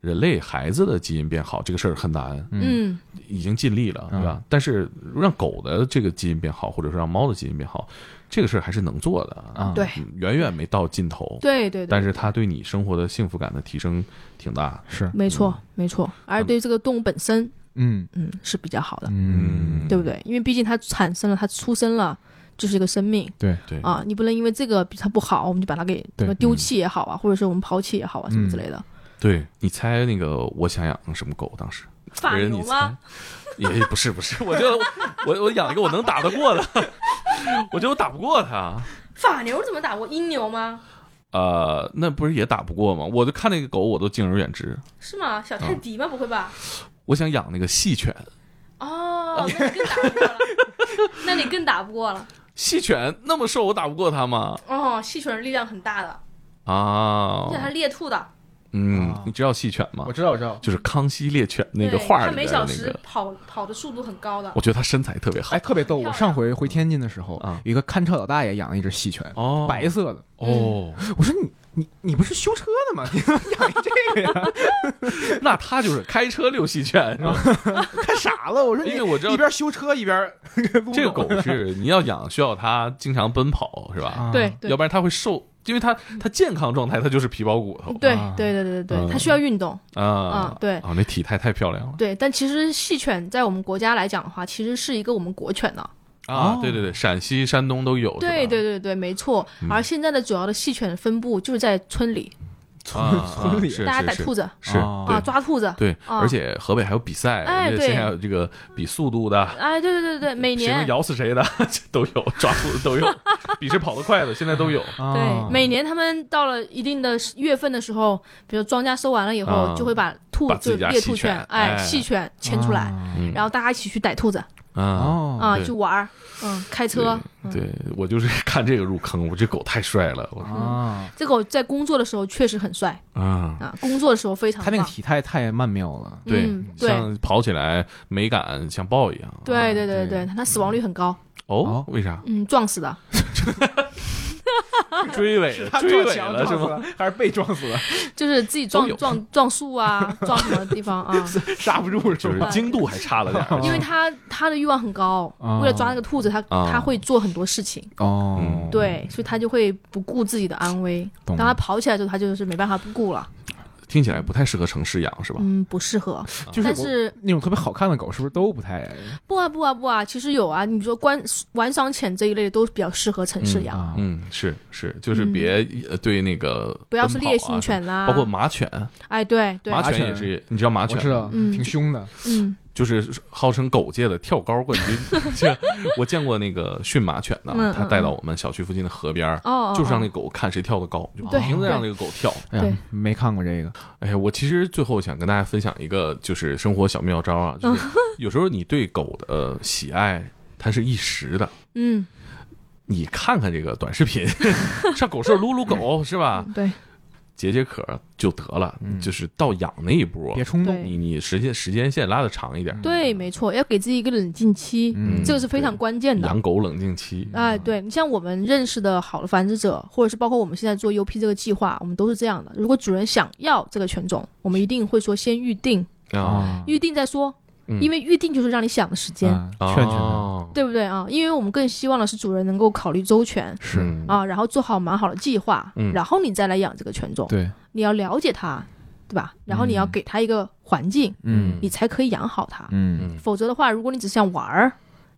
[SPEAKER 1] 人类孩子的基因变好，这个事儿很难，
[SPEAKER 2] 嗯，
[SPEAKER 1] 已经尽力了，对吧？但是让狗的这个基因变好，或者说让猫的基因变好，这个事儿还是能做的
[SPEAKER 3] 啊
[SPEAKER 2] 对，
[SPEAKER 1] 嗯远远没到尽头。
[SPEAKER 2] 对对对，
[SPEAKER 1] 但是它对你生活的幸福感的提升挺大。
[SPEAKER 3] 是，
[SPEAKER 2] 没错没错。而对这个动物本身，
[SPEAKER 3] 嗯
[SPEAKER 2] 嗯，是比较好的，
[SPEAKER 3] 嗯，
[SPEAKER 2] 对不对？因为毕竟它产生了，它出生了。就是一个生命
[SPEAKER 3] 对，
[SPEAKER 1] 对，
[SPEAKER 2] 啊，你不能因为这个比它不好，我们就把它给
[SPEAKER 3] 对
[SPEAKER 2] 什么丢弃也好啊，或者是我们抛弃也好啊，什么之类的。
[SPEAKER 1] 对你猜那个我想养什么狗？当时
[SPEAKER 2] 法
[SPEAKER 1] 人
[SPEAKER 2] 牛
[SPEAKER 1] 你
[SPEAKER 2] 吗
[SPEAKER 1] 猜？？ [LAUGHS] 也也不是不是，我
[SPEAKER 3] [LAUGHS]
[SPEAKER 1] 就我我养一个我能打得过的，我觉得我打不过它。
[SPEAKER 2] 法牛怎么打过阴牛吗？
[SPEAKER 1] 呃，那不是也打不过吗？我就看那个狗，我都敬而远之。
[SPEAKER 2] 是吗？小
[SPEAKER 1] 泰
[SPEAKER 2] 迪吗？不会吧？
[SPEAKER 1] 我想养那个细犬，
[SPEAKER 2] [LAUGHS] 哦，那你更打不过了，那你更打不过了。
[SPEAKER 1] 细犬那么瘦，我打不过它吗？
[SPEAKER 2] [LAUGHS] 哦，细犬的力量很大的，
[SPEAKER 1] 啊
[SPEAKER 2] 而，且它猎兔的，
[SPEAKER 1] 嗯
[SPEAKER 3] 啊，
[SPEAKER 1] 你知道细犬吗
[SPEAKER 3] 我？知道，我知道。
[SPEAKER 1] 就是《康熙猎犬》那个
[SPEAKER 2] 对
[SPEAKER 1] 画
[SPEAKER 2] 它
[SPEAKER 1] 里
[SPEAKER 2] 每
[SPEAKER 1] 面
[SPEAKER 2] 小
[SPEAKER 1] 的那
[SPEAKER 2] 时
[SPEAKER 1] 个，啊
[SPEAKER 2] 跑跑的速度很高的
[SPEAKER 1] 我。觉得它身材特别好
[SPEAKER 3] 哎，。特别逗！我上回回天津的时候，
[SPEAKER 1] 啊
[SPEAKER 3] 有一个看车老大爷养了一只细犬，
[SPEAKER 1] 哦，
[SPEAKER 3] 白嗯色的。
[SPEAKER 1] 哦，
[SPEAKER 3] 我说你你你不是修车的吗？你 [LAUGHS] 怎么养一这个呀？
[SPEAKER 1] 那他就是开车遛细犬是吧？
[SPEAKER 3] [LAUGHS] 看傻了！我说你
[SPEAKER 1] 因为我知道
[SPEAKER 3] 一边修车一边
[SPEAKER 1] 这个狗是你要养，需要它经常奔跑，是吧？
[SPEAKER 3] 啊
[SPEAKER 2] 对对嗯
[SPEAKER 1] 要不然它会瘦，因为它它健康状态它就是皮包骨头
[SPEAKER 2] 对
[SPEAKER 3] 啊
[SPEAKER 2] 对对对对
[SPEAKER 1] 嗯
[SPEAKER 2] 对，它需要运动。
[SPEAKER 1] 啊
[SPEAKER 2] 啊对
[SPEAKER 1] 哦，那体态太漂亮了
[SPEAKER 2] 对，但其实细犬在我们国家来讲的话，其实是一个我们国犬呢。
[SPEAKER 1] 啊
[SPEAKER 3] 哦！
[SPEAKER 1] 对对对，陕西、山东都有，是吧
[SPEAKER 2] 对对对对，没错。
[SPEAKER 1] 嗯
[SPEAKER 2] 而现在的主要的细犬分布就是在村里，
[SPEAKER 1] 啊
[SPEAKER 3] [LAUGHS] 村里
[SPEAKER 1] 是
[SPEAKER 2] 大家逮
[SPEAKER 1] 是
[SPEAKER 2] 兔子
[SPEAKER 1] 是
[SPEAKER 3] 啊
[SPEAKER 2] 啊，
[SPEAKER 1] 对
[SPEAKER 2] 抓兔子。
[SPEAKER 1] 对，
[SPEAKER 2] 啊
[SPEAKER 1] 而且河北还有比赛，
[SPEAKER 2] 哎
[SPEAKER 1] 人家
[SPEAKER 2] 对
[SPEAKER 1] 现在有这个比速度的。
[SPEAKER 2] 哎，对对对对，每
[SPEAKER 1] 谁能
[SPEAKER 2] 年
[SPEAKER 1] 咬死谁的 [LAUGHS] 这都有，抓兔子
[SPEAKER 2] [LAUGHS]
[SPEAKER 1] 都有，比谁跑得快的现在都有。
[SPEAKER 3] 啊
[SPEAKER 1] 哦
[SPEAKER 2] 对，每年他们到了一定的月份的时候，比如庄稼收完了以后
[SPEAKER 1] 啊，
[SPEAKER 2] 就会把兔
[SPEAKER 1] 把
[SPEAKER 2] 就
[SPEAKER 1] 自己家
[SPEAKER 2] 猎兔
[SPEAKER 1] 细犬哎
[SPEAKER 2] 哎细犬牵出来，
[SPEAKER 1] 嗯
[SPEAKER 2] [LAUGHS] 然后大家一起去逮兔子
[SPEAKER 1] 啊，
[SPEAKER 3] 啊哦
[SPEAKER 2] 啊，
[SPEAKER 1] 对
[SPEAKER 2] 去玩儿，嗯，开车。嗯
[SPEAKER 1] 对我就是看这个入坑，我这狗太帅了，我
[SPEAKER 3] 啊！
[SPEAKER 2] 这狗在工作的时候确实很帅
[SPEAKER 1] 啊，
[SPEAKER 2] 啊，工作的时候非常
[SPEAKER 3] 它
[SPEAKER 2] 棒。
[SPEAKER 3] 那个体态太曼妙了，
[SPEAKER 1] 对
[SPEAKER 2] 嗯，对
[SPEAKER 1] 像哦跑起来美感像豹一样。啊
[SPEAKER 2] 对对对
[SPEAKER 3] 对
[SPEAKER 2] 对，它死亡率很高，
[SPEAKER 1] 哦
[SPEAKER 3] 哦，
[SPEAKER 1] 为啥
[SPEAKER 2] 嗯，撞死的。
[SPEAKER 1] 追尾了？追尾了是吗？？
[SPEAKER 3] 还是被撞死了？
[SPEAKER 2] 就是自己
[SPEAKER 1] 都
[SPEAKER 2] 撞
[SPEAKER 1] 有
[SPEAKER 2] 撞撞
[SPEAKER 1] [LAUGHS]
[SPEAKER 2] 树啊，撞什么地方啊？
[SPEAKER 3] 刹不住
[SPEAKER 1] 就是是
[SPEAKER 3] 吧？
[SPEAKER 1] 精度还差了点儿，
[SPEAKER 2] 因为他他的欲望很高，
[SPEAKER 1] 哦
[SPEAKER 3] 啊
[SPEAKER 2] 为了抓那个兔子，他
[SPEAKER 1] 啊
[SPEAKER 2] 他会做很多事情，
[SPEAKER 1] 嗯
[SPEAKER 3] 哦，
[SPEAKER 2] 对，所以他就会不顾自己的安危。
[SPEAKER 3] 懂
[SPEAKER 2] 当他跑起来之后，他就是没办法不顾了，
[SPEAKER 1] [LAUGHS] 听起来不太适合城市养是吧？
[SPEAKER 2] 嗯，不适
[SPEAKER 1] [LAUGHS]
[SPEAKER 2] 合。
[SPEAKER 3] 就
[SPEAKER 2] 但
[SPEAKER 3] 我
[SPEAKER 2] 是
[SPEAKER 3] 那种特别好看的狗是不是都不太
[SPEAKER 2] 不啊不啊不啊，其实有啊，你说观玩赏犬这一类的都比较适合城市养，
[SPEAKER 3] 啊？
[SPEAKER 1] 嗯，是是，就是别呃对那个
[SPEAKER 2] 嗯不要是
[SPEAKER 1] 奔跑啊
[SPEAKER 2] 烈性犬啦、
[SPEAKER 1] 包括马犬，
[SPEAKER 2] 哎对对，
[SPEAKER 1] 马
[SPEAKER 3] 马
[SPEAKER 1] 犬也
[SPEAKER 3] 犬
[SPEAKER 1] 是，你知道马
[SPEAKER 3] 我
[SPEAKER 1] 犬
[SPEAKER 3] 知道，
[SPEAKER 2] 嗯
[SPEAKER 3] 挺凶的。
[SPEAKER 2] 嗯
[SPEAKER 1] 就是号称狗界的跳高冠
[SPEAKER 2] [LAUGHS]
[SPEAKER 1] 军。这我见过那个驯马犬的
[SPEAKER 2] 嗯，
[SPEAKER 1] 他带到我们小区附近的河边儿，
[SPEAKER 2] 哦，哦
[SPEAKER 1] 就是让那
[SPEAKER 2] 哦
[SPEAKER 1] 狗看谁跳得高，就不
[SPEAKER 2] 对
[SPEAKER 1] 停的让那
[SPEAKER 2] 对
[SPEAKER 1] 个狗跳。
[SPEAKER 3] 哎
[SPEAKER 2] 对
[SPEAKER 3] 呀，没看过这个，
[SPEAKER 1] 哎呀，我其实最后想跟大家分享一个就是生活小妙招啊，就是
[SPEAKER 2] [LAUGHS]
[SPEAKER 1] 有时候你对狗的喜爱，它是一时的。
[SPEAKER 2] 嗯
[SPEAKER 1] 你看看这个短视
[SPEAKER 2] [LAUGHS]
[SPEAKER 1] 频，上狗舍撸撸狗是吧？
[SPEAKER 2] 嗯对
[SPEAKER 1] 解解渴就得了，
[SPEAKER 3] 嗯
[SPEAKER 1] 就是到养那一波，
[SPEAKER 3] 别冲动
[SPEAKER 2] 对
[SPEAKER 1] 你你时间时间线拉的长一点，
[SPEAKER 2] 对，没错，要给自己一个冷静期，
[SPEAKER 3] 嗯
[SPEAKER 2] 这个是非常关键的。
[SPEAKER 1] 养狗冷静期，
[SPEAKER 2] 哎，对你像我们认识的好的繁殖者，或者是包括我们现在做 UP 这个计划，我们都是这样的。如果主人想要这个犬种，我们一定会说先预定，
[SPEAKER 1] 啊，
[SPEAKER 3] 啊！
[SPEAKER 2] 预定再说，
[SPEAKER 1] 嗯
[SPEAKER 2] 因为预定就是让你想的时间，
[SPEAKER 3] 啊劝劝它，
[SPEAKER 1] 哦
[SPEAKER 2] 对不对啊？因为我们更希望的是主人能够考虑周全
[SPEAKER 3] 是，
[SPEAKER 1] 嗯
[SPEAKER 2] 啊，然后做好蛮好的计划，
[SPEAKER 1] 嗯
[SPEAKER 2] 然后你再来养这个犬种，
[SPEAKER 3] 对，
[SPEAKER 2] 你要了解它，对吧？然后你要
[SPEAKER 3] 嗯
[SPEAKER 2] 给它一个环境，
[SPEAKER 3] 嗯
[SPEAKER 2] 你才可以养好它。
[SPEAKER 3] 嗯
[SPEAKER 2] 否则的话，如果你只想玩儿，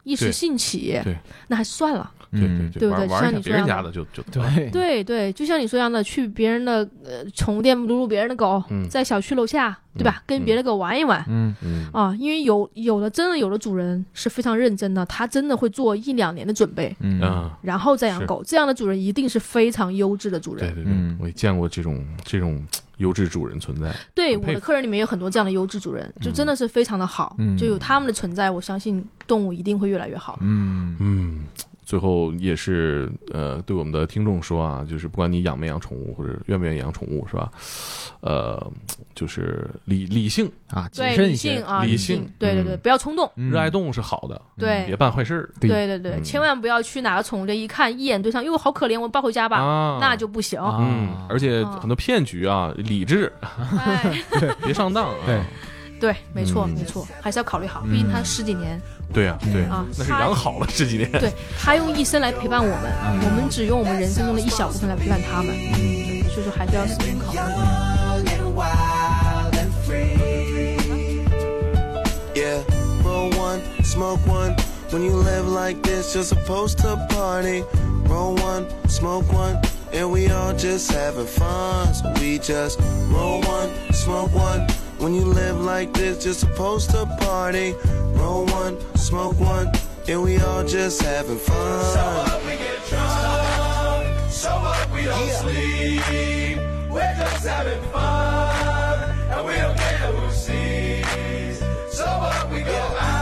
[SPEAKER 2] 一时
[SPEAKER 1] 对
[SPEAKER 2] 兴起
[SPEAKER 1] 对，哎
[SPEAKER 2] 那还算了。
[SPEAKER 1] 对对
[SPEAKER 2] 对不
[SPEAKER 1] 玩玩一
[SPEAKER 2] 对像
[SPEAKER 1] 下
[SPEAKER 2] 你
[SPEAKER 1] 别人
[SPEAKER 2] 说的
[SPEAKER 1] 家的就就得了
[SPEAKER 3] 对
[SPEAKER 2] 对对，就像你说一样的，去别人的呃宠物店撸撸别人的狗，
[SPEAKER 1] 嗯
[SPEAKER 2] 在小区楼下对吧？跟别
[SPEAKER 1] 人
[SPEAKER 2] 的狗玩一玩。
[SPEAKER 3] 嗯
[SPEAKER 1] 嗯
[SPEAKER 2] 啊，因为有有的真的有的主人是非常认真的，他真的会做一两年的准备，
[SPEAKER 3] 嗯
[SPEAKER 1] 啊，
[SPEAKER 2] 然后再养
[SPEAKER 1] 是
[SPEAKER 2] 狗。这样的主人一定是非常优质的主
[SPEAKER 1] 对
[SPEAKER 2] 人。
[SPEAKER 1] 对对
[SPEAKER 3] 嗯，
[SPEAKER 1] 我也见过这种这种优质主人存在，
[SPEAKER 2] 对
[SPEAKER 1] 很
[SPEAKER 2] 我
[SPEAKER 1] 佩嗯
[SPEAKER 2] 的客人里面有很多这样的优质主人，就真的是非常的好。
[SPEAKER 3] 嗯
[SPEAKER 2] 就有他们的存在，我相信动物一定会越来越好。
[SPEAKER 3] 嗯
[SPEAKER 1] 嗯。最后也是呃，对我们的听众说啊，就是不管你养没养宠物，或者愿不愿意养宠物，是吧？呃，就是理理性、
[SPEAKER 3] 啊，谨
[SPEAKER 2] 对，
[SPEAKER 3] 慎
[SPEAKER 2] 理
[SPEAKER 3] 一些
[SPEAKER 2] 性，啊，
[SPEAKER 1] 理
[SPEAKER 2] 理
[SPEAKER 1] 性
[SPEAKER 2] 性，对对对，
[SPEAKER 1] 嗯
[SPEAKER 2] 不要冲动。
[SPEAKER 3] 嗯
[SPEAKER 1] 热爱动物是好的，
[SPEAKER 2] 对
[SPEAKER 1] 别办坏事儿
[SPEAKER 3] 对
[SPEAKER 2] 对对对，
[SPEAKER 1] 嗯
[SPEAKER 2] 千万不要去哪个宠物店一看一眼对上，哟，好可怜，我抱回家吧，
[SPEAKER 1] 啊，
[SPEAKER 2] 那就不行。
[SPEAKER 3] 啊
[SPEAKER 1] 嗯，而且很多骗局啊，理
[SPEAKER 2] [LAUGHS]
[SPEAKER 1] 智，
[SPEAKER 2] 哎，
[SPEAKER 1] [LAUGHS] 别上当啊。
[SPEAKER 3] 对
[SPEAKER 2] 对，没错
[SPEAKER 1] 嗯
[SPEAKER 2] 没错，还是要考虑好，
[SPEAKER 3] 嗯
[SPEAKER 2] 毕竟他十几年
[SPEAKER 1] 对呀，对
[SPEAKER 2] 啊，
[SPEAKER 1] 那是
[SPEAKER 2] 他
[SPEAKER 1] 养好了十几年。
[SPEAKER 2] 对他用一生来陪伴我们，
[SPEAKER 1] 嗯
[SPEAKER 2] 我们只用我们人生中的一小部分来陪伴他们，
[SPEAKER 1] 嗯
[SPEAKER 2] 所以说还是要慎重考虑。
[SPEAKER 4] Yeah, roll one, smoke one. When you live like this, you're supposed to party. Roll one, smoke one, and we all just having fun. So we just roll one, smoke one. When you live like this, you're supposed to party. Roll one, smoke one, and we all just having fun. So up, we get drunk. So up, we don't sleep. We're just having fun, and we don't care who sees. So what we go out.